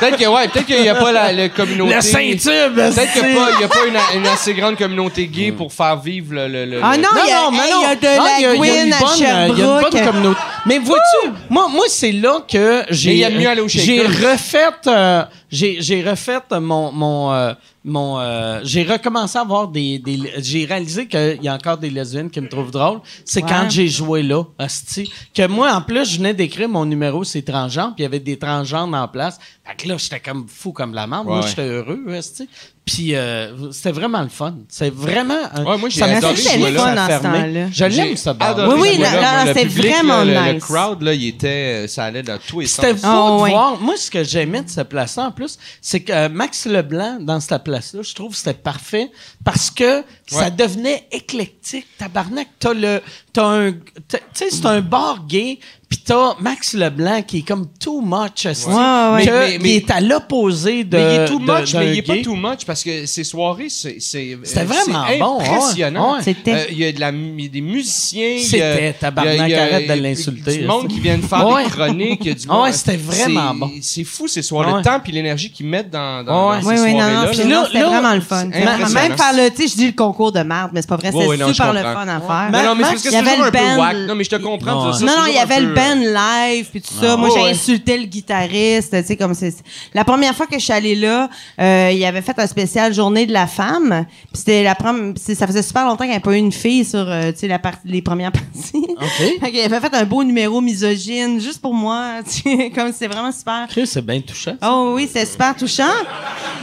S5: Peut-être que, ouais, peut-être qu'il n'y a pas la, la communauté.
S1: le Saint-Tube,
S5: Peut-être qu'il
S1: c'est-
S5: n'y a pas une, une assez grande communauté gay pour faire vivre le. le- le-
S4: Ah
S5: le-
S4: non, il y a, hey, il y a de
S1: non, il y a-
S4: la
S1: il y a une
S4: Gwyn à
S1: bonne, euh, il y a une bonne
S4: Sherbrooke.
S1: communauté. Mais vois-tu, moi, moi c'est là que
S5: Mais il
S1: j'ai
S5: y a mieux aller au
S1: j'ai
S5: shaker.
S1: refait euh, j'ai j'ai refait mon mon euh, mon euh, j'ai recommencé à avoir des, des j'ai réalisé qu'il y a encore des lesbiennes qui me trouvent drôle, c'est
S4: Ouais.
S1: quand j'ai joué là, hostie, que moi en plus je venais d'écrire mon numéro c'est transgenre, puis il y avait des transgenres en place. Fait que là j'étais comme fou comme la merde, moi
S5: Ouais.
S1: j'étais heureux, hostie. Puis euh, c'était vraiment le fun. C'est vraiment un.
S5: Ouais, moi, j'ai
S1: ça me
S5: adoré
S1: fait
S5: ce
S1: chier
S5: show-là.
S1: que ça
S4: C'était le fun
S1: fermait.
S4: dans ce temps-là.
S1: Je l'aime, ce bar.
S5: adoré
S4: Oui,
S5: ce
S4: oui,
S5: gars-là.
S4: non,
S5: Moi,
S4: non,
S5: le
S4: c'était
S5: public,
S4: vraiment
S5: là, le,
S4: nice.
S5: Le crowd, là, il était, ça allait hein, dans tous les Oh, sens.
S1: C'était fou
S4: Ah,
S1: de
S4: ouais.
S1: voir. Moi, ce que j'aimais de cette place-là, en plus, c'est que euh, Max Leblanc, dans cette place-là, je trouve que c'était parfait parce que ça devenait éclectique. Tabarnak, t'as le... T'as un... t'as- Tu sais, c'est un bar gay, pis t'as Max Leblanc qui est comme too much. esti,
S4: Ouais, ouais.
S1: que-
S5: Mais- mais- mais-
S1: il est à l'opposé de...
S5: mais il est too
S1: de-
S5: much,
S1: d'un
S5: mais il est pas
S1: gay.
S5: too much parce que ces soirées, c'est. c'est-
S1: C'était
S5: euh,
S1: vraiment
S5: c'est
S1: bon, ouais.
S5: impressionnant.
S1: Ouais.
S4: C'était-
S5: Euh, Il y a de la mu- il y a des musiciens. il y a-
S1: C'était,
S5: il y a-
S1: tabarnak,
S5: il y a-
S1: arrête de
S5: il y a
S1: l'insulter,
S5: Du monde
S1: ça.
S5: qui viennent faire
S1: Ouais.
S5: des chroniques. il y a du
S1: Ah ouais,
S5: monde-
S1: c'était vraiment
S5: c'est-
S1: bon.
S5: C'est fou ces soirées.
S1: Ouais.
S5: Le temps et l'énergie qu'ils mettent dans, dans,
S1: Ouais.
S5: dans
S4: Oui,
S5: ces
S4: oui, non, non,
S5: soirées-là.
S4: puis
S5: là.
S1: là,
S4: non, c'était
S1: là,
S4: vraiment le fun.
S5: c'est
S4: Même
S5: impressionnant.
S4: faire le, tu sais, je dis le concours de marde, mais c'est pas vrai,
S5: Ouais,
S4: c'était
S5: ouais, non, je
S4: super le
S5: comprends.
S4: fun à faire.
S5: Non, non, mais c'est parce que c'est toujours un peu whack.
S4: band-
S5: Non, mais je te comprends.
S1: Non,
S5: ça, c'est
S4: Ben. non, non,
S5: toujours
S4: il y
S5: un
S4: avait le Ben.
S5: peu- euh, Ah,
S4: band live puis tout ça. Moi,
S5: Ouais,
S4: j'ai
S5: ouais.
S4: insulté le guitariste, tu sais comme c'est la première fois que je suis allée là, euh, il avait fait un spécial journée de la femme, puis c'était la prom- c'est- ça faisait super longtemps qu'il n'y avait pas eu une fille sur euh, tu sais la partie les premières parties.
S1: OK.
S4: Fait qu'il avait fait un beau numéro misogyne juste pour moi, tu sais, comme c'est vraiment super.
S1: Chris, c'est bien touchant.
S4: Oh oui, c'est super touchant.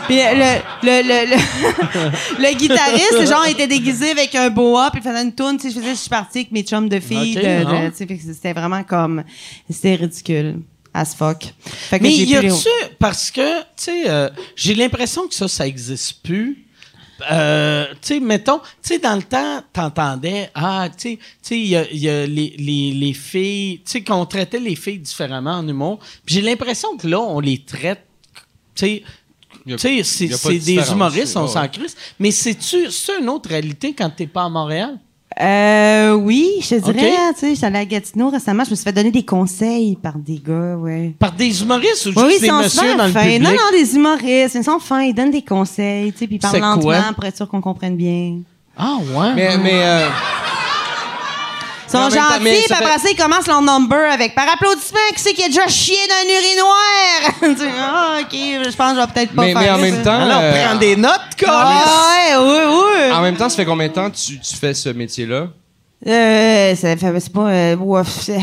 S4: Puis euh, le, le, le, le, le guitariste, genre, il était déguisé avec un boa, puis il faisait une toune. Tu sais, je faisais, je suis partie avec mes chums de filles.
S1: Ok, Ah.
S4: de- de-
S1: non.
S4: tu sais, fait que c'était vraiment comme. C'était ridicule. As fuck. Fait que
S1: Mais
S4: j'ai
S1: y
S4: pris-
S1: a-tu parce que tu sais, euh, j'ai l'impression que ça, ça existe plus. Euh, tu sais, mettons, tu sais, dans le temps, t'entendais, ah, tu sais, tu sais, il y a, il y a les, les, les filles, tu sais, qu'on traitait les filles différemment en humour. Puis j'ai l'impression que là, on les traite, tu sais,
S5: Il y a-
S1: tu sais,
S5: il y
S1: c'est
S5: a pas de
S1: c'est des
S5: différence,
S1: humoristes,
S5: c'est-
S1: on
S5: ouais,
S1: s'en
S5: ouais.
S1: crisse. Mais c'est-tu c'est une autre réalité quand t'es pas à Montréal?
S4: Euh, oui, je te dirais,
S1: Ok.
S4: hein, tu sais, j'étais allée à Gatineau récemment, je me suis fait donner des conseils par des gars, ouais.
S1: Par des humoristes ou juste
S4: Oui, oui, ils
S1: des
S4: sont
S1: messieurs
S4: super
S1: dans le
S4: fins.
S1: public?
S4: Non, non, des humoristes, ils sont fins, ils donnent des conseils, tu sais, puis ils parlent
S1: C'est quoi?
S4: lentement pour être sûr qu'on comprenne bien.
S1: Ah, ouais.
S5: Mais, mais, euh,
S4: Ils sont
S5: Mais en même temps,
S4: gentils,
S5: mais
S4: puis
S5: ça fait-
S4: après ça, ils commencent leur number avec par applaudissement, qui c'est qui a déjà chié d'un urinoir? Tu dis, ah, ok, je pense que je vais peut-être pas
S5: mais,
S4: faire
S5: mais en
S4: ça.
S5: même temps.
S1: Alors,
S5: euh,
S1: prends des notes, quoi!
S4: Ah, ouais, ouais, ouais.
S5: En même temps, ça fait combien de temps que tu, tu fais ce métier-là?
S4: Euh, ça fait, c'est pas, euh, ouf, ça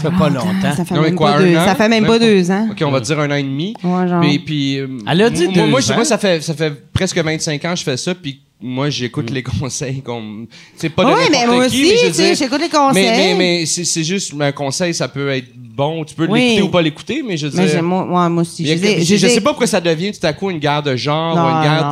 S4: fait,
S1: pas longtemps.
S4: Ça fait
S5: Non, mais
S4: même
S5: quoi,
S4: pas
S5: un
S4: deux,
S5: an?
S4: ça fait même pas deux ans.
S5: OK, on va dire un an et demi.
S4: Hein? Ouais, genre.
S5: Et puis, euh,
S1: Elle a dit
S5: moi,
S1: deux
S5: moi, je sais
S1: ans.
S5: pas, ça fait, ça fait presque 25 ans que je fais ça, puis moi,
S1: Mm.
S5: j'écoute les conseils qu'on... me- C'est pas de
S4: Ouais, mais
S5: n'importe
S4: moi
S5: qui,
S4: aussi,
S5: mais je veux
S4: tu sais,
S5: dire-
S4: j'écoute les conseils.
S5: Mais, mais, mais c'est, c'est juste, un conseil, ça peut être bon, tu peux
S4: Oui.
S5: l'écouter ou pas l'écouter, mais je veux
S4: Mais
S5: dire-
S4: j'ai- moi, ouais, moi aussi.
S5: Il y a
S4: je
S5: que-
S4: les ai-
S5: je,
S4: je
S5: je
S4: les ai-
S5: sais pas pourquoi ça devient tout à coup une guerre de genre
S4: Non,
S5: ou une guerre
S4: non.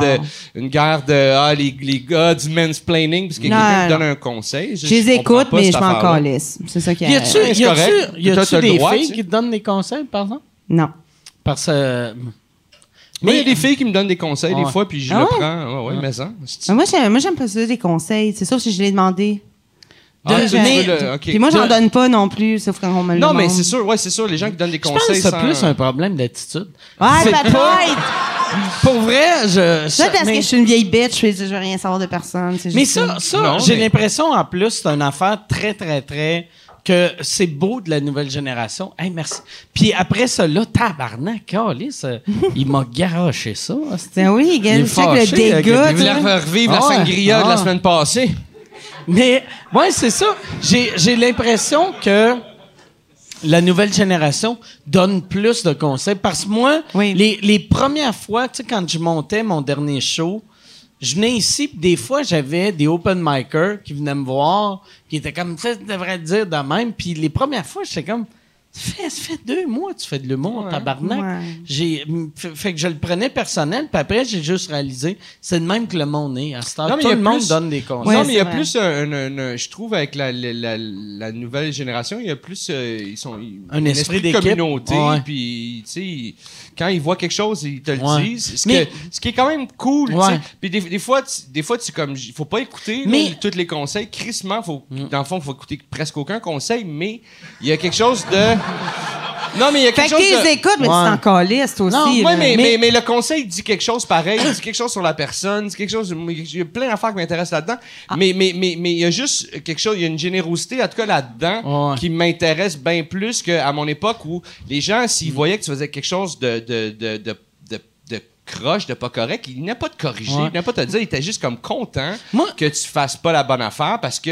S5: de une guerre de ah les, les gars du mansplaining parce que
S4: Non,
S5: quelqu'un te
S4: non.
S5: donne un conseil.
S4: Je les
S5: comprends
S4: écoute,
S5: pas
S4: mais
S5: cette
S4: je m'en
S5: affaire-là.
S4: calisse. C'est ça qui
S1: Y a-tu,
S5: Ouais, c'est
S1: y a-tu-
S5: correct.
S1: y a-tu
S5: Toi, t'as le
S1: des
S5: droit,
S1: filles
S5: tu sais.
S1: qui te donnent des conseils, par exemple?
S4: Non.
S1: Parce que. euh,
S5: Moi, il y a des filles qui me donnent des conseils
S1: Ouais.
S5: des fois, puis je
S4: Ah
S5: le
S4: ouais?
S5: prends. Ouais, ouais, mais ça. c'est-
S4: Mais Moi, j'aime, moi, j'aime pas ça, des conseils. C'est sûr, si je l'ai demandé.
S5: Ah,
S1: de-
S5: tu- tu
S1: mais-
S5: veux le- ok.
S4: Puis moi, j'en
S5: De-
S4: donne pas non plus, sauf quand on me le
S5: Non, mais
S4: demande.
S5: c'est sûr, ouais, c'est sûr, les gens qui donnent des
S1: Je pense que
S5: conseils
S1: c'est
S5: sans-
S1: plus un problème d'attitude.
S4: Ouais,
S1: C'est
S4: peut-être.
S1: pas- Pour vrai, je.
S4: Ça,
S1: ça-
S4: parce
S1: mais-
S4: que je suis une vieille bitch, je veux rien savoir de personne. c'est
S1: Mais
S4: juste
S1: ça, ça
S5: Non,
S1: j'ai
S5: mais-
S1: l'impression en plus, c'est une affaire très, très, très. que c'est beau de la nouvelle génération. Hey, merci. Puis après ça, là, tabarnak, câlisse, euh, il m'a garoché ça. hostie.
S4: Ben oui, gars,
S1: Il est
S4: check le
S1: fâché, euh,
S4: dégât,
S1: que-
S5: Il voulait faire revivre la
S1: Ah ouais.
S5: sangria de
S1: Ah.
S5: la semaine passée.
S1: Mais, ouais, c'est ça. J'ai, j'ai l'impression que la nouvelle génération donne plus de conseils. Parce que moi,
S4: Oui.
S1: les, les premières fois, tu sais, quand je montais mon dernier show, je venais ici, puis des fois, j'avais des open micers qui venaient me voir, qui étaient comme, ça, tu devrais le dire de même. Puis les premières fois, j'étais comme, ça fait, ça fait deux mois que tu fais de l'humour, tabarnak.
S4: Ouais.
S1: J'ai, m- fait fait que je le prenais personnel, puis après, j'ai juste réalisé, c'est de même que le monde est à cette heure.
S5: Non, mais
S1: Tout
S5: il y a
S1: le monde
S5: plus-
S1: donne des conseils.
S4: Ouais,
S5: non, mais il y a
S4: c'est
S5: plus un, un- un- je trouve avec la, la, la- la nouvelle génération, il y a plus euh, ils sont ils-
S1: Un esprit
S5: de
S1: d'équipe.
S5: communauté
S1: Ouais.
S5: puis tu sais ils- quand ils voient quelque chose, ils te le
S1: Ouais.
S5: disent, ce,
S1: Mais-
S5: que- ce qui est quand même cool, tu sais.
S1: Ouais.
S5: Puis des, des fois tu, des fois tu comme j- faut pas écouter
S1: Mais- Mm.
S5: là, tous les conseils crissement, faut dans le fond faut écouter presque aucun conseil, mais il y a quelque chose de Non, mais il y a
S4: Fait
S5: quelque
S4: que tu
S5: chose
S4: les
S5: de...
S4: écoutes, mais
S1: Ouais.
S4: tu t'en calisses, toi
S1: Non,
S4: aussi.
S1: moi,
S5: Ouais,
S4: là.
S5: mais,
S1: Mais-
S5: mais, mais le conseil dit quelque chose pareil, dit quelque chose sur la personne, dit quelque chose. Il y a plein d'affaires qui m'intéressent là-dedans.
S1: Ah.
S5: Mais, mais, mais, mais il y a juste quelque chose, il y a une générosité, en tout cas là-dedans,
S1: Ouais.
S5: qui m'intéresse bien
S1: Mm.
S5: plus qu'à mon époque où les gens, s'ils voyaient que tu faisais quelque chose de, de, de, de, de- de croche, de pas correct, il n'a pas de corriger,
S1: Ouais.
S5: il n'a pas te dire, il était juste comme content
S1: Moi-
S5: que tu fasses pas la bonne affaire parce que.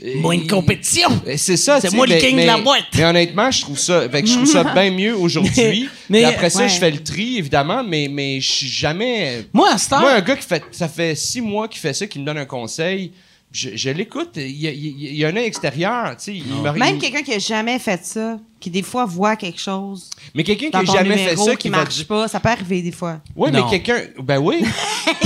S5: euh,
S1: Moi, une
S5: il-
S1: compétition!
S5: Eh, C'est ça,
S1: C'est
S5: tu sais,
S1: moi le
S5: mais-
S1: king de
S5: mais-
S1: la boîte.
S5: Mais honnêtement, je trouve ça, fait que je trouve ça bien mieux aujourd'hui.
S1: Mais-
S5: Mais après ça,
S4: ouais.
S5: je fais le tri, évidemment, mais, mais je suis jamais.
S1: Moi, à cette heure,
S5: Moi, un gars qui fait, ça fait six mois qu'il fait ça, qui me donne un conseil, je, je l'écoute. Il y, a- il y a- il y a un œil extérieur, tu sais. il me-
S4: Même
S5: il-
S4: quelqu'un qui a jamais fait ça, qui des fois voit quelque chose
S5: mais quelqu'un qui
S4: dans
S5: n'a
S4: ton
S5: jamais fait
S4: numéro
S5: ça,
S4: qui
S5: qui va
S4: marche
S5: dire.
S4: pas, ça peut arriver des fois.
S5: Oui,
S1: Non.
S5: mais quelqu'un. Ben oui.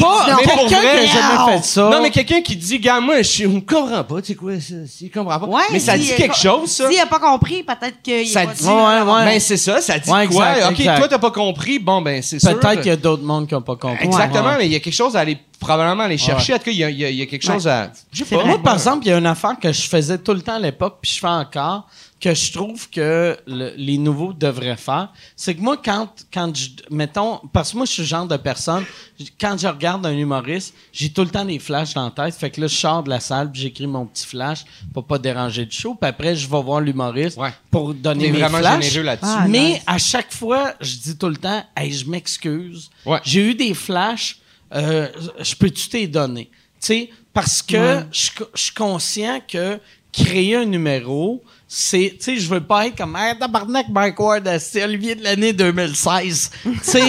S1: pas
S5: Non,
S1: quelqu'un
S5: pour
S1: qui a
S5: vrai,
S1: jamais fait ça.
S5: Non, mais quelqu'un qui dit, gars, moi, je ne comprends pas, tu sais quoi, ça, je comprends pas.
S4: Ouais,
S5: mais ça
S4: s'il
S5: dit
S4: est
S5: quelque
S4: pas-
S5: chose, ça.
S4: S'il a pas compris, peut-être qu'il
S5: Ça
S4: est pas
S5: dit-
S4: sûr.
S1: Ouais, ouais.
S5: Ben, c'est ça, ça dit
S1: Ouais,
S5: quoi?
S1: exact,
S5: ok,
S1: exact.
S5: toi, t'as pas compris, bon, ben, c'est sûr.
S1: Peut-être qu'il y a d'autres mondes qui n'ont pas compris.
S5: Exactement,
S1: Ouais.
S5: mais il y a quelque chose à aller, probablement aller chercher. En tout cas, il y a, il y a- il y a quelque chose à. Je sais
S4: C'est
S5: pas.
S4: vrai.
S1: Moi, par exemple, il y a une affaire que je faisais tout le temps à l'époque, puis je fais encore, que je trouve que le- les nouveaux devraient faire. C'est que moi, quand, quand je. Mettons, parce que moi, je suis le genre de personne, j- quand je regarde un humoriste, j'ai tout le temps des flashs dans la tête. Fait que là, je sors de la salle, puis j'écris mon petit flash pour pas déranger le show. Puis après, je vais voir l'humoriste
S5: Ouais.
S1: pour donner
S5: T'es
S1: mes
S5: vraiment
S1: flashs.
S5: généreux là-dessus.
S4: Ah,
S1: mais
S4: nice.
S1: à chaque fois, je dis tout le temps, hey, je m'excuse.
S5: Ouais.
S1: J'ai eu des flashs, euh, je peux-tu t'es donner? Tu sais, parce que je suis co- je suis conscient que créer un numéro, c'est, tu sais, je veux pas être comme, hey, tabarnak, Mike Ward, c'est Olivier de l'année 2016. Tu sais,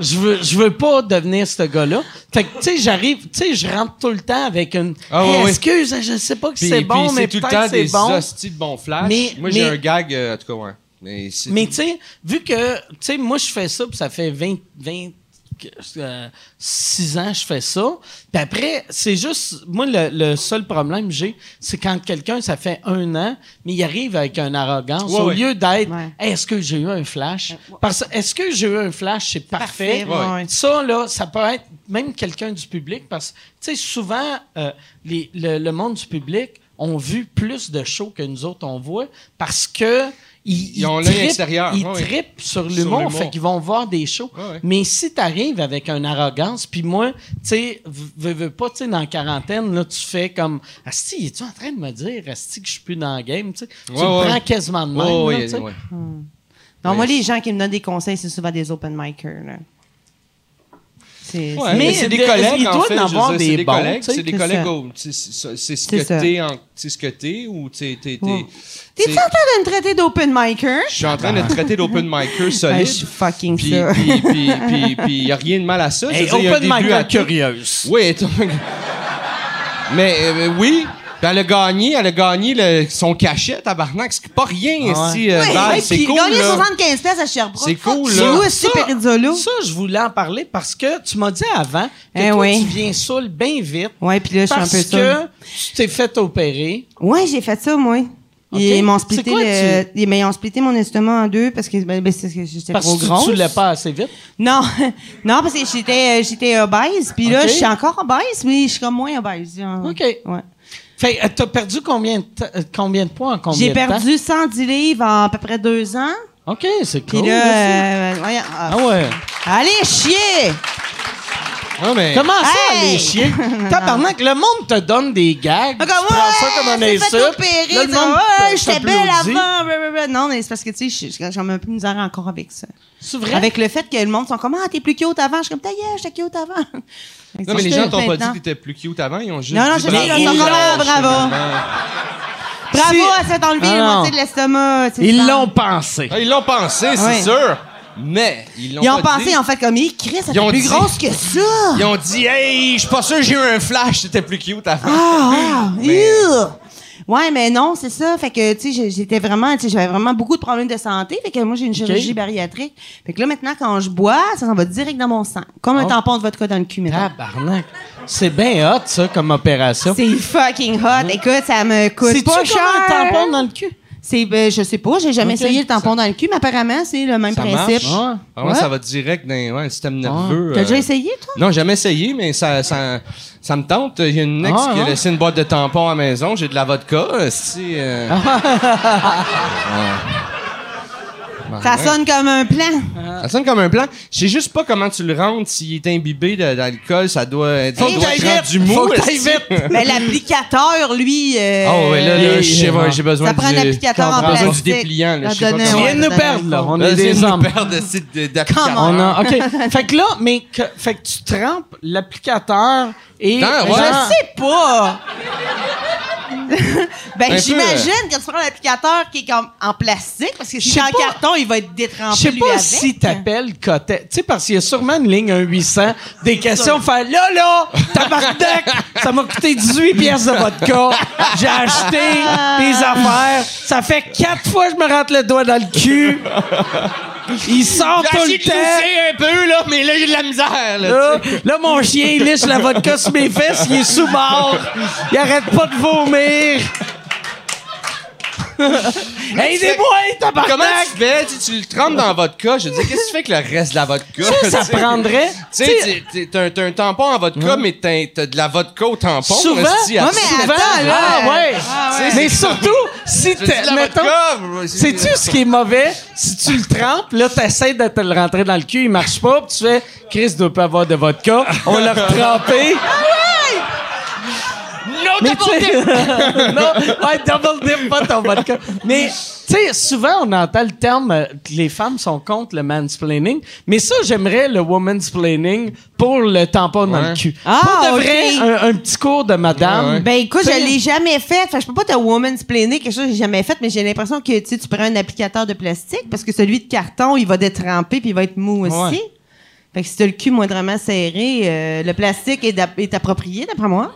S1: je veux, je veux pas devenir ce gars-là. Fait que, tu sais, j'arrive, tu sais, je rentre tout le temps avec une,
S5: Ah, ouais,
S1: Hey,
S5: ouais.
S1: excuse, je sais pas que
S5: Puis-
S1: c'est
S5: puis
S1: bon, mais
S5: tout
S1: peut-être
S5: le temps
S1: que c'est
S5: des
S1: bon.
S5: hosties de bons flashs.
S1: Mais-
S5: Moi, j'ai
S1: mais-
S5: un gag, euh, en tout cas, ouais. Mais, c'est-
S1: Mais tu sais, vu que, tu sais, moi, je fais ça, puis ça fait 20, 20 euh, six ans que je fais ça. Puis après, c'est juste, moi, le, le seul problème que j'ai, c'est quand quelqu'un, ça fait un an, mais il arrive avec une arrogance,
S5: Ouais,
S1: au
S5: ouais.
S1: lieu d'être,
S4: Ouais.
S1: Hey, est-ce que j'ai eu un flash? Parce est-ce que j'ai eu un flash, c'est parfait.
S4: Parfait, ouais, ouais.
S1: Ça, là, ça peut être même quelqu'un du public, parce que, tu sais, souvent, euh, les- le, le monde du public ont vu plus de shows que nous autres, on voit, parce que ils,
S5: Ils ont l'œil
S1: trippent-
S5: extérieur,
S1: Ils
S5: ouais, ouais.
S1: trippent sur
S5: Sur
S1: l'humour,
S5: l'humour.
S1: fait qu'ils vont voir des shows.
S5: Ouais, ouais.
S1: Mais si t'arrives avec une arrogance, puis moi, tu sais, v- veux, veux pas, tu sais, dans la quarantaine, là, tu fais comme, Asti, es-tu en train de me dire, Asti, que je suis plus dans le game, tu sais? tu
S5: Ouais,
S1: le
S5: ouais.
S1: prends quasiment de même,
S5: Ouais,
S1: là,
S5: ouais,
S1: tu sais.
S5: ouais.
S4: Non,
S5: Ouais,
S4: moi,
S5: c'est-
S4: les gens qui me donnent des conseils, c'est souvent des open micers. Là. C'est
S5: Ouais,
S1: Mais
S5: mais c'est des
S1: de-
S5: collègues,
S1: il
S5: en
S1: doit
S5: fait,
S1: en
S5: je veux
S1: avoir
S5: dire, c'est
S1: des bons,
S5: collègues,
S1: tu sais,
S5: c'est des
S4: c'est
S5: collègues
S4: ça.
S5: au- tu sais, c'est ça- c'est ce
S4: C'est
S5: que
S4: ça.
S5: t'es, en- c'est ce que t'es, ou t'es, t'es, t'es-
S4: Ouais.
S5: t'es-
S4: T'es certain de me traiter d'open micer?
S5: Je suis en train de te traiter d'open micer
S4: Ben,
S5: solide.
S4: je suis fucking
S5: Puis,
S4: ça.
S5: puis, puis, puis, puis, il n'y a rien de mal à ça.
S1: Hey,
S5: Je veux dire, il y a un
S1: open
S5: début
S1: mic
S5: à-
S1: curieuse.
S5: Oui, et- mais euh, oui, puis elle a gagné, elle a gagné le- son cachet, tabarnak, c'est pas rien
S1: Ah ouais.
S5: ici, euh,
S4: Ouais,
S5: Val,
S4: ouais,
S5: c'est
S4: puis
S5: cool.
S4: gagner
S5: là.
S4: 75 pièces à Sherbrooke.
S5: C'est cool,
S4: Fuck
S5: là.
S4: you,
S1: Ça,
S4: super Rizzolo.
S1: ça, je voulais en parler parce que tu m'as dit avant que
S4: Eh
S1: toi,
S4: oui.
S1: tu viens saoul bien vite
S4: Ouais, puis là, je suis un
S1: parce
S4: peu
S1: que
S4: ça.
S1: tu t'es fait opérer.
S4: Ouais, j'ai fait ça, moi.
S1: Ok.
S4: Ils m'ont
S1: C'est
S4: splitté,
S1: quoi,
S4: le- ils- mais ils ont splitté mon estomac en deux parce que, ben, ben, c'est que j'étais
S1: Parce
S4: trop
S1: que tu-
S4: grosse.
S1: tu ne l'as pas assez vite.
S4: Non, non, parce que j'étais, euh, j'étais obèse, puis là,
S1: Ok.
S4: je suis encore obèse, mais je suis comme moins obèse. hein.
S1: Ok.
S4: Ouais.
S1: Fait, euh, t'as perdu combien de, te- euh, combien de poids en combien
S4: J'ai
S1: de temps?
S4: perdu 110 livres en à peu près deux ans.
S1: OK, c'est
S4: Puis
S1: cool. merci.
S4: là, euh, voyons, ah,
S1: Ah ouais.
S4: allez chier!
S5: Non, mais-
S1: Comment ça,
S4: Hey!
S1: les chiens? Tabarnak, le monde te donne des gags.
S4: Encore,
S1: tu prends ça
S4: Ah, ouais,
S1: comme un
S4: c'est fait
S1: insulte.
S4: opérer,
S1: Là,
S4: ça,
S1: le monde
S4: ouais,
S1: t-
S4: j'étais belle
S1: t'applaudit.
S4: avant. blablabla. Non, mais c'est parce que, tu sais, je- j'en ai un peu de misère encore avec ça.
S1: C'est vrai?
S4: Avec le fait que le monde sont comme, ah, t'es plus cute avant. Je suis comme, ta gueule, j'étais cute avant.
S5: Non, mais les gens t'ont pas dit que
S4: Maintenant.
S5: t'étais plus cute avant, ils ont juste.
S4: Non, non,
S5: dit ben,
S4: je dis,
S5: bravo,
S4: ils sont comme, ah,
S5: lâche,
S4: bravo.
S5: finalement.
S4: Bravo à s'être enlevé
S1: Ah
S4: le
S1: non.
S4: moitié de l'estomac. tu sais,
S1: Ils
S4: ça.
S1: l'ont pensé.
S5: Ah, Ils l'ont pensé, c'est
S4: Ouais.
S5: sûr, mais ils l'ont
S4: Ils ont
S5: pas
S4: pensé,
S5: dit.
S4: en fait, comme, hé, Chris, elle
S5: Ils ont
S4: est plus
S5: dit-
S4: grosse que ça.
S5: Ils ont dit, hey, je suis pas sûr, j'ai eu un flash, t'étais plus cute avant.
S4: Ah, ah,
S5: Mais-
S4: ew. Ouais, mais non, c'est ça. Fait que, tu sais, j'ai- j'étais vraiment, tu sais, j'avais vraiment beaucoup de problèmes de santé. Fait que moi, j'ai une chirurgie bariatrique. Fait que là, maintenant, quand je bois, ça s'en va direct dans mon sang. Comme un
S1: Oh.
S4: tampon de vodka dans le cul,
S5: Ah,
S4: maintenant.
S1: Tabarnak. C'est bien hot, ça, comme opération.
S4: C'est fucking
S5: Hein?
S4: hot. Écoute, ça me coûte
S1: C'est-tu
S4: pas
S1: comme
S4: cher.
S1: un tampon dans le cul?
S4: C'est, ben, je sais pas, j'ai jamais
S1: Ok.
S4: essayé le tampon dans le cul, mais apparemment, c'est le même
S5: Ça
S4: principe.
S5: marche.
S1: Ouais.
S5: Vraiment,
S4: Ouais.
S5: ça va direct dans ouais, le système nerveux.
S4: T'as
S5: euh,
S4: déjà essayé, toi?
S5: Non, j'ai jamais essayé, mais ça, ça, ça me tente. Il y a une ex
S1: Ah,
S5: qui a
S1: hein?
S5: laissé une boîte de tampons à la maison. J'ai de la vodka. euh, Si, euh,
S1: Ah.
S4: Ça sonne comme un plan.
S5: Ça sonne comme un plan. Je sais juste pas comment tu le rentres. S'il est imbibé de- d'alcool, ça doit être.
S4: Faut
S5: il
S4: que
S5: doit
S4: t'ailles
S5: être rendu mou.
S4: Faut que
S5: est-ce
S4: t'ailles vite. Mais l'applicateur, lui. euh,
S5: Ah ouais, là, là,
S1: Et-
S5: je sais pas, j'ai besoin
S4: Ça prend
S5: du-
S4: un applicateur en
S5: j'ai besoin du
S4: plastique.
S5: dépliant,
S4: Ça
S5: là, je sais pas
S4: donnait-
S1: Tu
S5: comment-
S1: viens de nous
S4: Ouais,
S1: perdre, là. On est
S6: Là,
S1: des
S6: c'est une
S1: hommes.
S6: paire de sites de-
S4: Come
S6: d'applicateurs.
S4: on.
S1: On a, OK. fait que là, mais que, fait que tu trempes l'applicateur et.
S5: Dans-
S4: Eh, Je
S5: ouais.
S4: sais pas. ben,
S5: peu,
S4: j'imagine que tu prends un applicateur qui est comme en plastique, parce que
S1: Je
S4: si
S1: sais
S4: c'est en
S1: pas.
S4: carton, il va être détrempé.
S1: Je sais
S4: lui,
S1: pas
S4: avec.
S1: si t'appelles Cotet. Tu sais, parce qu'il y a sûrement une ligne, un 800, des questions, faire là, là, tabarnak, ça m'a coûté 18 pièces de vodka, j'ai acheté des affaires, ça fait quatre fois que je me rentre le doigt dans le cul, il sort
S5: Ah, J'ai
S1: tout
S5: essayé
S1: le
S5: de
S1: temps.
S5: glisser un peu, là, mais là, j'ai de la misère, là.
S1: Là, là, mon chien, il liche la vodka sur mes fesses, il est sous bord. Il arrête pas de vomir. Aidez-moi, tabarnak!
S5: Comment tu fais? Tu, tu le trempes dans votre cas. Je dis, qu'est-ce que tu fais avec le reste de la vodka?
S1: ça
S5: Tu sais,
S1: prendrait.
S5: Tu sais, t'es- t'as un- t'as un tampon en vodka, mais t'as- t'as de la vodka au tampon.
S1: Souvent.
S5: esti, à-
S4: Ouais, mais
S1: souvent,
S4: attends, là.
S1: ah ouais.
S4: Ah ouais.
S1: Mais surtout, si
S5: Je dis,
S1: t'es,
S5: la
S1: mettons,
S5: vodka, c'est-
S1: sais-tu ce qui est mauvais? Si tu le trempes, là, t'essaies de te le rentrer dans le cul, il marche pas, puis tu fais, Chris doit pas avoir de vodka, on l'a retrempé.
S5: Non,
S1: Mais
S5: t'as pas-
S1: tu sais- non, ouais, double dip, pas ton vodka. Mais, tu sais, souvent, on entend le terme euh, que les femmes sont contre le mansplaining, mais ça, j'aimerais le womansplaining pour le tampon dans le cul.
S4: Ah,
S1: pour de
S4: ok.
S1: vrai, un, un petit cours de madame.
S5: Ouais, ouais.
S4: Ben écoute,
S1: T'sais-
S4: je l'ai jamais fait. Fait que je peux pas te woman's plainer quelque chose que j'ai jamais fait, mais j'ai l'impression que tu sais, tu prends un applicateur de plastique parce que celui de carton, il va détremper puis il va être mou aussi. Fait que si t'as le cul moindrement serré, euh, le plastique est, d'ap- est approprié d'après moi.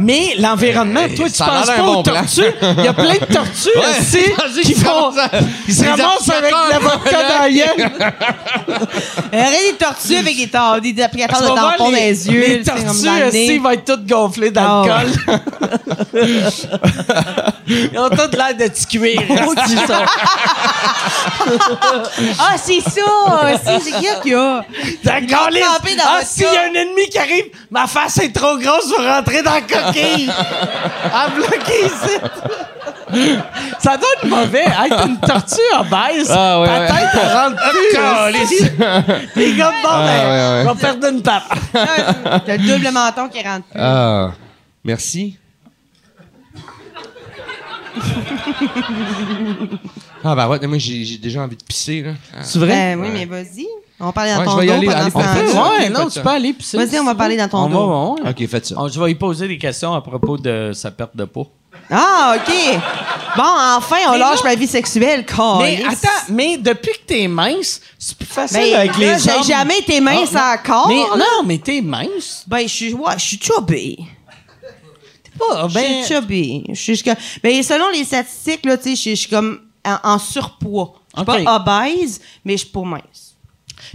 S1: Mais l'environnement, toi, tu
S5: Eh, ça a
S1: penses
S5: l'air
S1: pas
S5: d'un
S1: aux
S5: bon plan.
S1: tortues. Il y a plein de tortues aussi qui font. Ils se ramassent avec de la vodka dans la gueule.
S4: Arrête des tortues avec des, tor- des
S1: Tu
S4: applicateurs
S1: vas
S4: de
S1: voir
S4: tampons dans
S1: les-
S4: les yeux.
S1: Les
S4: tu sais, comme dans Ah
S1: tortues
S4: le
S1: aussi
S4: nez.
S1: vont être toutes gonflées d'alcool. Ils ont toutes l'air de petits cuir.
S4: Ah, c'est ça! C'est c'est qui qu'il y a?
S1: D'accord, les.
S4: trempé dans
S1: Ah,
S4: votre
S1: s'il y a un ennemi qui arrive, ma face est trop grosse pour rentrer dans la coquille. À bloquer ici. Ça donne mauvais. Être une tortue en baisse,
S5: Ah, ouais,
S1: ta
S5: ouais.
S1: tête elle rentre plus. aussi. Les gars de bord,
S5: Ah, ouais, ouais.
S1: on perd une pape.
S4: Ah, T'as le double menton qui rentre.
S5: Ah, merci. ah, bah ouais, moi, j'ai j'ai déjà envie de pisser, là. Ah.
S1: C'est
S4: Ben oui, mais vas-y. On parle dans
S5: Ouais,
S4: ton
S5: je vais y
S4: dos
S5: aller,
S4: pendant
S5: allez,
S4: ce
S5: on fait
S4: temps-là.
S5: ça.
S1: Ouais,
S5: Faites
S1: non, tu
S5: ça.
S1: peux aller pisser.
S4: Vas-y, on va parler dans ton
S1: On va,
S4: dos.
S1: on va.
S5: Ok, faites ça.
S1: On- je vais y poser des questions à propos de sa perte de peau.
S4: Ah, OK. Bon, enfin, on
S1: Mais
S4: lâche
S1: non.
S4: ma vie sexuelle,
S1: Mais
S4: calice.
S1: attends, mais depuis que t'es mince, c'est plus facile
S4: Ben,
S1: avec
S4: là,
S1: les
S4: j'ai
S1: hommes.
S4: jamais été mince
S1: Ah, non.
S4: encore,
S1: Mais,
S4: là.
S1: non, mais t'es mince.
S4: Ben, je suis, ouais, je suis chubby.
S1: Pas,
S4: Je
S1: ben,
S4: suis chubby. Je suis, je suis comme- ben, selon les statistiques, là, tu sais, je suis- je suis comme en, en surpoids. Je suis
S1: Ok.
S4: pas obèse, mais je suis pas mince.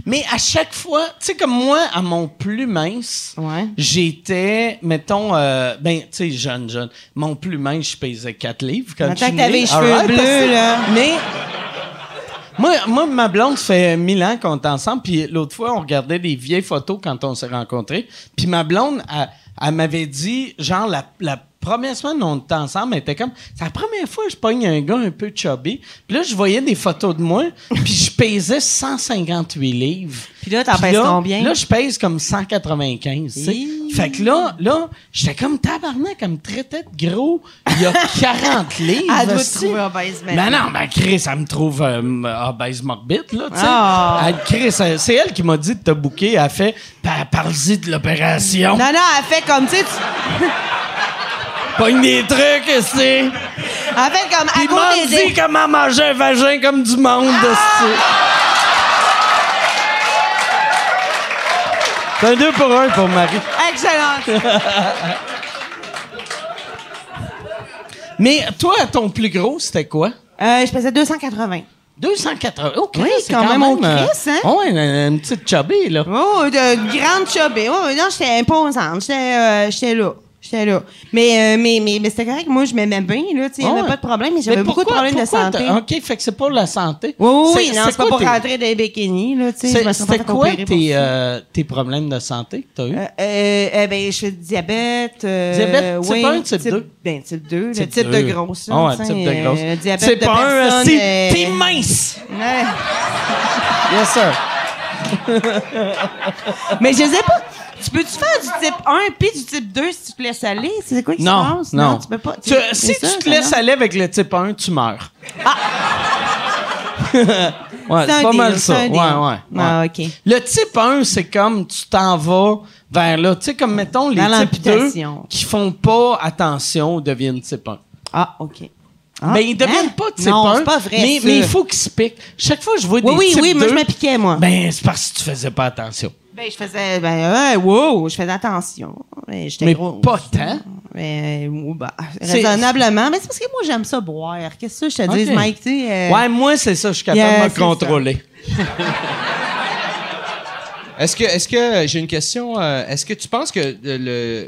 S1: mais à chaque fois, tu sais, comme moi, à mon plus mince,
S4: Ouais.
S1: j'étais, mettons, euh, ben, tu sais, jeune, jeune. Mon plus mince, je pesais 4 livres quand
S4: Maintenant
S1: je suis
S4: que t'avais
S1: né.
S4: les cheveux
S1: Alright,
S4: bleus,
S1: parce que-
S4: là.
S1: Mais Moi, moi, ma blonde, ça fait mille ans qu'on est ensemble. Puis l'autre fois, on regardait des vieilles photos quand on s'est rencontrés. Puis ma blonde, elle, elle m'avait dit, genre, la, la première semaine où on était ensemble, elle était comme, c'est la première fois que je pogne un gars un peu chubby. Puis là, je voyais des photos de moi, puis je pesais 158 livres.
S4: Puis là, t'en
S1: Puis
S4: pèses
S1: là-
S4: combien?
S1: Là, je pèse comme 195, tu sais.
S4: Hi.
S1: Fait que là, là, j'étais comme tabarnak, comme traitait de gros, il y a 40 livres.
S4: Elle doit te
S1: aussi.
S4: trouver obèse, mais.
S1: Ben non, ben Chris, elle me trouve euh, m- obèse morbide, là, tu sais.
S4: Ah.
S1: Elle- Chris, elle- c'est elle qui m'a dit de te bouquer. Elle fait, Pa- parle-y de l'opération.
S4: Non, non, elle fait comme, tu sais, tu-
S1: Pogne des trucs, c'est.
S4: elle fait comme, à
S1: Puis
S4: cause des- Ah!
S1: m'en dit comment manger un vagin comme du monde, esti. C'est un deux pour un pour Marie.
S4: Excellent.
S1: Mais toi, ton plus gros, c'était quoi?
S4: Euh, je pesais 280.
S1: 280. Oh, Chris,
S4: Oui,
S1: c'est
S4: quand même, on
S1: euh,
S4: crisse, hein?
S1: ouais, une, une petite chubby, là.
S4: Oh, de grande chubby. Oh, non, j'étais imposante. J'étais euh, j'étais là. J'étais là. Mais, euh, mais, mais, mais c'était correct. Moi, je m'aimais bien, là. Tu sais, il y
S1: Ah
S4: avait
S1: ouais.
S4: pas de problème, mais
S1: Mais
S4: j'avais beaucoup de
S1: pourquoi-
S4: problèmes de
S1: pourquoi
S4: santé.
S1: t'as- OK, fait que c'est pour la santé.
S4: Oui, oui, oui, non, c'est pas
S1: quoi
S4: pour
S1: tes-
S4: rentrer dans les bikinis, là, tu sais. je me
S1: c'est- C'était
S4: serais pas fait
S1: quoi
S4: opérer pour
S1: tes,
S4: ça.
S1: euh, tes problèmes de santé que t'as eu?
S4: Euh, euh, euh, ben, je fais du diabète. euh,
S1: Diabète type
S4: oui,
S1: un, type deux?
S4: Ben, type 2, le
S1: Type
S4: type
S1: deux.
S4: de grosse. là,
S1: Ah ouais,
S4: tu sais,
S1: type de
S4: euh,
S1: grosse.
S4: le diabète euh,
S1: C'est
S4: de
S1: pas un,
S4: personne,
S1: c'est
S4: euh,
S1: t'es mince!
S4: Ouais.
S2: Yes, sir.
S4: Mais je sais pas. Tu peux-tu faire du type 1 puis du type 2 si tu te laisses aller? C'est quoi qui se
S1: Non,
S4: passe?
S1: non.
S4: tu peux pas.
S1: Tu- si
S4: c'est ça,
S1: tu te laisses
S4: ça, non?
S1: aller avec le type 1, tu meurs. Ah! ouais,
S4: C'est
S1: c'est
S4: un
S1: pas
S4: deal,
S1: mal
S4: c'est
S1: ça.
S4: un
S1: Ouais,
S4: deal.
S1: ouais, ouais.
S4: Ah, OK.
S1: Le type 1, c'est comme tu t'en vas vers là. Tu sais, comme mettons les
S4: Dans
S1: types 2
S4: l'amputation.
S1: qui font pas attention deviennent type 1.
S4: Ah, OK. Ah,
S1: Ben, ils deviennent
S4: hein?
S1: pas type 1.
S4: Non, c'est pas vrai.
S1: Mais,
S4: ça.
S1: mais il faut qu'ils se piquent. Chaque fois que je vois
S4: Oui,
S1: des
S4: oui,
S1: types
S4: oui, moi, je
S1: 2,
S4: m'appliquais, moi. Ben,
S1: ben, c'est parce que tu faisais pas attention.
S4: je faisais. Ben, ouais, wow, je faisais attention. Ben, j'étais
S1: Mais
S4: grosse.
S1: pas tant.
S4: Ben, ou- bah,
S1: C'est-
S4: raisonnablement. Mais c'est parce que moi, j'aime ça boire. Qu'est-ce que je te dis,
S1: Ok.
S4: Mike? Tu sais, euh,
S1: ouais, moi, c'est ça. Je suis capable
S4: yeah,
S1: de
S4: c'est
S1: me contrôler.
S5: Est-ce que, est-ce que j'ai une question euh, Est-ce que tu penses que euh, le,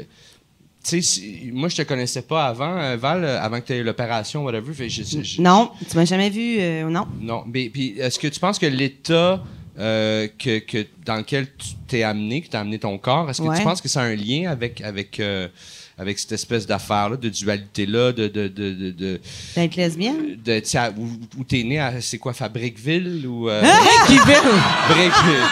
S5: tu sais, si- moi je te connaissais pas avant euh, Val, euh, avant que tu aies l'opération, whatever. Fait, je- je- je-
S4: Non, tu m'as jamais vu. euh, non.
S5: Non, mais puis est-ce que tu penses que l'état euh, que, que dans lequel tu t'es amené, que t'as amené ton corps, est-ce que
S4: Ouais.
S5: tu penses que ça a un lien avec avec euh, avec cette espèce d'affaire là, de dualité là, de de de de, de,
S4: D'être lesbienne?
S5: de- tu sais, à- où, où t'es né à c'est quoi Fabriqueville ou euh,
S1: Qui vient-
S5: Briqueville.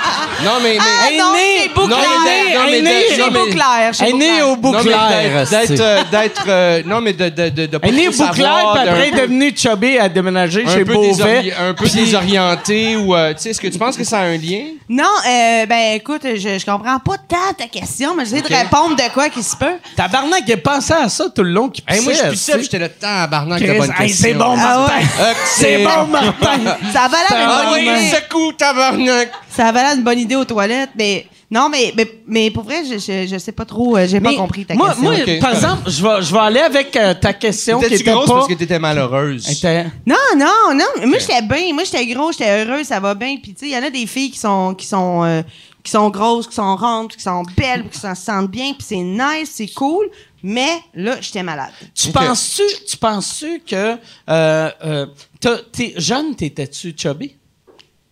S5: Non mais, mais
S4: Ah, non, c'est Beauclair.
S5: Non, mais de- non, mais de-
S4: Chez
S5: non, mais-
S4: Beauclair, chez
S1: Elle est née
S4: Beauclair.
S1: au
S5: Non, mais
S1: Bouclair.
S5: d'être- D'être. euh, d'être, euh, non, mais de, de, de, de pas
S1: Elle est
S5: trop
S1: au Bouclair,
S5: savoir,
S1: puis
S5: d'un
S1: après, elle
S5: peu-
S1: est devenue chubby, à déménager
S5: un
S1: chez
S5: peu,
S1: Beauvais.
S5: désori- un peu désorienté ou euh, tu sais est-ce que tu penses que ça a un lien
S4: Non, euh, ben écoute, je, je comprends pas tant ta question, mais j'essaie de répondre de quoi qui se peut.
S1: Tabarnak, il a pensé à ça tout le long qu'il pissait.
S5: Hey, moi, je
S1: tu sais.
S5: pissais, j'étais le tabarnak de
S1: Chris,
S5: bonne
S1: hey,
S5: question.
S1: c'est bon, Martin. Euh,
S5: Ah ouais.
S1: C'est bon, Martin.
S4: Ça valait
S5: Ah
S4: une bonne
S5: oui,
S4: idée.
S5: secoue, tabarnak.
S4: Ça valait une bonne idée aux toilettes, mais non, mais, mais, mais pour vrai, je, je, je sais pas trop, euh, j'ai pas
S1: Mais
S4: compris ta
S1: moi,
S4: question.
S1: Moi,
S5: Ok, c'est
S1: par
S5: correct.
S1: exemple, je vais, je vais aller avec euh, ta question qui
S5: T'étais-tu
S1: était
S5: grosse
S1: pas...
S5: parce que t'étais malheureuse?
S1: était-
S4: Non, non, non. Moi, j'étais bien. Moi, j'étais gros, j'étais heureuse, ça va bien. Puis, tu sais, il y en a des filles qui sont, qui sont, euh, qui sont grosses, qui sont rondes, qui sont belles, qui s'en sentent bien. Puis, c'est nice, c'est cool. Mais là, j'étais malade.
S1: Tu
S5: Ok.
S1: penses-tu tu penses-tu que... Euh, euh, t'as- t'es jeune, t'étais-tu chubby?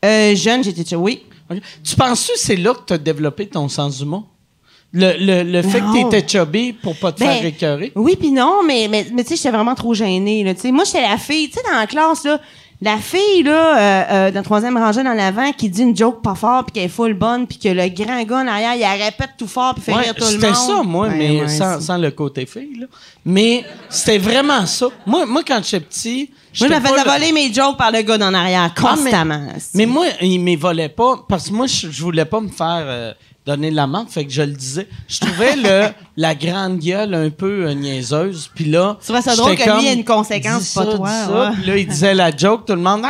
S4: Euh, jeune, j'étais déjà, oui.
S1: Ok. Tu penses-tu que c'est là que t'as développé ton sens du mot? Le, le, le fait
S4: Non.
S1: que t'étais chubby pour pas te
S4: Ben,
S1: faire écœurer?
S4: Oui, puis non, mais, mais, mais tu sais, j'étais vraiment trop gênée. Là, Tu sais, moi, j'étais la fille, tu sais, dans la classe, là, la fille, là, euh, euh, dans la troisième rangée dans l'avant, qui dit une joke pas fort, puis qu'elle est full bonne, puis que le grand gars en arrière, il la répète tout fort, puis fait
S1: Ouais,
S4: rire tout le monde.
S1: c'était ça, moi,
S4: Ouais,
S1: mais
S4: ouais,
S1: sans,
S4: c'est-
S1: sans le côté fille. là. Mais c'était vraiment ça. Moi, moi quand j'étais petit...
S4: Moi, je me
S1: j'étais
S4: faisais
S1: pas le-
S4: voler mes jokes par le gars d'en arrière,
S1: Ah, mais-
S4: constamment.
S1: Mais moi, il ne volait pas parce que moi, je, je voulais pas me faire euh, donner de l'amende. Fait que je le disais. Je trouvais le, la grande gueule un peu euh, niaiseuse. Puis là,
S4: Tu vois ça drôle
S1: j'étais
S4: que lui,
S1: comme,
S4: il y a une conséquence,
S1: Dis
S4: pas
S1: ça,
S4: toi,
S1: dis ça.
S4: ouais.
S1: Puis là, il disait la joke, tout le monde. Ah!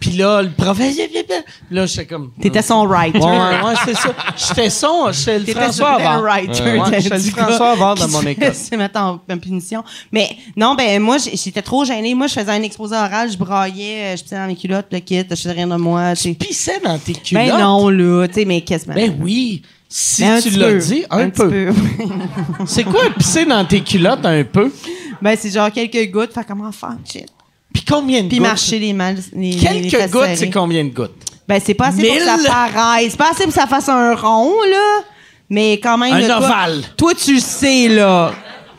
S1: Puis là, le professeur. Puis là, j'étais comme.
S4: T'étais son writer.
S1: Ouais, ouais, ouais, c'est ça. J'étais son, j'étais le
S4: T'étais
S1: François
S4: super
S1: avant.
S4: writer,
S1: Ouais,
S4: t'as
S1: j'étais le
S4: dit
S1: François
S4: gars
S1: Havard de
S4: qui
S1: mon
S4: se
S1: école.
S4: faisait mettre en, en punition. Mais non, ben moi, j'- j'étais trop gênée. Moi, je faisais un exposé oral, je braillais, euh, je pissais dans mes culottes, le kit, je faisais rien de moi. tu sais.
S1: Pissais dans tes culottes.
S4: Ben non, là, tu sais, mais qu'est-ce que...
S1: Ben oui. Si
S4: Ben, un
S1: tu
S4: petit
S1: l'as
S4: peu.
S1: dit, un,
S4: petit
S1: peu. C'est quoi pisser dans tes culottes un peu?
S4: ben, c'est genre quelques gouttes, faire comment faire, shit.
S1: Puis combien de
S4: Puis
S1: gouttes?
S4: marcher les mâles. les- les fesses
S1: Quelques gouttes, c'est
S4: serrées.
S1: combien de gouttes?
S4: Ben, c'est pas assez pour que
S1: Mille?
S4: ça paraisse. C'est pas assez pour que ça fasse un rond, là. Mais quand même.
S1: Un
S4: là, toi-
S1: ovale.
S4: Toi, tu le sais, là.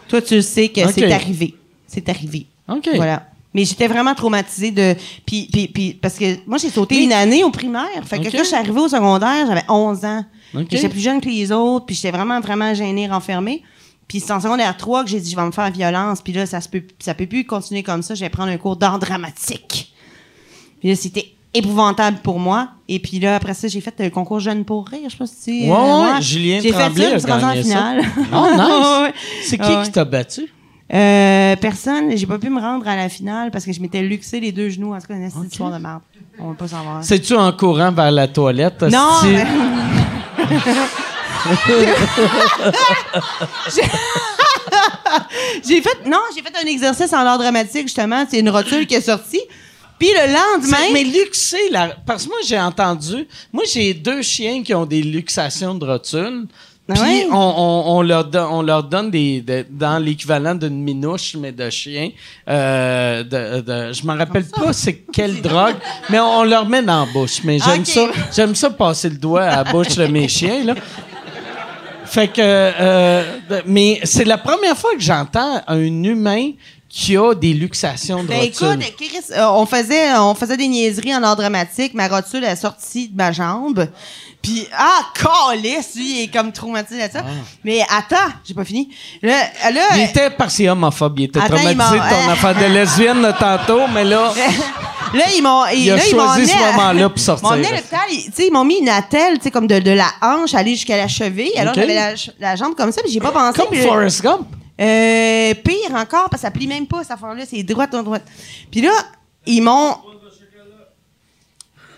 S4: Toi, tu le sais que
S1: Ok.
S4: c'est arrivé. C'est arrivé.
S1: OK.
S4: Voilà. Mais j'étais vraiment traumatisée de. Puis, puis, puis- parce que moi, j'ai sauté
S1: Mais-
S4: une année au primaire. Fait que
S1: Ok.
S4: quand je suis arrivée au secondaire, j'avais 11 ans.
S1: Ok.
S4: J'étais plus jeune que les autres, puis j'étais vraiment, vraiment gênée, renfermée. Puis c'est en secondaire 3 que j'ai dit, je vais me faire violence. Puis là, ça, se peut, ça peut plus continuer comme ça. Je vais prendre un cours d'art dramatique. Puis là, c'était épouvantable pour moi. Et puis là, après ça, j'ai fait le concours Jeune pour rire. Je sais pas si tu
S1: Ouais, ouais, Julien
S4: J'ai fait
S1: Tremblay
S4: ça, je
S1: a
S4: me suis rendue en
S1: gagné ça.
S4: finale.
S1: Oh, nice.
S4: Ouais.
S1: C'est qui
S4: Ah Ouais.
S1: qui t'a battu?
S4: Euh, personne, j'ai pas pu me rendre à la finale parce que je m'étais luxé les deux genoux. En tout cas, c'est une histoire de merde. On va pas s'en voir.
S1: C'est-tu en courant vers la toilette?
S4: Non!
S1: hostie?
S4: ben mais- J'ai- j'ai fait non, j'ai fait un exercice en l'art dramatique justement, c'est une rotule qui est sortie. Puis le
S1: C'est-
S4: lendemain,
S1: Mais luxer, la- parce que moi, j'ai entendu... Moi, j'ai deux chiens qui ont des luxations de rotules.
S4: Ah
S1: Puis
S4: ouais?
S1: on, on- on leur don- on leur donne des, des- dans l'équivalent d'une minouche, mais de chien. Euh, de, de- je m'en rappelle pas c'est quelle drogue, mais on, on leur met dans la bouche. Mais j'aime
S4: Ok.
S1: ça j'aime ça passer le doigt à la bouche de mes chiens. Là. Fait que, euh, de- mais c'est la première fois que j'entends un humain qui a des luxations de
S4: Ben
S1: rotule.
S4: écoute, Chris, euh, on faisait on faisait des niaiseries en art dramatique, ma rotule est sortie de ma jambe. Puis ah calisse, lui il est comme traumatisé à ça. Mais attends, j'ai pas fini. Là, là
S1: Ah. il était parti homophobe, il était
S4: Attends,
S1: traumatisé
S4: il m'a-
S1: de ton
S4: Ah.
S1: affaire de lesbienne de tantôt, mais là,
S4: là, ils m'ont.
S1: Il a
S4: là, ils m'ont
S1: choisi ce
S4: emmené à-
S1: moment-là pour sortir.
S4: Ils m'ont emmené à l'hôpital, ils- tu sais, ils m'ont mis une attelle, tu sais, comme de, de la hanche, aller jusqu'à la cheville. Alors,
S1: Ok.
S4: j'avais la, che- la jambe comme ça, puis j'ai pas pensé.
S1: comme
S4: puis-
S1: Forrest Gump.
S4: Euh, pire encore, parce que ça plie même pas, cette affaire-là. C'est droite, droite, droite. Puis là, ils m'ont.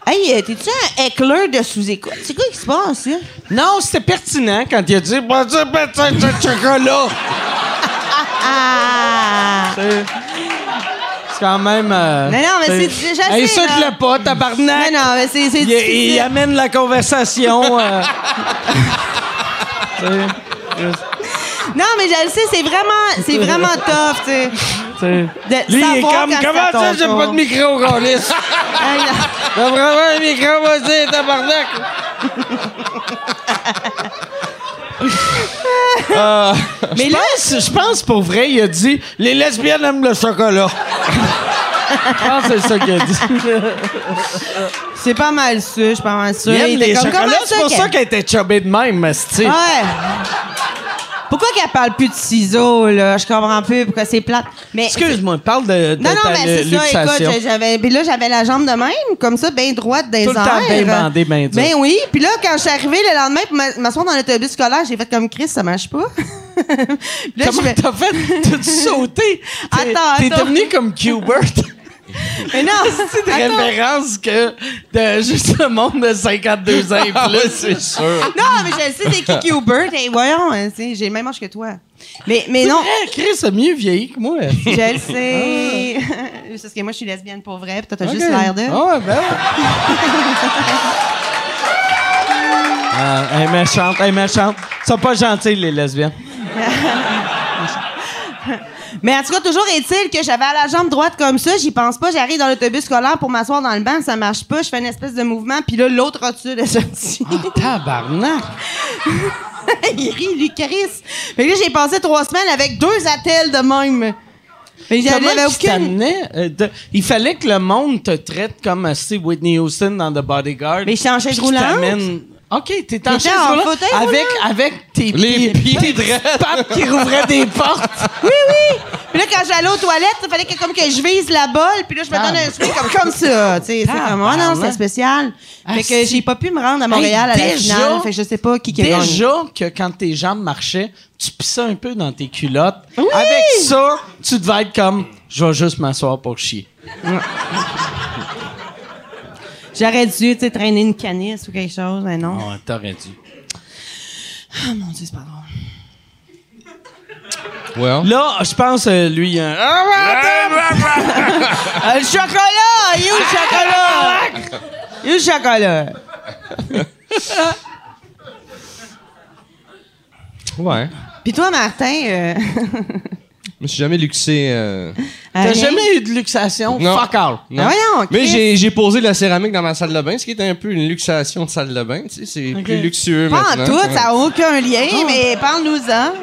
S4: Hey, euh, t'es-tu un heckler de sous-écoute? C'est quoi qui se passe, là?
S1: Non, c'était pertinent quand il a dit Bon, tu ben, tu sais, ce chocolat.
S4: Ah!
S1: C'est c'est quand même. euh,
S4: Non, non, mais c'est- je sais,
S1: Hey, Insulte-le
S4: là.
S1: pas, tabarnak.
S4: Mais non, mais c'est. c'est
S1: il, il
S4: difficile.
S1: amène la conversation. euh. Tu sais, juste,
S4: Non, mais je le sais, c'est vraiment, c'est vraiment tough, tu sais.
S1: tu sais.
S4: De
S1: Lui, il est
S4: savoir
S1: comme
S4: quand c'est
S1: Comment
S4: à ton
S1: ça, j'ai
S4: tour.
S1: pas de micro, Rolis
S4: Ah, non.
S1: T'as vraiment un micro, vas-y, tabarnak Euh, je, pense, je pense pour vrai, il a dit Les lesbiennes aiment le chocolat. je pense que c'est ça qu'il a dit.
S4: C'est pas mal ça, je suis pas mal
S1: Il
S4: sûre.
S1: aime
S4: était
S1: les
S4: comme,
S1: chocolats,
S4: comment
S1: c'est pour ça qu'elle Ah. était chubby de même, esti.
S4: Ouais. Pourquoi qu'elle parle plus de ciseaux, là? Je comprends plus pourquoi c'est plate. Mais.
S1: Excuse-moi, parle de, de
S4: Non, non,
S1: ta
S4: mais c'est ça,
S1: luxation.
S4: écoute, j'avais. Puis là, j'avais la jambe de même, comme ça, bien droite, des
S1: Tout le temps bien bandé, bien dur.
S4: Ben oui. Puis là, quand je suis arrivée le lendemain pour m'a- m'asseoir dans l'autobus scolaire, j'ai fait comme Chris, ça marche pas. Puis là, je
S1: Comment
S4: fais-
S1: t'as fait? T'as-tu sauté? T'es-
S4: Attends,
S1: T'es
S4: attends.
S1: devenu comme Qbert.
S4: Mais non,
S1: C'est des
S4: attends.
S1: références que de juste le monde de 52 ans et plus. Ah c'est sûr.
S4: Non, mais je le sais, c'est Kiki Hubert. Hey, voyons, hein, tu sais, j'ai le même âge que toi. Mais, mais non.
S1: Chris a mieux vieilli que moi.
S4: Je le sais. C'est parce que moi, je suis lesbienne pour vrai, puis toi, t'as
S1: Ah. Ok.
S4: juste l'air de.
S1: Ah ouais, ben ouais. Ah, Elle est méchante, elle est méchante. Ils sont pas gentils, les lesbiennes.
S4: Mais en tout cas, toujours est-il que j'avais la jambe droite comme ça, j'y pense pas, j'arrive dans l'autobus scolaire pour m'asseoir dans le banc, ça marche pas, je fais une espèce de mouvement, puis là, l'autre rotule est sortie.
S1: Ah. Tabarnak!
S4: Il rit, lui, Chris. Fait que là, j'ai passé trois semaines avec deux attelles de même. Mais
S1: Comment
S4: j'avais
S1: tu
S4: aucune.
S1: t'amenais, euh, de- Il fallait que le monde te traite comme euh, c'est Whitney Houston dans The Bodyguard.
S4: Mais j'étais en chaise
S1: Puis
S4: roulante.
S1: qui t'amène- OK, t'es en
S4: J'étais
S1: chaise
S4: en
S1: roulante.
S4: fauteuil
S1: avec,
S4: roulant.
S1: avec tes
S5: Les
S1: pieds,
S5: pieds
S1: papes qui rouvraient des portes.
S4: Oui, oui. Puis là, quand j'allais aux toilettes, il fallait que, comme que je vise la balle, puis là, je me donne un
S1: bah.
S4: swing comme, comme ça. Tu sais, c'est
S1: Ah,
S4: comme, oh non,
S1: ben ouais.
S4: c'est spécial. Fait
S1: Ah,
S4: que
S1: si.
S4: j'ai pas pu me rendre à Montréal
S1: Hey,
S4: à la
S1: déjà-
S4: finale. Fait que je sais pas qui qui
S1: Déjà
S4: a gagné.
S1: que quand tes jambes marchaient, tu pissais un peu dans tes culottes.
S4: Oui!
S1: Avec ça, tu devais être comme je vais juste m'asseoir pour chier.
S4: J'aurais dû, tu sais, traîner une canisse ou quelque chose, mais non.
S1: Ouais, t'aurais dû.
S4: Ah, mon Dieu, c'est pas drôle.
S5: Well.
S1: Là, je pense, euh, lui, il y a un. Ah, Euh,
S4: Ah, le chocolat! Il est où
S5: Ah,
S4: le chocolat? Il est où le chocolat?
S5: Ouais.
S4: Puis toi, Martin... Euh...
S5: Je me suis jamais luxé. euh,
S1: T'as
S4: Alain?
S1: jamais eu de luxation?
S5: Non.
S1: Fuck all.
S5: non.
S4: Ah, voyons,
S5: Mais
S4: Chris.
S5: j'ai, j'ai posé de la céramique dans ma salle de bain, ce qui était un peu une luxation de salle de bain. Tu sais, c'est plus luxueux
S4: Pas en
S5: maintenant.
S4: tout, ça
S5: Ouais.
S4: n'a aucun lien,
S1: Ah.
S4: mais parle-nous-en.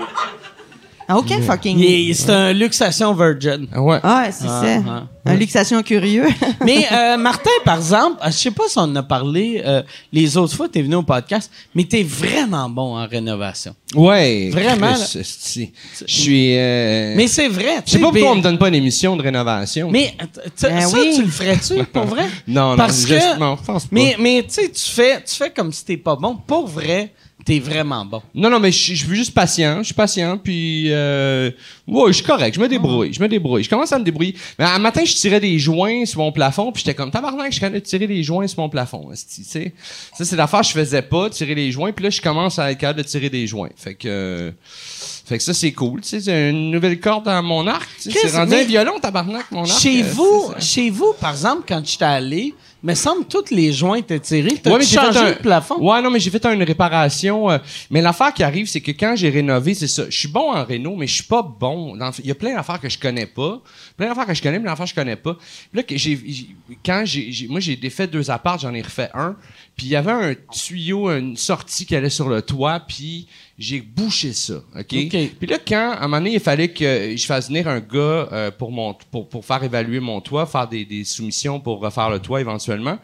S4: Ah, Aucun fucking lien.
S1: Il est- C'est un luxation virgin.
S5: Ouais.
S4: Ah, c'est
S1: Ah,
S4: ça.
S1: ah,
S4: Un luxation curieux.
S1: Mais euh, Martin, par exemple, euh, je sais pas si on en a parlé euh, les autres fois, tu es venu au podcast, mais tu es vraiment bon en rénovation.
S5: Ouais.
S1: Vraiment,
S5: Chris, esti. Je suis. euh,
S1: Mais c'est vrai.
S5: je sais pas pourquoi on me donne pas une émission de rénovation.
S1: Mais t- t-
S4: Ben
S1: ça,
S4: oui.
S1: tu le ferais-tu, pour vrai?
S5: Non, non,
S1: Parce
S5: je-
S1: que,
S5: non, je pense pas.
S1: Mais, mais tu sais, tu fais, tu fais comme si t'es pas bon. Pour vrai, t'es vraiment bon.
S5: Non, non, mais je suis je suis juste patient. Je suis patient, puis... Euh, ouais, je suis correct. Je me débrouille. Je me débrouille. Je commence à me débrouiller. Mais un matin, je tirais des joints sur mon plafond, puis j'étais comme, tabarnak, je connais de tirer des joints sur mon plafond. esti, tu sais. Ça, c'est l'affaire que je faisais pas, tirer les joints, puis là, je commence à être capable de tirer des joints. Fait que... euh, fait que ça, c'est cool. tu sais, C'est une nouvelle corde dans mon arc. tu sais.
S1: Chris,
S5: C'est rendu
S1: mais-
S5: un violon, tabarnak, mon arc.
S1: Chez
S5: euh,
S1: vous,
S5: c'est ça.
S1: chez vous, par exemple, quand j'étais allé, me semble toutes les joints étaient tirés. T'as
S5: Ouais, mais j'ai
S1: changé
S5: fait un-
S1: le plafond.
S5: Ouais, non, mais j'ai fait une réparation. euh, mais l'affaire qui arrive, c'est que quand j'ai rénové, c'est ça. Je suis bon en réno, mais je suis pas bon. dans- Il y a plein d'affaires que je connais pas. Plein d'affaires que je connais, mais d'affaires que je connais pas. Puis là, que j'ai, j'ai- quand j'ai, j'ai- moi, j'ai défait deux apparts, j'en ai refait un. Puis il y avait un tuyau, une sortie qui allait sur le toit, puis J'ai bouché ça, OK?
S1: OK.
S5: Puis là, quand, à un moment donné, il fallait que je fasse venir un gars euh, pour, mon, pour, pour faire évaluer mon toit, faire des, des soumissions pour refaire le toit éventuellement,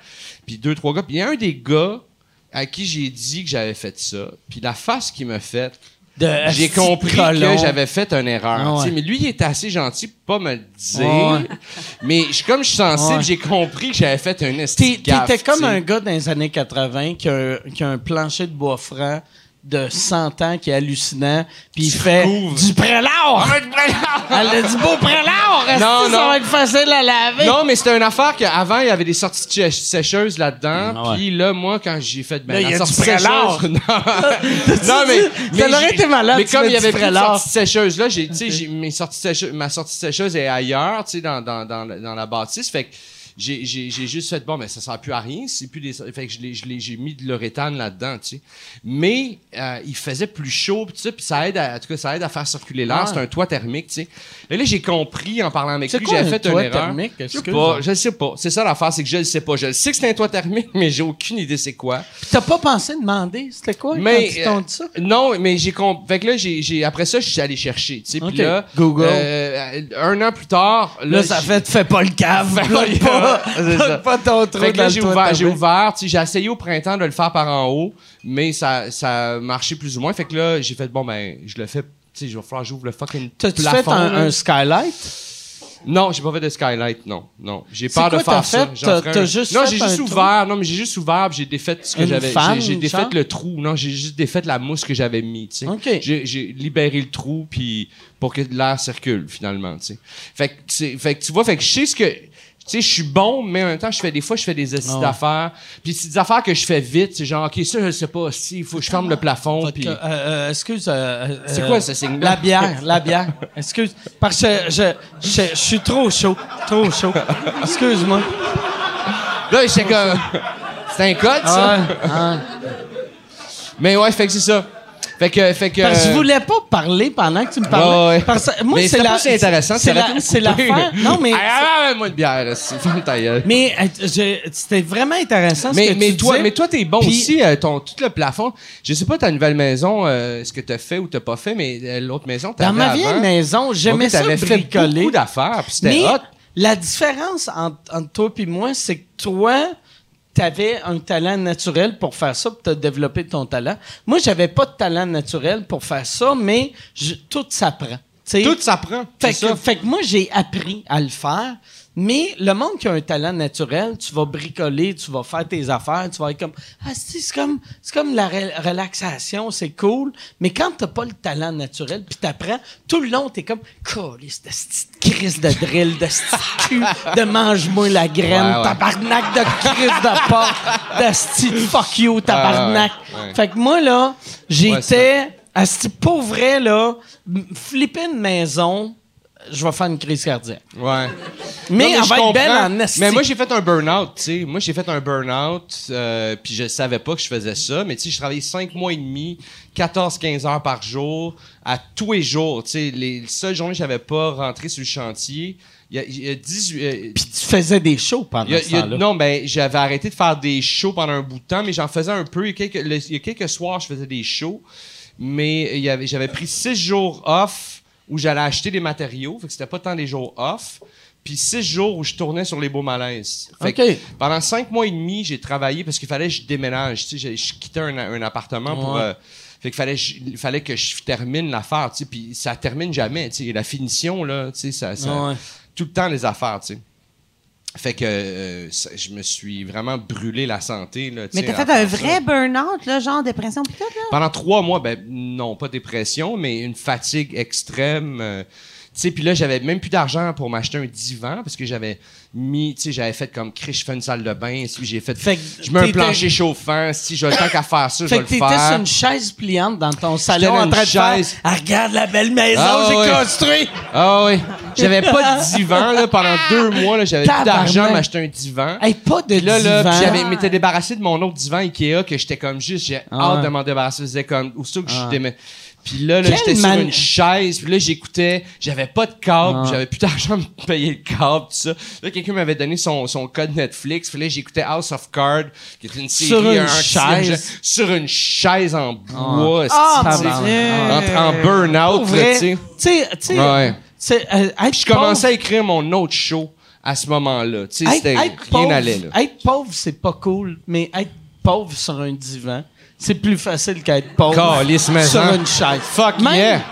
S5: puis deux, trois gars. Puis il y a un des gars à qui j'ai dit que j'avais fait ça, puis la face qu'il m'a faite,
S1: De-
S5: j'ai compris
S1: colon.
S5: que j'avais fait une erreur.
S1: Ah ouais. Ah
S5: tu sais, Mais lui, il était assez gentil pour pas me le dire.
S1: Ouais. Ah
S5: Mais je, comme je suis sensible,
S1: Ouais.
S5: j'ai compris que j'avais fait un esti
S1: T'es-
S5: de gaffe,
S1: T'étais comme
S5: tu sais.
S1: un gars dans les années 80 qui a, un- qui a un plancher de bois franc de 100 ans qui est hallucinant, puis il fait
S5: recouvres. Ah
S1: du prélard! Elle a du beau prélard! Est-ce
S5: Non,
S1: que ça
S5: non.
S1: va être facile à laver?
S5: Non, mais c'était une affaire qu'avant, il y avait des sorties de sèche- sécheuses là-dedans.
S1: Ah ouais.
S5: Puis là, moi, quand j'ai fait ben,
S1: Là, il
S5: la
S1: y a
S5: sortie
S1: du prélard.
S5: sécheuse- non.
S1: T'as-tu
S5: non, mais,
S1: dit- ça aurait
S5: j'ai-
S1: été malade,
S5: Mais
S1: tu
S5: comme
S1: mets
S5: il y
S1: du
S5: avait plus de
S1: prélard.
S5: sorties sécheuses là, j'ai, tu sais, j'ai- mes sorties sécheuses- ma sortie sécheuse est ailleurs, tu sais, dans, dans, dans, la- dans la bâtisse. Fait que j'ai, j'ai, j'ai juste fait, bon, mais ça sert plus à rien. C'est plus des, fait que je l'ai, je l'ai- j'ai mis de l'uréthane là-dedans, tu sais. Mais, euh, il faisait plus chaud, pis ça, puis ça aide à, en tout cas, ça aide à faire circuler l'air.
S1: Ouais.
S5: C'est un toit thermique, tu sais. Et là, j'ai compris en parlant avec
S1: C'est
S5: lui,
S1: quoi
S5: j'avais
S1: un
S5: fait une
S1: toit
S5: erreur.
S1: thermique?
S5: Je sais
S1: Excuse.
S5: pas, je sais pas. C'est ça l'affaire, c'est que je le sais pas. Je le sais que c'est un toit thermique, mais j'ai aucune idée c'est quoi.
S1: Puis T'as pas pensé demander? C'était quoi
S5: Mais,
S1: quand ils t'ont dit ça?
S5: euh, non, mais j'ai compris. Fait que là, j'ai, j'ai- après ça, je suis allé chercher. Tu sais, puis
S1: Ok.
S5: là,
S1: Google.
S5: euh, un an plus tard,
S1: Là, ça
S5: j'ai-
S1: fait « fais pas le cave,
S5: Fais pas
S1: fais
S5: le
S1: pas,
S5: cave. C'est
S1: fais
S5: ça.
S1: pas ton trou
S5: Fait que
S1: dans
S5: là,
S1: le
S5: j'ai
S1: toit
S5: ouvert, j'ai
S1: thermique.
S5: ouvert, tu sais, j'ai essayé au printemps de le faire par en haut, mais ça, ça a marché plus ou moins. Fait que là, j'ai fait, bon, ben, je le fais, tu sais, je vais falloir que j'ouvre le fucking
S1: T'as-tu fait
S5: plafond,
S1: un,
S5: là.
S1: un skylight?
S5: Non, j'ai pas fait de skylight, non, non. J'ai
S1: C'est
S5: peur de
S1: quoi t'as
S5: faire ça.
S1: fait?
S5: J'en
S1: T'as-
S5: ferai
S1: t'as
S5: un-
S1: juste
S5: non,
S1: fait
S5: j'ai
S1: un
S5: juste
S1: trou?
S5: ouvert. Non, mais j'ai juste ouvert, puis j'ai défait ce que
S1: Une
S5: j'avais.
S1: femme,
S5: J'ai, j'ai défait
S1: genre?
S5: le trou. Non, j'ai juste défait la mousse que j'avais mis. Tu sais.
S1: Ok.
S5: J'ai, j'ai libéré le trou puis pour que l'air circule finalement. Tu sais. Fait que tu, fait que tu vois, fait que je sais ce que. Tu sais, je suis bon, mais en même temps, je fais des fois, je fais des essais
S1: Ah ouais.
S5: d'affaires. Puis c'est des affaires que je fais vite. C'est genre, OK, ça, je sais pas. Si, il faut que je ferme le plafond.
S1: Vodka.
S5: Puis...
S1: Euh, euh, excuse. euh, euh,
S5: C'est
S1: euh,
S5: quoi ce signe-là?
S1: La bière, la bière. Excuse. Parce que je, je, je suis trop chaud. Trop chaud. Excuse-moi.
S5: Là, j'étais comme. C'est un code, ça?
S1: Ah, ah.
S5: Mais ouais, fait que c'est ça. Fait que. Fait que euh,
S1: Parce que je voulais pas parler pendant que tu me parlais.
S5: Ouais, ouais.
S1: Parce que moi,
S5: Mais
S1: c'est
S5: c'était
S1: la.
S5: pas si intéressant,
S1: C'est
S5: t'aurais
S1: la.
S5: pu me
S1: C'est
S5: couper.
S1: l'affaire. Non, mais.
S5: Hey, hey, hey, moi de bière, là, c'est- ferme ta gueule.
S1: Mais euh, je- c'était vraiment intéressant ce
S5: Mais,
S1: que
S5: mais
S1: tu
S5: toi,
S1: disais.
S5: mais toi, t'es bon
S1: Puis-
S5: aussi, euh, ton, tout le plafond. Je sais pas ta nouvelle maison, euh, ce que t'as fait ou t'as pas fait, mais euh, l'autre maison, t'avais
S1: Dans ma vieille
S5: avant,
S1: maison, j'aimais
S5: ok,
S1: ça
S5: t'avais fait
S1: bricoler.
S5: beaucoup d'affaires, puis c'était
S1: Mais
S5: hot.
S1: la différence entre, entre toi et moi, c'est que toi, t'avais un talent naturel pour faire ça, puis t'as développé ton talent. Moi, j'avais pas de talent naturel pour faire ça, mais je- tout s'apprend. Tu sais.
S5: Tout s'apprend.
S1: Fait
S5: c'est
S1: que,
S5: ça.
S1: fait que moi, j'ai appris à le faire. Mais le monde qui a un talent naturel, tu vas bricoler, tu vas faire tes affaires, tu vas être comme Ah si, c'est comme c'est comme la re- relaxation, c'est cool. Mais quand t'as pas le talent naturel, puis t'apprends, tout le long, t'es comme Calice de petite crise de drill, de petite cul, de mange-moi la graine,
S5: Ouais, ouais.
S1: tabarnak de crise de porc, de petite fuck you, tabarnak.
S5: Ouais, ouais, ouais.
S1: Fait que moi là,
S5: Ouais,
S1: j'étais.
S5: c'est
S1: À ce type, pour vrai, là, m- flipper une maison, je vais faire une crise cardiaque.
S5: Ouais.
S1: Mais,
S5: Non,
S1: elle
S5: je
S1: va être belle
S5: comprends.
S1: en esti.
S5: Mais moi, j'ai fait un burn-out, tu sais. Moi, j'ai fait un burn-out, euh, puis je savais pas que je faisais ça. Mais tu sais, je travaillais 5 mois et demi, 14-15 heures par jour, à tous les jours. Tu sais, les seules journées que j'avais pas rentré sur le chantier, il y a, il y a 18... euh,
S1: Puis tu faisais des shows pendant
S5: il y a-
S1: ce
S5: il y a-
S1: temps-là.
S5: non, ben, j'avais arrêté de faire des shows pendant un bout de temps, mais j'en faisais un peu. Il y a quelques, le- il y a quelques soirs, je faisais des shows, mais il y avait- j'avais pris six jours off où j'allais acheter des matériaux, fait que c'était pas tant des jours off, puis six jours où je tournais sur les beaux malaises. Fait que
S1: OK.
S5: pendant cinq mois et demi, j'ai travaillé parce qu'il fallait que je déménage. Tu sais, j'ai- je quittais un, un appartement pour.
S1: Ouais.
S5: euh, fait qu'il fallait, je- il fallait que je termine l'affaire, tu sais, puis ça termine jamais, tu sais, la finition, là, tu sais, ça, ça-
S1: Ouais.
S5: tout le temps les affaires, tu sais. Fait que euh, ça- je me suis vraiment brûlé la santé. Là, tu
S4: Mais
S5: sais,
S4: t'as
S5: à
S4: fait
S5: faire
S4: un
S5: ça.
S4: vrai burn-out, là, genre dépression pis tout, là?
S5: Pendant trois mois, ben non, pas dépression, mais une fatigue extrême. euh, tu sais, puis là, j'avais même plus d'argent pour m'acheter un divan parce que j'avais mis, tu sais, j'avais fait comme Chris, je fais une salle de bain, si j'ai fait,
S1: Fait que
S5: je mets un
S1: t'étais-
S5: plancher chauffant, si j'ai le temps qu'à faire ça, je
S1: Fait
S5: vais
S1: que
S5: le
S1: t'étais
S5: faire.
S1: sur une chaise pliante dans ton salon
S5: dans
S1: en
S5: une
S1: train de faire
S5: chaise.
S1: ah, Regarde la belle maison
S5: Ah,
S1: que j'ai
S5: ouais.
S1: construite!
S5: Ah oui, j'avais pas de divan là pendant deux mois, là, j'avais plus d'argent,
S1: Tabarnak.
S5: m'acheter un divan.
S1: Hey, pas de
S5: Puis là, là,
S1: divan.
S5: puis j'avais, m'étais débarrassé de mon autre divan Ikea que j'étais comme juste, j'ai
S1: Ah ouais.
S5: hâte de m'en débarrasser. Je faisais comme, aussitôt que
S1: Ah
S5: je
S1: ouais.
S5: démets. Puis là, là
S4: Quelle
S5: j'étais sur
S4: man-
S5: une chaise. Puis là, j'écoutais. J'avais pas de câble.
S1: Ah.
S5: puis J'avais plus d'argent pour payer le câble, tout ça. Là, quelqu'un m'avait donné son, son code Netflix. Puis là, j'écoutais House of Cards, qui est une série
S1: Sur une
S5: un
S1: chaise.
S5: cinéma- sur une chaise en bois.
S4: Ah,
S5: esti,
S4: mon
S5: tu sais.
S4: Dieu!
S5: en, en burn-out, là, tu sais.
S1: Tu sais, tu sais,
S5: Ouais.
S1: c'est, euh, être
S5: Puis je commençais à écrire mon autre show à ce moment-là. Tu sais,
S1: pauvre-
S5: c'était
S1: être-
S5: rien
S1: être pauvre-
S5: n'allait, là.
S1: Être pauvre, c'est pas cool, mais être pauvre sur un divan, c'est plus facile qu'être pauvre
S5: Calisse, mais
S1: sur
S5: hein.
S1: une chaise.
S5: Fuck
S1: Même-
S5: yeah.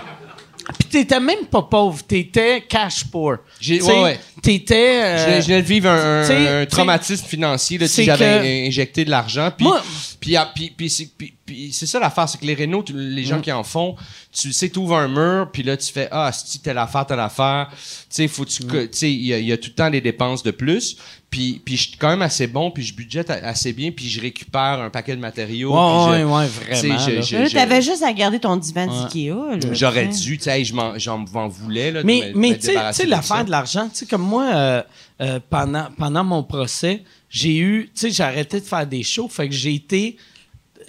S1: Puis t'étais même pas pauvre, t'étais cash poor.
S5: J'ai-
S1: T'sais,
S5: ouais, ouais.
S1: T'étais...
S5: Je
S1: euh,
S5: venais- je venais de vivre un, un-
S1: t'sais,
S5: un
S1: t'sais,
S5: traumatisme financier. Là, tu sais,
S1: c'est
S5: j'avais
S1: que-
S5: in- injecté de l'argent. Puis,
S1: Moi-
S5: puis, ah, puis, puis c'est- puis- puis c'est ça l'affaire, c'est que les rénaux, tu- les
S1: Mm.
S5: gens qui en font, tu sais, tu ouvres un mur, puis là, tu fais Ah, si telle affaire, telle affaire. Tu sais, faut que
S1: Mm.
S5: tu que- tu sais, il y, a- il y a tout le temps des dépenses de plus. Puis, puis je suis quand même assez bon, puis je budgète a- assez bien, puis je récupère un paquet de matériaux.
S1: Ouais,
S5: puis je-
S1: ouais, ouais,
S5: tu sais,
S1: vraiment.
S5: je-
S1: là.
S5: je-
S4: Là,
S5: je-
S4: t'avais juste à garder ton divan
S1: Ouais.
S4: d'IKEA. là.
S5: J'aurais dû, tu sais, je m'en j'en m'en voulais. Là, de
S1: Mais,
S5: me- de me
S1: mais tu sais- tu
S5: débarrasser
S1: sais,
S5: de ça.
S1: l'affaire de l'argent, tu sais, comme moi, euh, euh, pendant, pendant mon procès, j'ai eu, tu sais, j'ai arrêté de faire des shows, fait que j'ai été,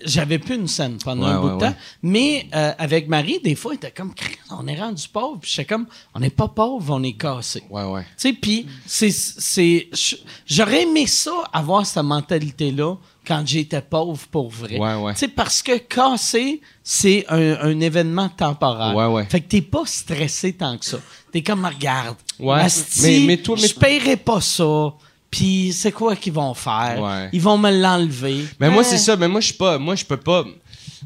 S1: j'avais plus une scène pendant
S5: Ouais,
S1: un bout
S5: ouais,
S1: de temps.
S5: ouais.
S1: Mais euh, avec Marie, des fois, elle était comme, Christ, on est rendu pauvre, puis j'étais comme, on n'est pas pauvre, on est cassé.
S5: Ouais, ouais.
S1: Tu sais, puis c'est, c'est, je- j'aurais aimé ça, avoir cette mentalité-là quand j'étais pauvre pour vrai.
S5: Ouais, ouais.
S1: Tu sais, parce que casser, c'est un, un événement temporaire.
S5: Ouais, ouais.
S1: Fait que t'es pas stressé tant que ça. T'es comme, ah, regarde,
S5: Ouais.
S1: asti,
S5: Mais- mais toi, mais-
S1: je paierai pas ça, puis c'est quoi qu'ils vont faire?
S5: Ouais.
S1: Ils vont me l'enlever.
S5: Mais moi,
S4: Ouais.
S5: c'est ça. Mais moi, je suis pas. Moi, je peux pas.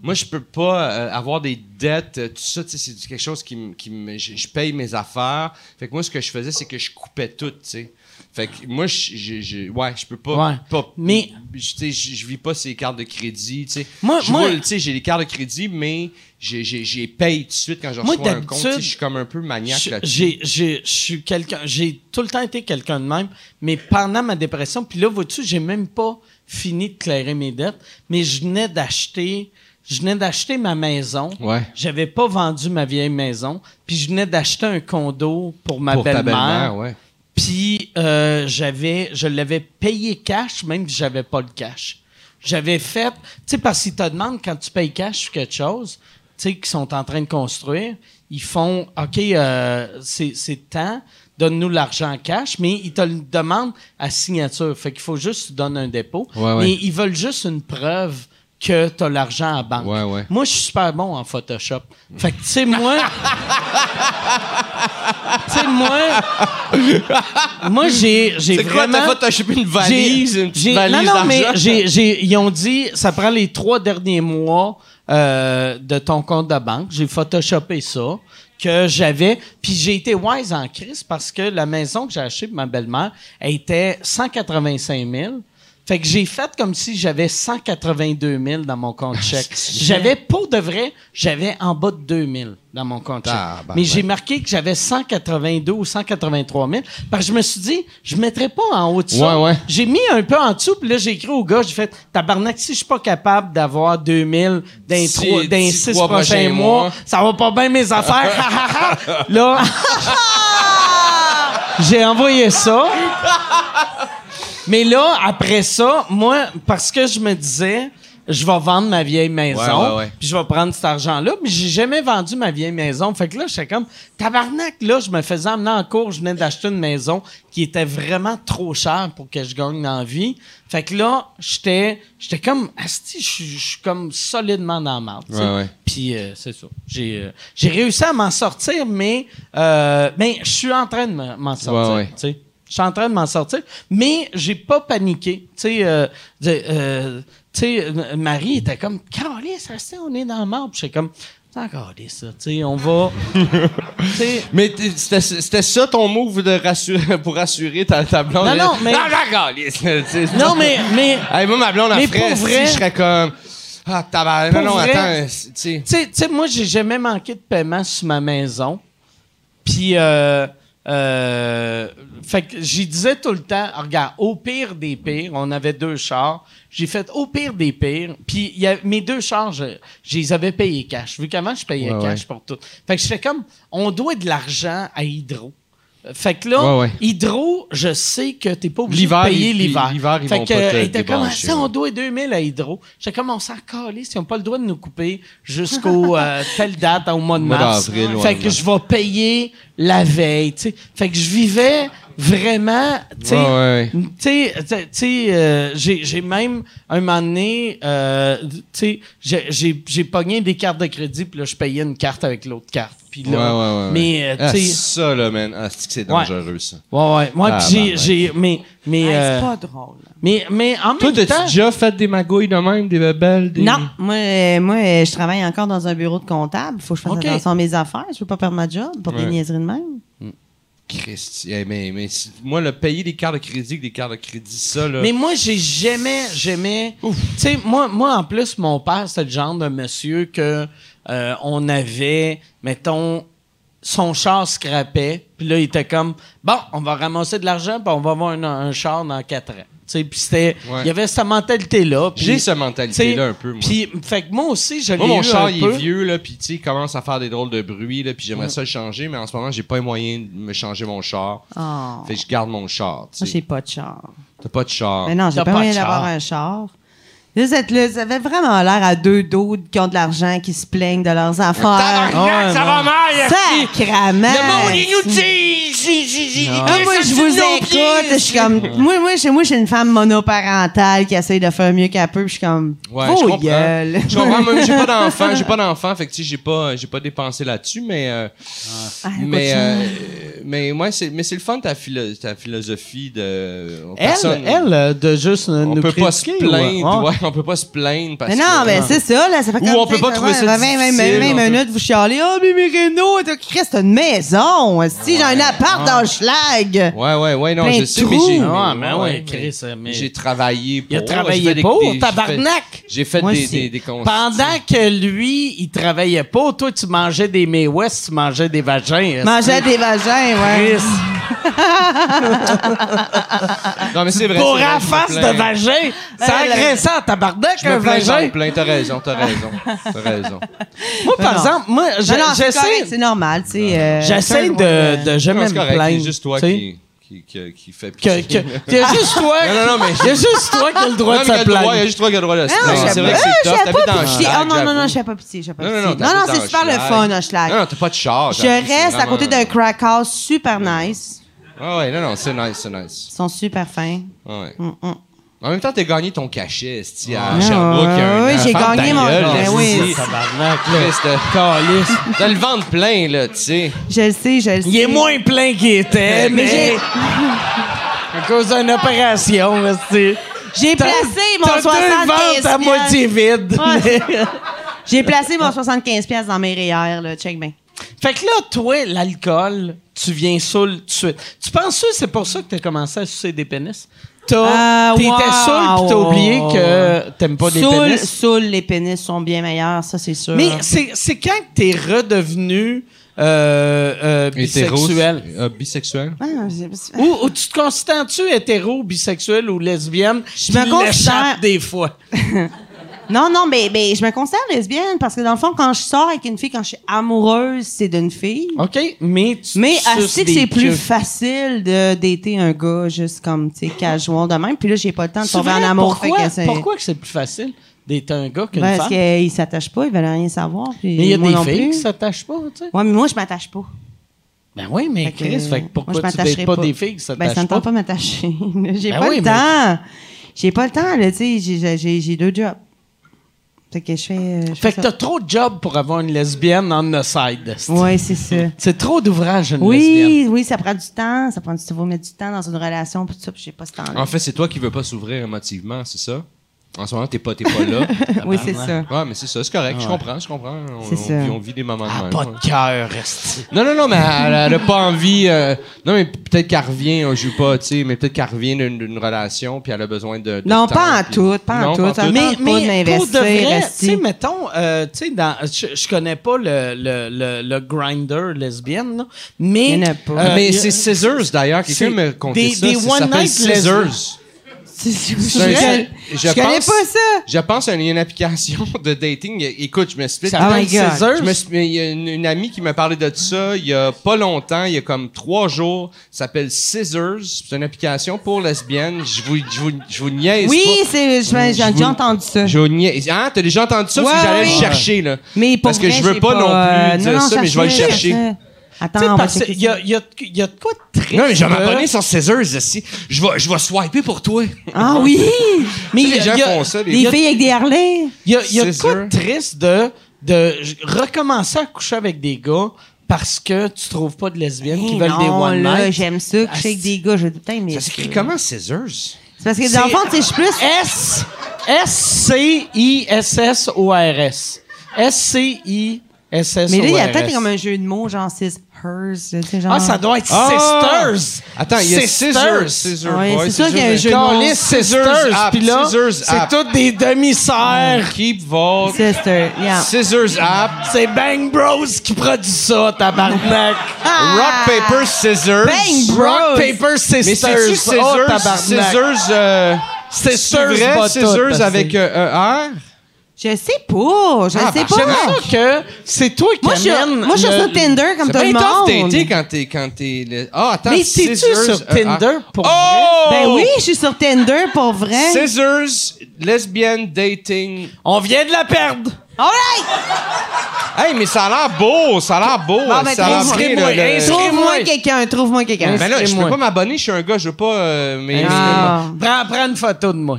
S5: Moi, je peux pas euh, avoir des dettes, euh, tout ça. Tu sais, c'est du- quelque chose qui me. qui me- Je je paye mes affaires. Fait que moi, ce que je faisais, c'est que je coupais tout, tu sais. Fait que moi, je. je- je- ouais, je peux pas.
S1: Ouais.
S5: pas-
S1: Mais-
S5: Je, tu sais, je, je vis pas ces cartes de crédit, tu sais.
S1: Moi-
S5: je
S1: moi-
S5: roule, tu sais, j'ai les cartes de crédit, mais j'ai- j'ai j'ai paye tout de suite quand je
S1: Moi,
S5: reçois un compte. tu sais,
S1: d'habitude,
S5: Je suis comme un peu maniaque
S1: Je-
S5: là-dessus.
S1: j'ai- j'ai- Je suis quelqu'un. J'ai tout le temps été quelqu'un de même, mais pendant ma dépression, puis là, vois-tu, j'ai même pas fini de clairer mes dettes, mais je venais d'acheter. Je venais d'acheter ma maison.
S5: Ouais.
S1: J'avais pas vendu ma vieille maison. Puis je venais d'acheter un condo pour ma
S5: Pour ta
S1: belle-mère.
S5: belle-mère, ouais.
S1: Puis euh, j'avais, je l'avais payé cash, même si j'avais pas le cash. J'avais fait, tu sais, parce qu'ils te demandent quand tu payes cash sur quelque chose, tu sais, qu'ils sont en train de construire, ils font, OK, euh, c'est c'est temps, donne-nous l'argent en cash, mais ils te le demandent à signature. Fait qu'il faut juste que tu donnes un dépôt.
S5: Ouais, ouais.
S1: Mais ils veulent juste une preuve que tu as l'argent à banque.
S5: Ouais, ouais.
S1: Moi, je suis super bon en Photoshop. Fait que, tu sais, moi. tu sais, moi. Moi, j'ai, j'ai
S5: C'est quoi,
S1: vraiment...
S5: t'as photoshopé une valise, une petite
S1: j'ai-
S5: valise
S1: Non, non, mais
S5: d'argent?
S1: j'ai, j'ai- ils ont dit, ça prend les trois derniers mois euh, de ton compte de banque. J'ai photoshopé ça que j'avais. Puis j'ai été wise en crise parce que la maison que j'ai achetée pour ma belle-mère elle était 185 000. Fait que j'ai fait comme si j'avais 182 000 dans mon
S5: Ah,
S1: compte chèque. J'avais, pour de vrai, j'avais en bas de 2 000 dans mon compte chèque.
S5: Tabarnak.
S1: Mais j'ai marqué que j'avais 182 ou 183 000 parce que je me suis dit, je ne mettrais pas en haut de ça.
S5: Ouais, ouais.
S1: J'ai mis un peu en dessous, puis là, j'ai écrit au gars, j'ai fait Tabarnak, si je suis pas capable d'avoir 2000 dans
S5: D'ici-
S1: trois- dans les
S5: d'ici
S1: six
S5: trois
S1: prochains,
S5: prochains
S1: mois,
S5: mois.
S1: ça va pas bien mes affaires. là, j'ai envoyé ça. Mais là, après ça, moi, parce que je me disais, je vais vendre ma vieille
S5: Ouais, ouais,
S1: maison,
S5: ouais.
S1: puis je vais prendre cet argent-là, mais j'ai jamais vendu ma vieille maison. Fait que là, j'étais comme, tabarnak, là, je me faisais emmener en cours, je venais d'acheter une maison qui était vraiment trop chère pour que je gagne dans la vie. Fait que là, j'étais, j'étais comme, asti, je suis- je suis comme solidement dans la marde, tu sais.
S5: Ouais, ouais.
S1: Puis euh, c'est ça. J'ai, euh, j'ai réussi à m'en sortir, mais euh, ben, je suis en train de m- m'en sortir.
S5: Ouais, ouais.
S1: tu sais. Je suis en train de m'en sortir, mais j'ai pas paniqué. Tu sais, euh, de- euh, tu sais, euh, Marie était comme, Carlis, restez, on est dans le marbre. J'étais comme, encore ça. Tu sais, on va. Tu sais,
S5: Mais t- c'était c'était ça ton move de rassurer, pour rassurer ta, ta blonde?
S1: Non,
S5: Elle-
S1: non, mais-
S5: Ah, la calisse, là, tu sais.
S1: non, mais, mais
S5: Hey, moi, ma blonde,
S1: Mais
S5: après,
S1: pour
S5: si
S1: vrai-
S5: je serais comme... Ah, tabarnak,
S1: Pour
S5: non, non,
S1: vrai-
S5: attends, c'est- tu sais...
S1: Tu sais- tu sais, moi, j'ai jamais manqué de paiement sur ma maison. Puis, euh, euh, fait que j'y disais tout le temps, regarde, au pire des pires, on avait deux chars. J'ai fait au pire des pires. Puis, il y a- mes deux chars, je, je les avais payés cash. Vu qu'avant, je payais
S5: Ouais,
S1: cash pour tout. Fait que je fais comme, on doit de l'argent à Hydro. Fait que là,
S5: Ouais, ouais.
S1: Hydro, je sais que t'es pas obligé
S5: L'hiver,
S1: de payer
S5: ils-
S1: l'hiver.
S5: l'hiver, ils
S1: fait
S5: vont
S1: que,
S5: pas te
S1: euh, il était comme,
S5: débrancher,
S1: ça, on
S5: ouais.
S1: doit 2000 à Hydro. J'ai commencé à caler, ils n'ont pas le droit de nous couper jusqu'au euh, telle date, au mois de
S5: Mois
S1: mars.
S5: d'avril, ouais,
S1: fait que
S5: ouais.
S1: je vais payer la veille, tu sais. Fait que je vivais vraiment, tu sais,
S5: Ouais, ouais.
S1: tu sais, tu sais, tu sais, euh, j'ai j'ai même un moment donné, euh, tu sais, j'ai- j'ai j'ai pogné des cartes de crédit, puis là, je payais une carte avec l'autre carte. Puis
S5: Ouais, ouais,
S1: là,
S5: ouais, ouais.
S1: mais euh,
S5: Ah,
S1: tu sais,
S5: ça, là, man. Ah, c'est que c'est dangereux, ça.
S1: ouais, ouais, moi,
S5: Ah,
S1: puis j'ai-
S5: ben,
S1: j'ai, mais, mais,
S4: Hey,
S1: euh,
S4: c'est pas drôle.
S1: mais, mais en
S5: Toi,
S1: même
S5: t'as-tu
S1: temps,
S5: déjà fait des magouilles de même, des bebelles? Des...
S4: Non, moi, euh, moi, euh, je travaille encore dans un bureau de comptable. Faut que je fasse
S1: Ok.
S4: attention à mes affaires. Je veux pas perdre ma job pour
S5: Ouais.
S4: des niaiseries de même.
S5: Christi, eh, mais, mais si- moi, le payer des cartes de crédit, que des cartes de crédit, ça, là.
S1: mais moi, j'ai jamais, jamais, tu sais, moi, moi, en plus, mon père, c'est le genre de monsieur que euh, on avait, mettons, son char scrapait, puis là, il était comme, bon, on va ramasser de l'argent, puis on va avoir un, un char dans quatre ans. Tu sais, puis c'était,
S5: Ouais.
S1: il y avait cette mentalité-là. puis-
S5: J'ai cette mentalité-là
S1: tu sais,
S5: un peu, moi.
S1: Puis, fait que moi aussi, je l'ai
S5: Moi, mon
S1: eu
S5: char,
S1: un
S5: il
S1: peu.
S5: est vieux, là, puis tu sais, il commence à faire des drôles de bruit, là, puis j'aimerais ça le changer, mais en ce moment, j'ai pas les moyens de me changer mon char.
S1: Ah.
S4: Oh.
S5: Fait que je garde mon char, tu
S4: Moi, j'ai
S5: sais.
S4: pas de char.
S5: T'as pas de char.
S4: Mais non, j'ai
S1: T'as
S4: pas,
S1: pas de
S4: moyen
S1: char.
S4: d'avoir un char. Là, Vous êtes là, vous avez vraiment l'air à deux dos qui ont de l'argent, qui se plaignent de leurs affaires.
S1: Ouais, non.
S4: Sacrament! Ah, moi, je vous écoute. Je suis comme, moi, moi, chez moi, j'ai une femme monoparentale qui essaye de faire mieux qu'elle peut. puis Je suis comme,
S5: Ouais,
S4: Vos
S5: je comprends.
S4: gueules.
S5: Je comprends, moi, j'ai pas d'enfant, j'ai pas d'enfant, fait que tu sais, j'ai pas, j'ai pas dépensé là-dessus, mais, euh,
S4: Ah,
S5: mais,
S4: continue.
S5: euh, mais, ouais, c'est, mais c'est le fun ta, philo- ta philosophie de.
S1: Elle,
S5: personne-
S1: elle, euh, de juste euh,
S5: on
S1: nous
S5: peut pas se
S1: critiquer, ouais. Ah.
S5: plaindre,
S1: Ouais.
S5: ouais, on peut pas se plaindre parce
S4: Mais non,
S5: que. euh,
S4: mais c'est ça, là. Ça fait
S5: Ou
S4: comme
S5: on peut
S4: ça,
S5: pas
S4: ça,
S5: trouver ça
S4: ouais, 20, 20,
S5: difficile,
S4: 20,
S5: on peut-
S4: minutes, vous chialez. Ah, mais mais Renaud, t'as Christ, t'as une maison. Si j'ai un appart
S5: Ah.
S4: dans le schlag.
S5: Ouais, ouais, ouais, non,
S4: Plein
S5: je
S4: de
S5: sais, mais
S4: trous.
S5: j'ai.
S1: Ah,
S5: mais
S1: mais
S5: ouais,
S1: ouais,
S5: mais
S1: Chris, euh, mais-
S5: J'ai travaillé pour.
S1: Il a
S5: j'ai fait
S1: travaillé
S5: Oh, des-
S1: pour,
S5: des-
S1: tabarnak!
S5: J'ai fait
S4: Moi
S5: des,
S4: aussi.
S5: des, des cons-
S1: Pendant que lui, il travaillait pas, toi, tu mangeais des May West, tu mangeais des vagins.
S4: Mangeais des vagins, ouais.
S1: Chris.
S5: Non, mais c'est vrai.
S1: Pour
S5: c'est vrai,
S1: la
S5: je me
S1: face
S5: plains.
S1: de vagin, c'est
S4: Euh, la-
S1: agressant, tabarnak,
S5: Je
S1: un
S5: me plains, j'en
S1: vagin.
S5: me plains, t'as raison, t'as raison. T'as raison.
S1: Moi, par
S4: Non.
S1: exemple, moi, je-
S4: Non, non, c'est correct,
S1: j'essaie
S4: c'est normal, tu sais. euh, t'as
S1: j'essaie
S4: le droit
S1: de, de
S5: Non,
S1: jamais
S5: c'est
S1: me
S5: correct,
S1: plaindre.
S5: C'est juste toi
S1: tu sais.
S5: qui, qui, qui, qui fait
S1: Que,
S5: pitié.
S1: que, il y a juste toi.
S5: Non, non, non, mais-
S1: Il y a juste toi qui a le droit
S5: non,
S1: de se
S5: mais il y a le droit, il y a
S1: plaindre.
S5: juste trois qui a le droit de se
S4: Ah,
S5: plaindre.
S4: j'avais-
S5: C'est vrai que
S4: ah,
S5: c'est tough.
S4: j'avais
S5: T'habites
S4: pas
S5: dans le
S4: pitié.
S5: schlag,
S4: Ah, non, non, non,
S5: j'avoue.
S4: je fais pas pitié, je fais pas
S5: Non,
S4: pitié.
S5: non, non,
S4: Non, non,
S5: t'habites
S4: c'est
S5: dans
S4: super
S5: le
S4: le
S5: schlag.
S4: fun, un schlag.
S5: Non, non, t'as pas de char.
S4: Je
S5: j'avoue, c'est
S4: reste à
S5: vraiment-
S4: côté d'un crack house super nice.
S5: Ah ouais, non, non, c'est nice, c'est nice.
S4: Ils sont super fins.
S5: Ah ouais.
S4: Mm, mm.
S5: En même temps, t'as gagné ton cachet, esti, à
S4: Ouais,
S5: Sherbrooke. il y a un
S4: ouais,
S5: an.
S4: Ah, j'ai
S5: Ferme ta
S4: gagné mon-
S5: gueule,
S4: Ben
S5: esti.
S4: oui.
S1: Tabarnak, là.
S5: Christ, t'as-
S1: Calisse.
S5: T'as le ventre plein, là, tu sais.
S4: Je le sais, je le sais.
S1: Il est moins plein qu'il était,
S5: Mais
S1: mais. À cause d'une opération, là, c'est.
S4: J'ai
S1: T'as-
S4: placé mon
S1: t'as deux
S4: 75
S1: ventes à moitié vide.
S4: Ouais.
S1: mais-
S4: J'ai placé mon 75 pièces dans mes REER, là. Check bien.
S1: fait que là, toi, l'alcool, tu viens saoul tout de suite. Tu penses que c'est pour ça que t'as commencé à sucer des pénis? T'as,
S4: Euh,
S1: t'étais
S4: wow.
S1: saoul pis t'as oublié que t'aimes pas les
S4: Soul,
S1: pénis.
S4: soul, les pénis sont bien meilleurs, ça, c'est sûr.
S1: Mais c'est, c'est quand que t'es redevenu euh, euh, bisexuel?
S5: Euh, bisexuel.
S4: Ah, c'est-
S1: Ou, ou tu te considères-tu hétéro, bisexuel ou lesbienne? Je
S4: me considère-
S1: des fois.
S4: Non, non, mais, mais je me considère lesbienne parce que dans le fond, quand je sors avec une fille, quand je suis amoureuse, c'est d'une fille.
S1: OK, mais Ah, tu
S4: Mais
S1: tu
S4: assez
S1: suces
S4: que
S1: des
S4: c'est plus
S1: queues.
S4: facile de dater un gars juste comme, tu sais, casual de même. Puis là, j'ai pas le temps de
S1: C'est
S4: tomber en
S1: vrai?
S4: amour. fait
S1: Pourquoi,
S4: que c'est-
S1: pourquoi que c'est plus facile d'être un gars qu'une
S4: Parce
S1: femme?
S4: qu'ils s'attachent pas, ils veulent rien savoir. Puis
S1: Mais il y a
S4: moi
S1: des
S4: non
S1: filles
S4: plus.
S1: qui s'attachent pas, tu sais.
S4: Ouais, mais moi, je m'attache pas.
S1: Ben oui, mais
S4: Fait que,
S1: Chris, fait que
S4: moi,
S1: pourquoi
S4: je
S1: tu
S4: m'attacherai
S1: dates pas,
S4: pas.
S1: des filles qui
S4: Ben,
S1: s'attachent
S4: ça me
S1: pas?
S4: tente pas de m'attacher. j'ai
S1: Ben
S4: pas
S1: oui,
S4: le
S1: mais-
S4: temps. J'ai pas le temps, là, tu sais. j'ai- j'ai- J'ai j'ai deux jobs. Fait que je fais. euh, je
S1: Fait
S4: fais
S1: que
S4: ça.
S1: t'as trop de jobs pour avoir une lesbienne on the side. c'est-
S4: Ouais, c'est ça.
S1: C'est trop d'ouvrage, une lesbienne.
S4: Oui, oui, ça prend du temps. Ça prend du temps. Faut mettre du temps dans une relation. Puis tout ça, puis j'ai pas ce temps-là.
S5: En fait, c'est toi qui veux pas s'ouvrir émotivement, c'est ça? En ce moment, t'es pas, t'es pas là.
S4: oui, c'est ça.
S5: Ouais, mais c'est ça, c'est correct, je comprends, je comprends. On,
S4: C'est
S5: on
S4: ça.
S5: vit, on vit des moments de
S1: Ah,
S5: même,
S1: pas
S5: ouais.
S1: de cœur, esti.
S5: Non, non, non, mais elle, elle a pas envie. euh, non, mais peut-être qu'elle revient, on joue pas, tu sais, mais peut-être qu'elle revient d'une d'une relation, puis elle a besoin de. de
S4: Non,
S5: temps,
S4: pas en
S5: puis-
S4: tout, pas en
S5: Non,
S4: tout.
S5: pas
S4: Mais-
S1: mais,
S4: tente pas
S1: mais pour de
S4: d'investir,
S1: vrai, tu
S4: esti.
S1: sais, mettons, euh, tu sais, dans- je, je connais pas le, le, le, le grinder lesbienne, là, mais.
S4: Il y en a pas.
S1: euh,
S5: mais
S1: il y a-
S5: c'est Scissors, d'ailleurs. Quelqu'un
S1: c'est
S5: me contait
S1: des-
S5: ça.
S1: des
S5: ça
S1: one
S5: s'appelle
S1: night
S5: Scissors.
S1: lesbiennes.
S4: C'est- Je, je,
S5: un-
S4: je-
S5: Ben, je
S4: je connais
S5: pense-
S4: pas ça.
S5: Je pense à une, une application de dating. Écoute, je m'explique.
S4: Ça- Oh my God.
S1: Scissors?
S5: Je me suis- mais il y a une, une amie qui m'a parlé de ça il y a pas longtemps, il y a comme trois jours. Ça s'appelle Scissors. C'est une application pour lesbiennes. Je vous, je vous, je vous niaise
S4: Oui,
S5: pas.
S4: c'est, je- j'ai déjà
S5: Je vous-
S4: entendu ça.
S5: Je vous niaise. Hein, t'as déjà entendu ça? parce que
S4: Ouais,
S5: j'allais
S4: oui.
S5: le chercher, là.
S4: Mais pour
S5: Parce que
S4: vrai,
S5: je veux
S4: j'ai
S5: pas non plus
S4: euh,
S5: dire ça, mais je vais le
S4: cherche-le,
S5: chercher.
S1: Tu
S4: cherche-le.
S1: sais,
S4: euh, Attends, on va
S1: parce
S4: checker
S1: qu'il y
S4: ça.
S1: a, il y a de- il y a de quoi de très.
S5: Non, mais je vais
S1: euh,
S5: m'abonner sur Scissors ici. Je vais, je vais swiper pour toi.
S4: Ah oui!
S1: Mais il y
S5: Tu sais, les gens
S1: a- il y a-
S5: font ça, les
S4: Des filles avec des harlais.
S1: Il y a, il y a de
S5: Scissor.
S1: quoi de triste de, de j- recommencer à coucher avec des gars parce que tu trouves pas de lesbiennes qui
S4: Eh
S1: veulent des
S4: non,
S1: one
S4: là,
S1: night.
S4: J'aime ça, que je suis avec des gars. Je putain, mais.
S5: Ah, Ça s'écrit comment, Scissors? Ah,
S4: C'est parce que dans le fond, tu sais, je suis plus.
S1: S S C I S S O R S. S C I S S O R S.
S4: Mais là, il y a peut-être comme un jeu de mots, genre cis, hers. tu sais, genre-
S1: Ah, ça doit être
S5: Ah!
S1: sisters.
S5: Attends, il y a Scissors. Scissors
S4: Ouais,
S5: Boy,
S4: c'est sûr qu'il y a un jeu
S5: Scissors
S4: de
S5: Girl.
S1: Calais
S4: mots.
S1: sisters.
S5: Scissors app,
S1: Puis là,
S5: scissors
S1: c'est
S5: app.
S1: toutes des demi-sœurs.
S5: Keep Vault.
S4: Sister, yeah.
S5: Scissors App.
S1: C'est Bang Bros qui produit ça, tabarnak.
S4: Ah!
S5: Rock, Paper, Scissors.
S4: Bang, bro.
S1: Rock,
S4: Bros.
S1: paper,
S5: Mais
S1: sisters.
S5: c'est-tu
S1: Oh,
S5: Scissors?
S1: tabarnak.
S5: Scissors, euh,
S1: Scissors,
S5: c'est
S1: pas
S5: vrai,
S1: tout,
S5: Scissors avec
S1: parce que-
S5: euh, un R?
S4: Je sais pas, je
S5: Ah,
S4: sais
S5: bah,
S1: J'aime
S4: pas.
S1: ça que c'est toi qui
S4: Moi, je suis
S1: amène
S4: moi, je suis
S1: le-
S4: sur Tinder comme
S5: C'est
S4: tout le
S5: bien tough dater
S4: monde.
S5: quand t'es... quand t'es le- Ah, attends,
S1: Mais t'es-tu
S5: Scissors,
S1: sur
S5: euh, ah.
S1: Tinder pour
S5: Oh!
S4: Ben oui, je suis sur Tinder pour vrai.
S5: ah. Scissors, lesbienne, dating.
S1: On vient de la perdre.
S4: All right!
S5: Hey, mais ça a l'air beau, ça a l'air beau.
S4: Bon, ben,
S5: ça a l'air
S4: trouve-moi-
S5: bien, là, le-
S4: Trouve-moi quelqu'un, trouve-moi quelqu'un.
S5: Ben Euh, là, je
S1: Inscris-moi.
S5: peux pas m'abonner, je suis un gars, je veux pas... euh, mais...
S4: Ah.
S1: Prends, prends une photo de moi.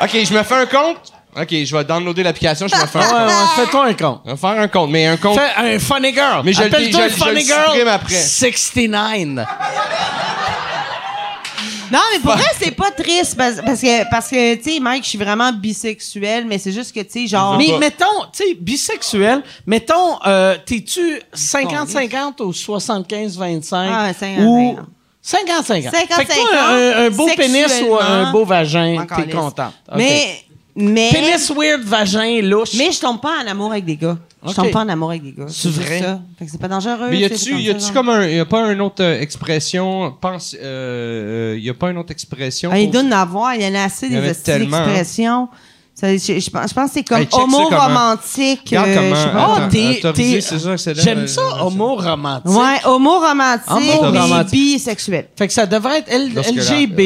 S5: OK, je me fais un compte. OK, je vais downloader l'application, je me fais un
S1: Ouais,
S5: compte.
S1: ouais,
S4: Ah.
S1: fais-toi un compte.
S5: Je vais faire un compte, mais un compte...
S1: Fais un funny girl.
S5: Mais je le-
S1: Appelle-toi
S5: je le- je
S1: funny
S5: le
S1: girl
S5: supprime après.
S1: 69.
S4: Non, mais pour vrai, c'est pas triste parce, parce que, parce que tu sais, Mike, je suis vraiment bisexuelle, mais c'est juste que, tu sais, genre.
S1: Mais
S5: pas.
S1: mettons, tu sais, bisexuel, mettons, euh, t'es-tu 50-50 ou 75-25?
S4: Ah, 50-50.
S1: Ou 50-50. Fait que toi, un, un beau pénis ou un beau vagin,
S4: Encore
S1: t'es
S4: lisse.
S1: contente. OK.
S4: Mais. Mais.
S1: Pénis weird, vagin louche.
S4: Mais je tombe pas en amour avec des gars. Je
S1: Ok.
S4: tombe pas en amour avec des gars.
S1: C'est
S4: juste
S1: vrai?
S4: ça. Fait que c'est pas dangereux.
S5: Mais y
S4: tu sais,
S5: a-tu
S4: c'est
S5: y
S4: ça,
S5: a-tu
S4: genre.
S5: comme un y a pas une autre euh, expression pense euh, euh, y a pas une autre expression
S4: Ah, il
S5: pour-
S4: doit en avoir. Il y en a assez
S5: Il y en
S4: des
S5: a
S4: hosties
S5: tellement, hein.
S4: d'expressions. Ça, je, je pense je pense que c'est comme
S5: Hey, check ça
S4: homo
S5: comment.
S4: romantique. euh,
S5: Regarde comment-
S1: Oh,
S4: Ah,
S5: Attends,
S1: t'es.
S5: autorisé,
S1: t'es-
S5: c'est sûr que c'est là,
S1: J'aime
S5: euh,
S1: ça,
S5: euh,
S1: homo romantique.
S4: Oh, ouais, homo romantique,
S1: Homo
S4: mais
S1: romantique.
S4: bisexuel.
S1: Fait que ça devrait être L-
S5: Lorsque la-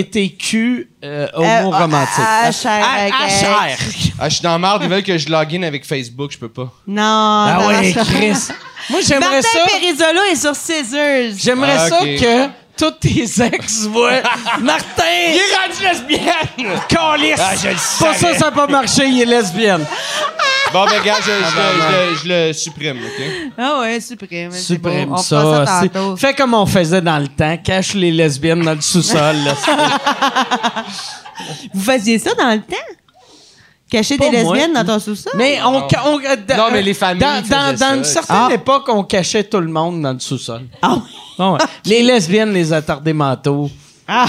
S1: LGBTQ euh,
S4: Euh,
S1: homo romantique.
S4: ah, HR,
S1: Ah,
S4: avec-
S1: HR.
S5: Ah, je suis dans la merde, ils veulent que je login avec Facebook, je peux pas.
S4: Non,
S1: Ah
S4: non,
S1: ouais,
S4: non.
S1: Chris. Moi, j'aimerais
S4: Martin
S1: ça.
S4: Perisolo est sur Scissors.
S1: J'aimerais
S5: Ah, ok.
S1: ça que tous tes ex voient Martin. Il est rendu lesbienne. Calice.
S5: Ah, je le
S1: Pas
S5: savais.
S1: ça, ça n'a pas marché. Il est lesbienne.
S5: Bon ben gars, je, je, le- je le- je le supprime, OK
S4: Ah ouais, suprême. c'est beau.
S1: Supprime
S4: On
S1: ça.
S4: fera ça
S1: c'est-
S4: tantôt.
S1: Fais comme on faisait dans le temps. Cache les lesbiennes dans le sous-sol. là.
S4: Vous faisiez ça dans le temps? Cacher
S1: Pas
S4: des
S1: moi.
S4: lesbiennes dans ton sous-sol?
S1: Mais on,
S5: Non.
S1: ca- on- dans-
S5: mais les familles
S1: Dans, dans,
S5: faisaient
S1: dans
S5: ça.
S1: une certaine
S4: Ah.
S1: époque, on cachait tout le monde dans le sous-sol.
S4: Ah oui.
S1: Ah ouais. les lesbiennes, les attardés mentaux,
S4: Ah!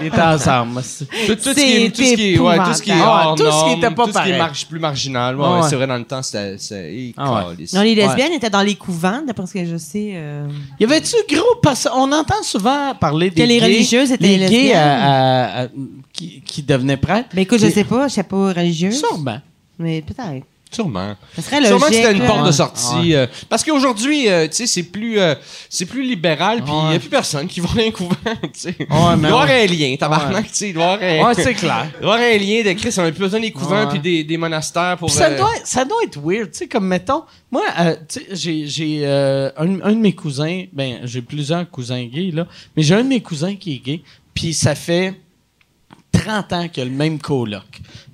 S1: ils étaient ensemble. aussi.
S5: Tout, tout ce qui est tout ce qui est ouais, tout ce qui est
S4: épouvantable.
S5: hors
S1: Ouais, euh, tout ce qui
S5: norme,
S1: était pas
S5: Ah, tout ce qui
S1: pareil.
S5: est marge plus marginal. Ouais,
S1: Ah
S5: ouais,
S1: ouais.
S5: c'est vrai dans le temps c'était c'est
S1: Ah ouais.
S4: Non, les lesbiennes étaient dans les couvents, d'après ce que je sais. euh.
S1: Y avait-tu gros parce qu'on entend souvent parler des
S4: Que les
S1: gays,
S4: religieuses étaient
S1: les gays
S4: lesbiennes.
S1: à- à- à- qui, qui ben. devenaient prêtres.
S4: Ben écoute, je
S1: Mais-
S4: sais pas, je suis pas religieuse.
S1: Sûrement.
S4: Mais peut-être.
S5: Sûrement.
S4: Ça serait logique.
S5: Sûrement que c'était une
S4: là.
S5: porte de
S1: Ah,
S5: sortie. euh, parce qu'aujourd'hui, euh, tu sais, c'est plus, euh, c'est plus libéral, puis il
S1: Ah, Ouais.
S5: n'y a plus personne qui va rien couvert, tu sais. il
S1: mais
S5: doit y avoir
S1: ouais.
S5: un lien, tabarnak, tu sais. Il doit y avoir un,
S1: Ouais, c'est clair.
S5: il doit y avoir un lien de Christ. On a plus besoin des couvents
S1: Ouais.
S5: puis des, des monastères pour...
S1: Puis ça,
S5: euh,
S1: doit, ça doit être weird, tu sais, comme mettons, moi, euh, tu sais, j'ai, j'ai euh, un, un de mes cousins, ben, j'ai plusieurs cousins gays, là, mais j'ai un de mes cousins qui est gay, puis ça fait 30 ans qu'il a le même coloc.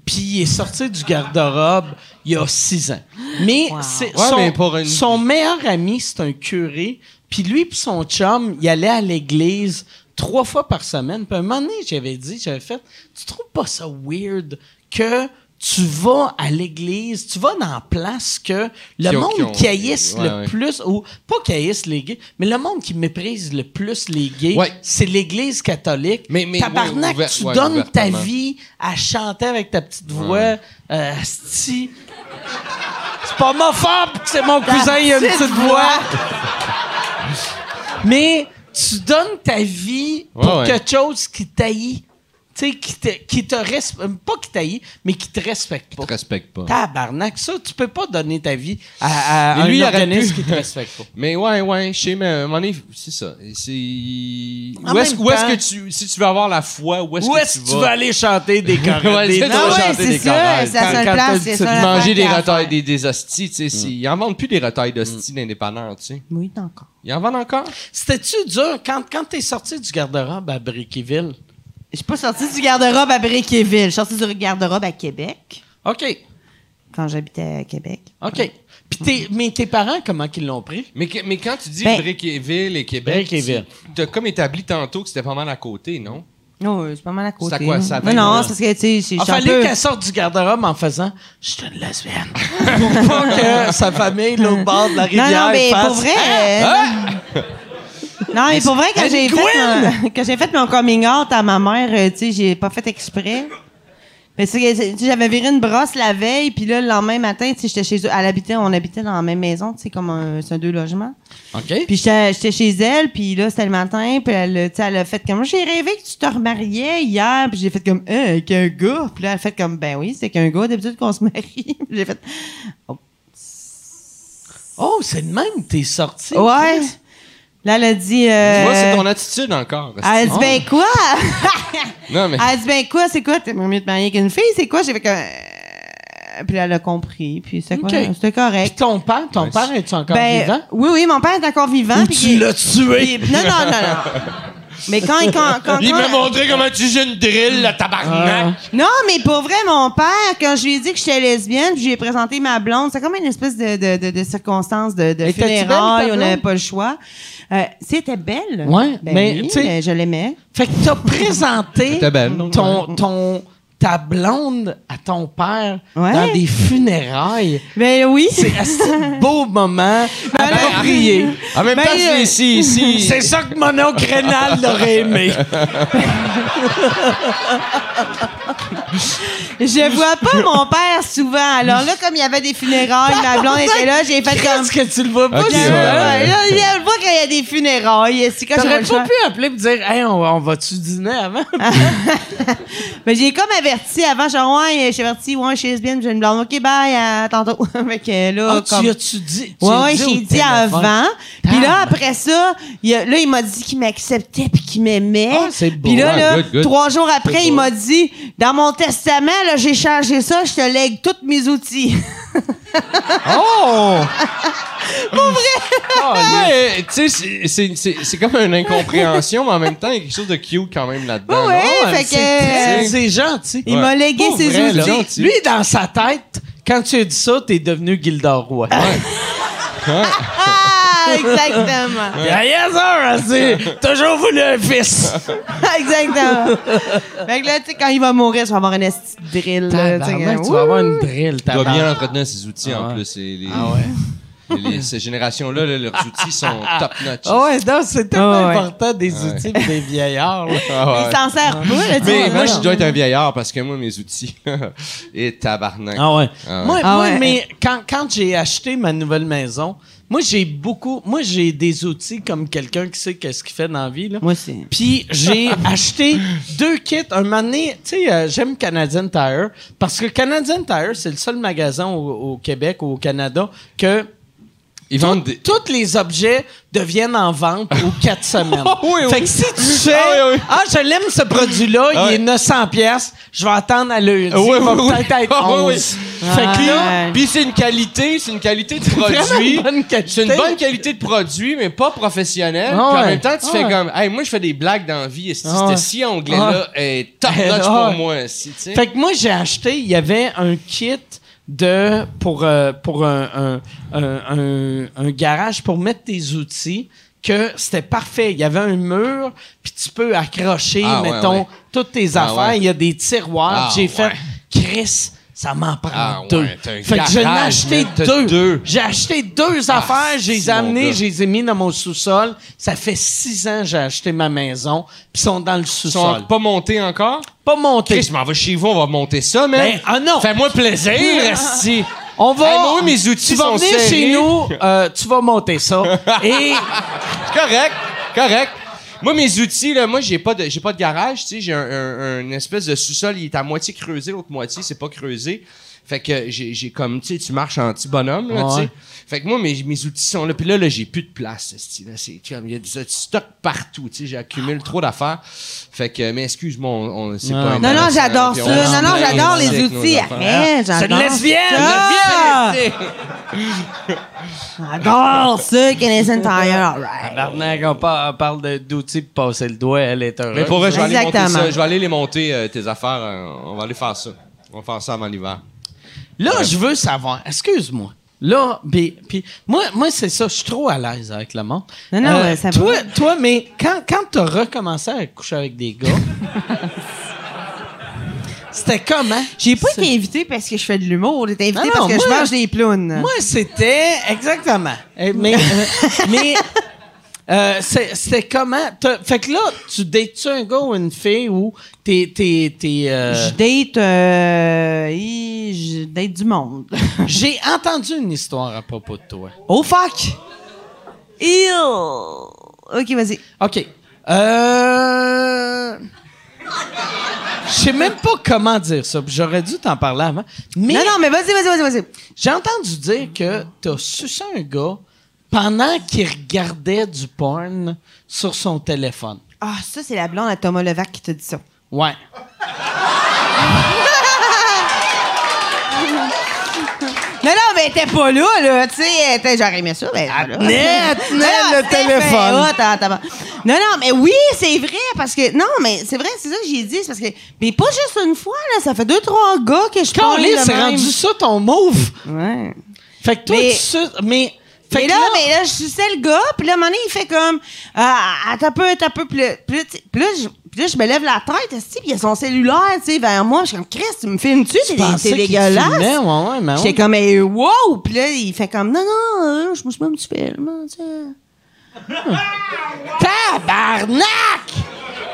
S1: Puis il est sorti du garde-robe il y a 6 ans. Mais,
S4: Wow.
S1: c'est,
S5: Ouais,
S1: son,
S5: mais pour une-
S1: son meilleur ami, c'est un curé, puis lui puis son chum, il allait à l'église trois fois par semaine. Puis à un moment donné, j'avais dit, j'avais fait, tu trouves pas ça weird que tu vas à l'église, tu vas dans la place que le
S5: Qui ont-
S1: monde
S5: qui ont-
S1: qui haïsse
S5: ouais,
S1: le
S5: ouais.
S1: plus, ou pas qui haïsse les gays, mais le monde qui méprise le plus les gays,
S5: Ouais.
S1: c'est l'église catholique.
S5: Mais- mais
S1: Tabarnak,
S5: ouais, ouvert-
S1: tu
S5: ouais,
S1: donnes ta
S5: ouvertement.
S1: vie à chanter avec ta petite voix.
S5: Ouais.
S1: euh, asti. c'est pas homophobe, que c'est mon cousin, il a une petite voix. Mais tu donnes ta vie pour
S5: Ouais, ouais.
S1: quelque chose qui taillit. Tu sais, qui te, qui te respe- Pas qui taillit, mais qui te respecte pas.
S5: te respecte pas.
S1: Tabarnak, ça, tu peux pas donner ta vie à, à
S5: Mais
S1: un
S5: lui, il aurait
S1: organisme
S5: pu.
S1: qui te respecte pas.
S5: Mais ouais, ouais, je sais, mais à un moment donné, c'est ça. C'est... Où
S1: En
S5: est-ce,
S1: même
S5: où est-ce
S1: temps-
S5: que tu. Si tu veux avoir la foi, où est-ce
S1: Où
S5: que
S1: est-ce
S5: tu
S1: que
S5: vas?
S1: tu vas aller chanter des chorales?
S5: Ouais, c'est
S1: des
S5: ça,
S1: danses?
S5: chanter
S4: ouais, c'est
S5: des
S4: ça,
S5: chorales.
S4: c'est la
S5: Quand-
S4: seule
S5: quand
S4: place, Mm.
S5: t'as-
S4: c'est
S5: tu-
S4: ça, la
S5: Manger
S4: seule
S5: des
S4: affaire.
S5: retails, des, des hosties, tu sais. c'est- Ils en vendent plus des retails d'hosties d'indépendants, tu sais.
S4: Oui, encore.
S5: Ils en vendent encore?
S1: C'était-tu dur quand, quand t'es sorti du garde-robe à Briqueville?
S4: Je suis pas sortie du garde-robe à Briqueville. Je suis sortie du garde-robe à Québec,
S1: OK,
S4: quand j'habitais à Québec.
S1: OK. Puis t'es- mais tes parents, comment qu'ils l'ont pris?
S5: Mais, que- mais quand tu dis
S4: Ben-
S5: Brickville et Québec,
S1: Brickville.
S5: tu- t'as comme établi tantôt que c'était pas mal à côté, non?
S4: Non, euh, c'est pas mal à côté.
S5: C'est à quoi, ça,
S4: hein.
S5: vingt
S4: Non, non,
S5: minutes?
S4: c'est parce que, tu sais, c'est- je
S1: Il
S4: suis un
S1: fallait
S4: peu-
S1: qu'elle sorte du garde-robe en faisant « Je suis une lesbienne. » Pour pas que sa famille, l'autre bord de la rivière, Ah!
S4: Non, non, mais
S1: fasse,
S4: pour vrai... euh, non. Non, mais pour vrai, quand j'ai fait, mon- quand j'ai fait mon coming out à ma mère, euh, tu sais, j'ai pas fait exprès. Mais tu sais, tu sais, j'avais viré une brosse la veille, puis là, le lendemain matin, tu sais, j'étais chez eux. Elle habitait, on habitait dans la même maison, tu sais, comme un, c'est un deux logements.
S1: OK.
S4: Puis j'étais j'étais chez elle, puis là, c'était le matin, puis elle, a- tu sais, elle a fait comme, j'ai rêvé que tu te remariais hier, puis j'ai fait comme, hein, avec un gars. Puis là, elle a fait comme, ben oui, c'est qu'un gars, d'habitude qu'on se marie. Puis j'ai fait,
S1: Oh, c'est de même que t'es sorti.
S4: ouais. Ben, Là, elle a dit, euh,
S5: Tu vois, c'est ton attitude encore.
S4: elle a dit, ben quoi?
S5: Non, mais.
S4: elle a dit, ben quoi, c'est quoi? T'aimerais mieux te marier qu'une fille, c'est quoi? J'ai fait comme, Euh, puis là, elle a compris, puis c'est quoi?
S1: Ok.
S4: C'était
S1: Puis
S4: correct.
S1: ton père, ton
S5: Ouais,
S1: père, es-tu encore
S4: Ben,
S1: vivant?
S4: oui, oui, mon père est encore vivant. puis il-
S1: tué?
S4: puis- Non, non, non, non. Mais quand, quand, quand, quand- Ah.
S5: montré comment utiliser une drill, la tabarnak!
S4: Non, mais pour vrai, mon père, quand je lui ai dit que j'étais lesbienne, puis je lui ai présenté ma blonde, c'est comme une espèce de, de, de, de circonstance de, de
S1: Était-tu belle, ta
S4: funérailles, on
S1: blonde?
S4: n'avait pas le choix. Euh, c'était belle.
S1: Ouais,
S4: Ben
S1: mais,
S4: oui,
S1: tu sais-
S4: mais je l'aimais.
S1: Fait que t'as présenté
S5: C'était belle, non?
S1: ton, ton, ta blonde à ton père
S4: Ouais.
S1: dans des funérailles.
S4: Ben oui.
S1: C'est un si beau moment approprié.
S5: En même
S4: Ben,
S5: temps, c'est
S4: euh,
S5: ici, ici.
S1: Ah, ben, C'est ça que mon oncle Rénal l'aurait aimé.
S4: Ben, Je vois pas mon père souvent. Alors là, comme il y avait des funérailles, ma blonde était là, j'ai fait comme.
S1: Est-ce que tu le vois pas?
S5: Ok,
S4: Là,
S1: tu-
S5: ouais.
S4: là, je vois qu'il y a des funérailles. C'est quand j'aurai
S1: T'aurais
S4: le
S1: pas
S4: choix.
S1: pu appeler et dire « Hey, on, on va-tu dîner avant?
S4: Mais j'ai comme averti avant, genre, ouais, je suis averti, ouais, je suis lesbienne, puis j'ai une blonde. OK, bye, à tantôt. Fait que là,
S1: Ah,
S4: comme-
S1: Tu as-tu dit? tu
S4: Ouais,
S1: as
S4: ouais,
S1: au
S4: j'ai dit
S1: téléphone?
S4: avant. Puis là,
S1: Tabarnak.
S4: après ça, il a- là, il m'a dit qu'il m'acceptait puis qu'il m'aimait.
S1: Ah, c'est beau.
S4: Puis là,
S5: Ouais,
S4: là,
S5: good, good.
S4: trois jours après,
S1: C'est
S4: il
S1: beau.
S4: m'a dit Dans mon testament, là, j'ai changé ça, je te lègue tous mes outils.
S5: Oh! Pour
S4: Ah,
S5: vrai! Ah, tu sais, c'est- c'est- c'est- c'est comme une incompréhension, mais en même temps, il y a quelque chose de cute quand même là-dedans.
S4: Ouais,
S5: non?
S4: fait
S1: Ah, C'est-
S4: que- euh,
S1: c'est- C'est gentil.
S4: Il m'a légué
S1: Pour
S4: ses
S1: vrai,
S4: outils.
S1: là.
S5: Gentil.
S1: Lui, dans sa tête, quand tu as dit ça, t'es devenu Gildor Roy.
S4: Ah, exactement.
S1: Ah, yes, sir, c'est toujours voulu un fils.
S4: Ah, exactement. Fait que là, tu sais, quand il va mourir, je vais avoir une esti de drill. là, tu sais, euh,
S1: Tabarnak,
S4: comme,
S1: tu vas avoir une drill,
S5: Il doit
S1: tabarnak.
S5: bien entretenir ses outils
S1: Ah
S5: en
S1: ouais.
S5: plus. et les-
S1: Ah ouais.
S5: les- ces générations-là, là, leurs outils sont top-notch.
S4: Oh,
S1: Ah ouais, non, c'est tellement
S4: Ah ouais.
S1: important des
S5: Ah ouais.
S1: outils pour des vieillards. là.
S5: Ah ouais.
S4: Il s'en sert pas, là, tu
S5: Mais
S4: sais,
S5: moi,
S4: là.
S5: je dois être un vieillard parce que moi, mes outils. et tabarnak.
S1: Ah ouais.
S5: Ah ouais.
S1: Moi,
S4: Ah
S1: moi,
S4: ouais.
S1: mais quand, quand j'ai acheté ma nouvelle maison, moi, j'ai beaucoup. Moi, j'ai des outils comme quelqu'un qui sait qu'est-ce qu'il fait dans la vie. Là.
S4: Moi aussi.
S1: Puis j'ai acheté deux kits. Un moment donné, tu sais, euh, j'aime Canadian Tire parce que Canadian Tire, c'est le seul magasin au, au Québec ou au Canada que
S5: Ils vendent des.
S1: tous les objets deviennent en vente aux quatre semaines.
S5: Ah oui, oui.
S1: Fait que si tu fais
S5: Ah
S1: ah,
S5: oui, oui.
S1: je l'aime ce produit là,
S5: Ah
S1: il
S5: oui.
S1: est 900 pièces, je vais attendre à lundi,
S5: oui,
S1: il va
S5: oui,
S1: peut-être
S5: oui.
S1: être Ah.
S5: Ah,
S1: 11.
S5: oui, oui.
S1: Fait que là,
S4: Ouais.
S5: Puis c'est une qualité, c'est une qualité de
S1: vraiment
S5: produit.
S1: une bonne qualité.
S5: C'est une bonne qualité de produit, mais pas professionnelle.
S1: Ah
S5: Puis en
S1: ouais.
S5: même temps, tu
S1: Ah
S5: fais
S1: ouais.
S5: comme, hey, moi, je fais des blagues dans la vie. Et si
S1: Ah
S5: ce
S1: ouais.
S5: si onglet-là est top-notch
S1: Ah
S5: pour
S1: ouais.
S5: moi, si, tu sais.
S1: Fait que moi, j'ai acheté, il y avait un kit de pour, euh, pour un, un- un- un- un garage pour mettre tes outils que c'était parfait. Il y avait un mur, puis tu peux accrocher,
S5: Ah, ouais,
S1: mettons,
S5: ouais.
S1: toutes tes
S5: Ah,
S1: affaires.
S5: ouais.
S1: Il y a des tiroirs.
S5: Ah,
S1: j'ai fait,
S5: ouais.
S1: Chris, ça m'en prend
S5: Ah,
S1: deux.
S5: ouais, t'as un
S1: fait que j'en ai
S5: garage,
S1: acheté
S5: man, t'as
S1: deux.
S5: deux.
S1: J'ai acheté deux
S5: Ah,
S1: affaires, je les
S5: si,
S1: ai
S5: mon
S1: amenées,
S5: gars.
S1: je les ai mis dans mon sous-sol. Ça fait six ans que j'ai acheté ma maison, puis ils sont dans le
S5: Ils sont
S1: sous-sol.
S5: pas montés encore?
S1: Pas montés.
S5: Chris, je m'en vais chez vous, on va monter ça, man.
S1: Ben, ah non!
S5: Fais-moi plaisir, esti.
S1: On va.
S5: Hey, moi, oui, mes outils
S1: tu vas
S5: sont
S1: venir
S5: serrés.
S1: chez nous, euh, tu vas monter ça. Et
S5: Correct, correct. Moi, mes outils, là, moi, j'ai pas de, j'ai pas de garage, tu sais, j'ai un, un- un espèce de sous-sol, il est à moitié creusé, l'autre moitié, c'est pas creusé. Fait que j'ai, j'ai comme, tu sais, tu marches en petit bonhomme, là, tu sais. Fait que moi, mes, mes outils sont là, puis là, là, j'ai plus de place, esti, là, c'est comme, il y a du stock partout, tu sais, j'accumule trop d'affaires. Fait que, mais excuse-moi, on, on- c'est pas
S4: Non, non,
S5: intéressant,
S4: j'adore
S5: puis
S4: ça.
S5: on se
S4: Non, non,
S5: plaint
S4: j'adore les
S5: avec nos
S4: outils.
S5: affaires.
S4: Arrête, j'adore.
S1: C'est une lesbienne!
S4: ça.
S1: lesbienne, c'est-
S4: Ah! J'adore ça, Canadian Tire. All right.
S1: Tabarnak, on par- on parle de- d'outils pour passer le doigt, elle est heureuse.
S5: Mais pour eux, je vais aller monter
S4: Exactement.
S5: ça. Je vais aller les monter, euh, tes affaires. euh, on va aller faire ça. On va faire ça avant l'hiver.
S1: Là, je veux savoir, excuse-moi. Là, puis puis moi, moi c'est ça, je suis trop à l'aise avec le monde. Euh,
S4: Non, non, ouais, ça
S1: toi,
S4: va.
S1: toi, mais quand, quand t'as recommencé à coucher avec des gars, c'était comment?
S4: J'ai pas
S1: C'est-
S4: été invitée parce que je fais de l'humour. J'ai été invitée
S1: Non,
S4: parce que
S1: non,
S4: je
S1: moi-
S4: mange des plounes.
S1: Moi, c'était exactement. Eh, Mais, euh, mais euh, c'est- c'était comment? T'as- Fait que là, tu dates un gars ou une fille ou t'es. t'es, t'es, euh,
S4: Je date, euh, hi, je date du monde.
S1: J'ai entendu une histoire à propos de toi.
S4: oh fuck! Ew! Ok, vas-y.
S1: OK. Euh. Je sais même pas comment dire ça. puis J'aurais dû t'en parler avant. Mais
S4: Non, non, mais vas-y, vas-y, vas-y, vas-y.
S1: j'ai entendu dire que t'as sucé un gars pendant qu'il regardait du porn sur son téléphone.
S4: Ah, ça, c'est la blonde à Thomas Levac qui te dit ça.
S1: Ouais.
S4: Non, non, mais t'es pas là, là. Tu sais, elle était- j'aurais aimé ça, mais. voilà.
S1: tenait, elle tenait
S4: Non, non,
S1: le
S4: c'était fait
S1: téléphone.
S4: hot, hein, t'as pas- Non, non, mais oui, c'est vrai, parce que. Non, mais c'est vrai, c'est ça que j'ai dit. c'est parce que. Mais pas juste une fois, là. Ça fait deux, trois gars que je
S1: Quand
S4: parle
S1: c'est
S4: de même.
S1: rendu ça ton move.
S4: Ouais.
S1: Fait que toi,
S4: Mais-
S1: tu suces. Mais. Fait
S4: mais
S1: que
S4: là, mais là, je suçais le gars, puis là, à un moment donné, il fait comme, ah, t'as peu, t'as peu, puis là, puis là, tu sais, puis là, je, puis là, je me lève la tête, esti, puis il y a son cellulaire, tu sais, vers moi, je suis comme, Chris, tu me filmes-tu? C'est
S1: je pensais
S4: c'est
S1: qu'il te filmait,
S4: dégueulasse.
S1: ouais, ouais, mais ouais.
S4: J'étais comme, eh, wow! Puis là, il fait comme, non, non, euh, je me suis même tu filmes, tu sais.
S1: Tabarnak!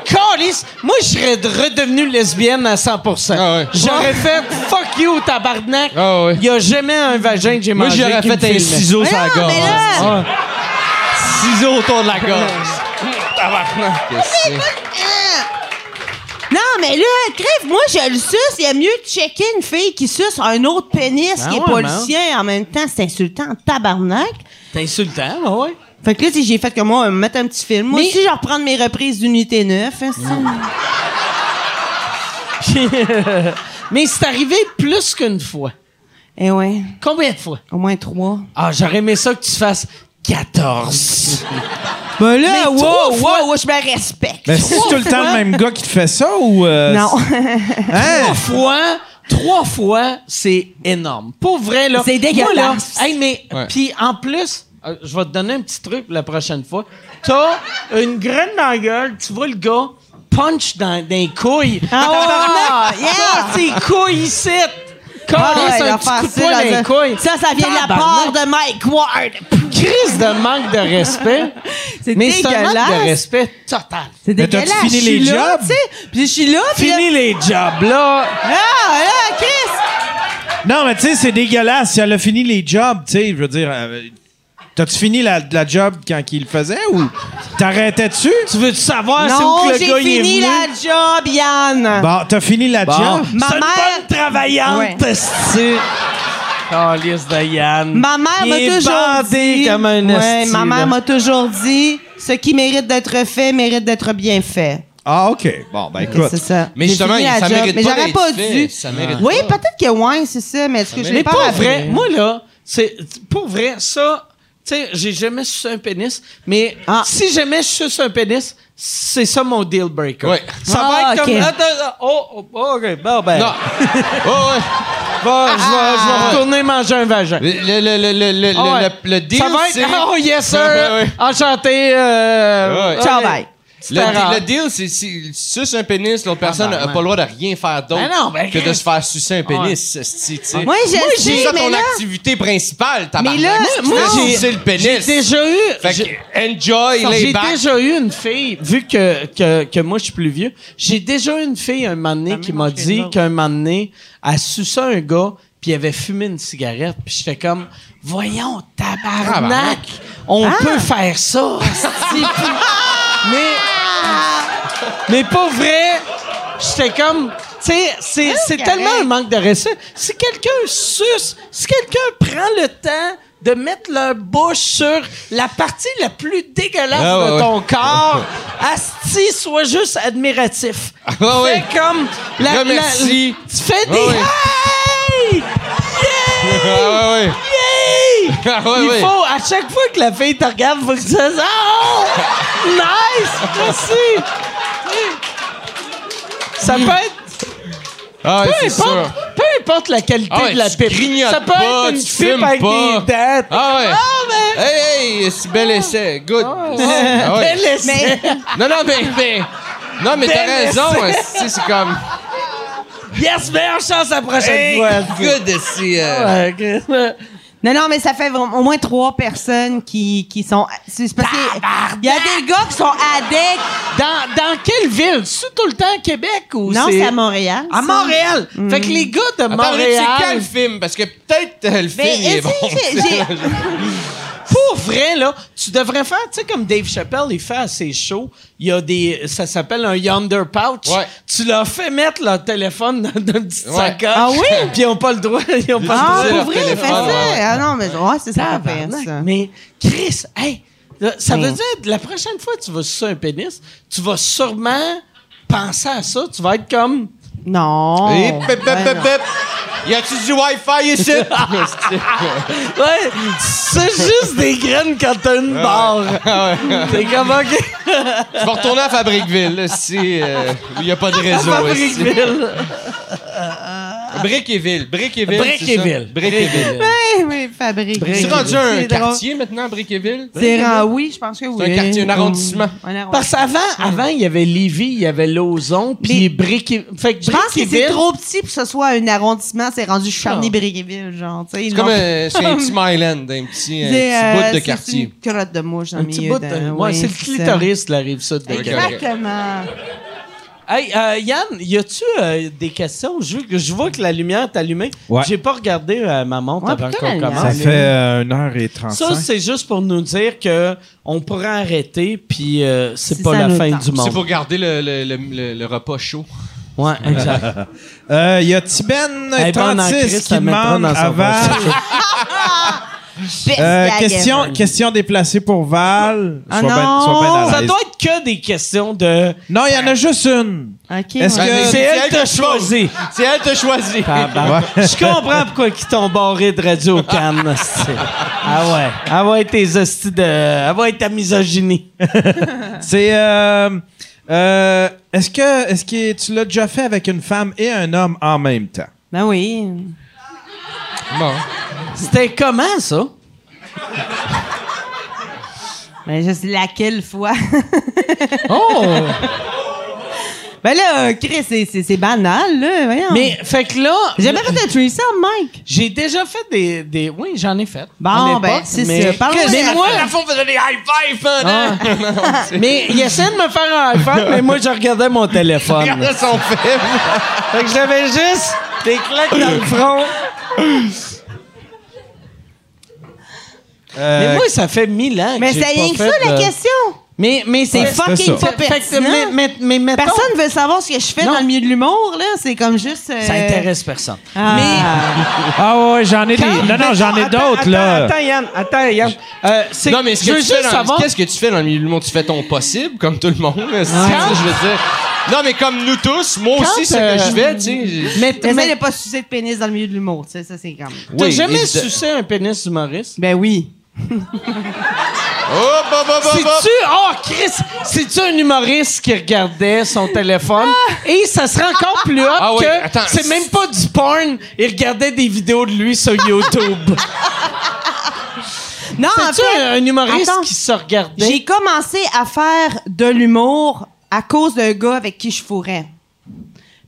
S1: Calice! Moi, je serais de- redevenue lesbienne à 100%.
S5: Ah ouais.
S1: J'aurais fait fuck you, tabarnak!
S5: Ah ouais.
S1: Il y a jamais un vagin que j'ai
S5: Moi,
S1: mangé.
S5: j'aurais
S1: qui me
S5: fait
S1: filmait.
S5: un ciseau
S4: Mais
S5: sur la
S4: non, Ah,
S5: gorge.
S4: mais
S1: Ah.
S4: là-
S5: Ciseau autour de la gorge.
S4: Ah,
S5: Tabarnak. qu'est-ce que c'est?
S4: Non, mais là, crève, moi, je le suce, il y a mieux de checker une fille qui suce un autre pénis
S1: Ben
S4: qui est
S1: ouais,
S4: pas
S1: ben
S4: le
S1: ouais.
S4: sien en même temps, c'est insultant, tabarnak.
S1: T'es insultant, ben ouais.
S4: Fait que là, si j'ai fait comme moi, me mettre un petit film. Moi
S1: Mais-
S4: aussi, je vais reprendre mes reprises d'unité 9. hein, ça.
S1: Mais c'est arrivé plus qu'une fois.
S4: Eh ouais,
S1: Combien de fois?
S4: au moins trois.
S1: Ah, j'aurais aimé ça que tu fasses 14.
S4: Ben là,
S1: Mais
S4: wow,
S1: trois
S4: wow,
S1: fois-
S4: wow, Ben, je me respecte.
S3: Mais c'est tout le temps le même gars qui te fait ça ou. euh,
S4: Non.
S1: Trois fois, trois fois, c'est énorme. Pour vrai, là.
S4: C'est dégueulasse.
S1: Moi, là, hey, mais,
S5: Ouais.
S1: puis en plus, euh, je vais te donner un petit truc la prochaine fois. T'as une graine dans la gueule, tu vois le gars punch dans, dans les couilles.
S4: Ah ouais,
S1: Tabarnak, T'as tes couilles ici. Quand
S4: Ah ouais,
S1: un
S4: leur
S1: petit coup de
S4: facile,
S1: poing dans
S4: là,
S1: les couilles.
S4: Ça, ça vient de la part de Mike Ward.
S1: Crise de manque de respect.
S4: C'est
S1: Mais c'est un manque de
S4: dégueulasse.
S1: respect total.
S4: C'est
S3: Mais t'as-tu
S4: dégueulasse.
S3: fini
S4: Je suis
S3: les
S4: là,
S3: jobs?
S4: tu sais. Puis je suis là, puis là...
S1: Fini les jobs, là.
S4: Ah, là, Chris!
S3: Non, mais tu sais, c'est dégueulasse. Si elle a fini les jobs, tu sais, je veux dire. euh, T'as-tu fini la, la job quand il le faisait ou t'arrêtais-tu?
S1: Tu veux-tu savoir Ah, c'est où
S4: Non,
S1: que le
S4: j'ai
S1: gars il est
S4: fini
S1: venu?
S4: la job, Yann.
S3: Bon, t'as fini la job?
S4: Ma
S1: C'est une
S4: mère-
S1: bonne travaillante,
S4: Ouais.
S1: c'est. Calice de Yann.
S4: Ma mère
S1: Il
S4: m'a
S1: est
S4: toujours
S1: bandé
S4: dit.
S1: comme un
S4: ouais,
S1: esti,
S4: ma
S1: là.
S4: mère m'a toujours dit ce qui mérite d'être fait mérite d'être bien fait.
S3: Ah, OK. Bon, ben
S4: Ok,
S3: écoute.
S4: C'est ça.
S5: Mais
S4: J'ai
S5: justement,
S4: fini la
S5: ça
S4: job,
S5: mérite
S4: mais
S5: pas
S4: j'aurais
S5: d'être
S4: pas
S5: fait,
S4: dû.
S5: ça mérite
S4: oui,
S5: pas.
S4: peut-être que ouais, c'est ça, mais est-ce que je l'ai
S1: Mais
S4: pas
S1: pour
S4: appris?
S1: vrai, moi là, c'est pour vrai ça, tu sais, j'ai jamais sucé un pénis, mais
S4: Ah.
S1: si jamais je suce un pénis, c'est ça mon deal breaker.
S5: Ouais.
S1: Ça
S4: Ah,
S1: va être
S4: ok.
S1: comme Attends, attends, oh, oh, OK, bon ben.
S5: Non. Oh, ouais.
S1: Va, je vais je
S4: Ah.
S1: vais retourner manger un vagin.
S5: Le, le, le, le, le, le,
S1: Ah ouais.
S5: le, le deal,
S1: ça va
S5: c'est...
S1: être Oh yes sir.
S5: Ouais, ouais.
S1: Enchanté euh,
S5: Ouais.
S4: Ciao,
S1: ouais.
S4: bye.
S5: Le,
S1: C'était rare.
S5: le deal, c'est si suce un pénis, l'autre personne n'a
S1: ben,
S5: pas le droit de rien faire d'autre
S1: Ben non, ben, Ah
S5: que de
S1: Chris.
S5: se faire sucer un
S1: Ouais.
S5: pénis. esti, tu sais.
S4: Moi, je sais,
S5: c'est ça
S4: mais
S5: ton
S4: là-
S5: activité principale, tabarnak.
S4: Mais là,
S5: Tu
S4: moi,
S5: fais
S1: j'ai-
S5: sucer le pénis.
S1: J'ai déjà eu
S5: Fait
S1: j'ai-
S5: que, enjoy
S1: Non,
S5: les
S1: J'ai
S5: bacs.
S1: déjà eu une fille, vu que, que, que moi je suis plus vieux, j'ai déjà eu une fille un moment donné qui m'a dit qu'un moment donné, elle suçait un gars, puis il avait fumé une cigarette, puis j'étais comme, voyons,
S5: Ah, bah.
S1: tabarnak, on peut faire ça. asti. mais Mais pour vrai, j'étais comme. Tu sais, c'est, c'est
S4: correct.
S1: tellement un manque de respect. Si quelqu'un suce, si quelqu'un prend le temps de mettre leur bouche sur la partie la plus dégueulasse
S5: Ah, ouais,
S1: de
S5: ouais.
S1: ton corps, asti, sois juste admiratif.
S5: Ah,
S1: Fais
S5: ouais, ouais.
S1: comme la,
S5: Remercie.
S1: la- tu fais
S5: Ouais, ouais.
S1: des hey!
S5: Ah, ouais, ouais.
S1: Yay!
S5: Ah, ouais,
S1: Il
S5: ouais.
S1: faut, à chaque fois que la fille te regarde, il faut que tu dises Oh! Nice! Merci! Ça peut être.
S5: Ah, ouais,
S1: Peu
S5: c'est sûr.
S1: importe, peu importe la qualité
S5: Ah ouais,
S1: de la
S5: tu
S1: pipe.
S5: grignotes
S1: Ça peut
S5: pas,
S1: être une
S5: tu fumes
S1: pipe avec
S5: pas.
S1: des dates.
S5: Ah, ouais.
S1: mais.
S5: Hey, hey, c'est bel essai. Good. Ah, ouais.
S1: ben- Bel essai.
S5: Non, non, mais. mais- Non, mais t'as
S1: Bel
S5: raison.
S1: essai.
S5: esti, C'est comme.
S1: Yes, meilleure chance la prochaine
S5: Hey,
S1: fois.
S5: good essai. euh.
S1: Ouais, ok.
S4: Non, non, mais ça fait vra- au moins trois personnes qui, qui sont. C'est parce que- Il y a des gars qui sont addicts.
S1: Dans, dans quelle ville? C'est tout le temps à Québec ou
S4: Non,
S1: c'est.
S4: c'est à Montréal.
S1: À
S4: ça. Ah,
S1: Montréal! Fait que les gars de
S5: Attends,
S1: Montréal.
S5: c'est quel film? Parce que peut-être euh, le film
S4: Mais
S5: il est
S4: Ben, est-ce
S5: bon.
S4: que j'ai- j'ai-
S1: Pour vrai, là, tu devrais faire, tu sais, comme Dave Chappelle, il fait à ses shows, il y a des. Ça s'appelle un Yonder Pouch.
S5: Ouais.
S1: Tu leur fais mettre leur téléphone dans, dans une petite
S5: Ouais.
S1: sacoche.
S4: Ah oui?
S1: Puis ils n'ont pas le droit. Ils ont pas
S4: Ah,
S1: le
S5: Utiliser
S1: droit.
S4: pour
S5: leur
S4: vrai, fais
S5: téléphone,
S4: ça.
S5: ouais, ouais.
S4: Ah non, mais ouais, c'est ça, faire
S1: Tabarnak.
S4: ça.
S1: Mais Chris, hey, là, ça veut
S4: Mm.
S1: dire la prochaine fois que tu vas sucer un pénis, tu vas sûrement penser à ça. Tu vas être comme.
S4: Non.
S5: Et pep, pep,
S4: Ouais,
S5: pep,
S4: non.
S5: pep. Y a-tu du Wi-Fi ici?
S1: Ouais, c'est juste des graines quand t'as une
S5: Ah
S1: barre. T'es comme, OK.
S5: Je vais retourner à Fabriqueville, là, si euh, où y a pas de réseau. esti.
S1: Fabriqueville.
S5: Briqueville. Briqueville.
S1: Briqueville.
S5: Briqueville.
S4: Oui, oui, fabrique.
S5: C'est rendu
S4: C'est
S5: un
S4: drôle.
S5: quartier maintenant, Briqueville?
S4: C'est rend- oui, je pense que oui.
S5: C'est un quartier, un arrondissement.
S4: Un arrondissement.
S1: Parce qu'avant, avant, il y avait Lévis, il y avait Lauson, puis
S4: Mais-
S1: Briquet. Fait que
S4: Je pense que c'est
S1: Briqueville- Ah.
S4: trop petit pour que ce soit un arrondissement. C'est rendu Charny-Bréguéville, genre. tu sais, ils
S5: C'est comme
S4: l'ont-
S5: un, c'est un petit Myland, un petit, un
S4: C'est,
S5: petit
S4: euh,
S5: bout de
S4: c'est
S5: quartier.
S4: une crotte de mouche dans
S1: Un
S4: le
S1: petit
S4: milieu.
S1: bout de-
S4: d'un-
S1: ouais,
S4: oui,
S1: c'est le
S4: ça.
S1: clitoris de la rive sud de la Québec.
S4: Exactement.
S1: Hey, euh, Yann, y a-tu euh, des questions? Je, veux que- je vois que la lumière est allumée.
S3: Ouais.
S1: J'ai pas regardé euh, ma montre
S4: Ouais,
S1: avant
S4: putain,
S1: qu'on
S4: Yann.
S3: Ça
S1: commence.
S3: fait euh, 1h35.
S1: Ça, c'est juste pour nous dire que on pourrait arrêter, puis euh, c'est
S4: Si
S1: pas
S4: ça
S1: la
S4: nous
S1: fin
S4: tente.
S1: du monde.
S5: C'est pour garder le, le, le, le- le repas chaud.
S1: Ouais, exact. Eh ben,
S3: Il Euh, y a Tiben
S1: Hey, bonne en
S3: 36
S1: crise,
S3: qui
S1: ça mettra
S3: demande
S1: dans son
S3: avant.
S1: passage.
S4: Best
S3: Euh,
S4: gag
S3: question,
S4: ever.
S3: question déplacée pour Val.
S4: Ah
S3: Sois ben-
S4: non!
S3: sois ben à
S1: Ça
S3: l'aise.
S1: doit être que des questions de.
S3: Non, il y en a juste une.
S4: Ok,
S3: Est-ce
S4: ouais.
S3: que-
S1: C'est elle qui a choisi.
S5: C'est elle qui a choisi.
S1: Je comprends pourquoi ils t'ont barré de Radio Cannes. c'est- ah ouais. Ah ouais, tes hosties de. Ah ouais, ta misogynie.
S3: C'est. euh, euh, Est-ce que, est-ce que tu l'as déjà fait avec une femme et un homme en même temps?
S4: Ben oui.
S5: Bon.
S1: C'était comment ça?
S4: Ben, je sais laquelle fois.
S1: Oh!
S4: ben là, Chris, c'est- c'est c'est banal, là. Voyons.
S1: Mais fait que là.
S4: J'ai jamais fait un threesome, Mike.
S1: J'ai déjà fait des. des- Oui, j'en ai fait.
S4: Bon,
S1: À l'époque,
S4: ben, c'est
S1: mais-
S4: ça. Parle-moi de
S1: Mais
S4: la
S1: moi,
S4: fin.
S5: La fois, on faisait des high fives.
S1: Ah. mais il essayait de me faire un iPhone, mais moi, je regardais mon téléphone.
S5: Regardez son film.
S1: fait que j'avais juste des claques dans le front.
S3: Euh,
S1: Mais moi, ça fait mille ans que
S4: Mais
S1: j'ai
S4: c'est rien
S1: pas
S4: que
S1: fait
S4: ça, la
S1: de-
S4: question.
S1: Mais, mais c'est
S4: C'est
S3: ça.
S4: fucking pas
S1: Fait- fait que- mais,
S4: pertinent.
S1: mais, mais mettons-
S4: Personne veut savoir ce que je fais
S1: Non.
S4: dans le milieu de l'humour, là. C'est comme juste. euh,
S1: Ça intéresse personne.
S4: Ah.
S3: Ah ouais, j'en ai des.
S1: Quand-
S3: Non, non, j'en ai
S1: Attends,
S3: d'autres,
S1: attends,
S3: là.
S1: Attends, Yann, attends, Yann. Euh, c'est-
S5: Non, mais ce
S1: je
S5: que
S1: veux
S5: tu fais
S1: juste
S5: dans-
S1: savoir.
S5: qu'est-ce que tu fais dans le milieu du monde? Tu fais ton possible, comme tout le monde. là, c'est ça, je veux dire. Non, mais comme nous tous, moi
S1: Quand,
S5: aussi, c'est ce
S1: euh,
S5: que je fais, tu sais. j'ai-
S1: Mais,
S4: Mais
S1: mais-
S4: ça, pas sucer de pénis dans le milieu de l'humour, tu sais, ça, c'est comme.
S1: t'as
S5: Oui,
S1: jamais
S5: évident.
S1: sucé un pénis humoriste?
S4: Ben oui.
S5: Oh, bah, bah, bah, bah.
S1: C'est-tu, oh Chris, c'est-tu un humoriste qui regardait son téléphone? Et ça serait encore plus hot
S5: Ah oui,
S1: que
S5: attends.
S1: c'est même pas du porn, il regardait des vidéos de lui sur YouTube.
S4: Non, en
S1: C'est-tu
S4: fait,
S1: un, un humoriste
S4: attends.
S1: qui se regardait?
S4: j'ai commencé à faire de l'humour à cause d'un gars avec qui je fourrais.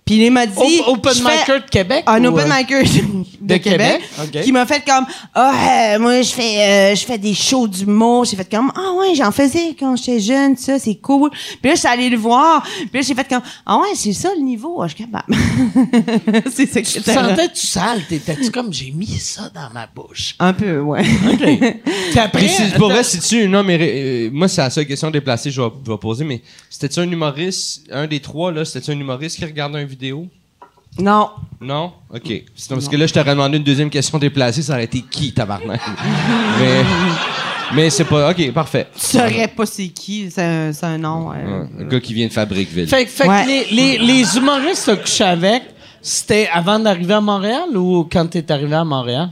S4: Puis il m'a dit.
S1: Op- open
S4: je fais-
S1: micer de Québec?
S4: Un
S1: ou,
S4: open
S1: euh,
S4: micer de,
S1: de
S4: Québec,
S1: Québec, ok.
S4: qui m'a fait comme ah euh, moi je fais euh, je fais des shows d'humour j'ai fait comme ah ouais j'en faisais quand j'étais jeune ça c'est cool puis là je suis allée le voir puis là j'ai fait comme ah ouais c'est ça le niveau Ah, je suis capable c'est ça que
S1: Tu te
S4: j'étais là.
S1: sentais-tu sale? T'étais-tu comme, j'ai mis ça dans ma bouche?
S4: un peu ouais
S1: Puis après,
S5: Précise, pour vrai, si tu un homme. irré- euh, moi, c'est la seule question déplacée que je vais, je vais poser, mais c'était-tu un humoriste, un des trois, là, c'était-tu un humoriste qui regardait une vidéo?
S4: non
S5: Non? OK. Sinon, parce que là, je t'aurais demandé une deuxième question déplacée, ça aurait été qui, tabarnak? mais mais c'est pas. OK, parfait.
S4: tu saurais pas c'est qui c'est un, c'est un nom euh.
S5: Ouais, Le gars qui vient de Fabriqueville.
S1: Fait, que- fait que
S4: Ouais.
S1: les, les, les humoristes que couché avec, c'était avant d'arriver à Montréal ou quand t'es arrivé à Montréal?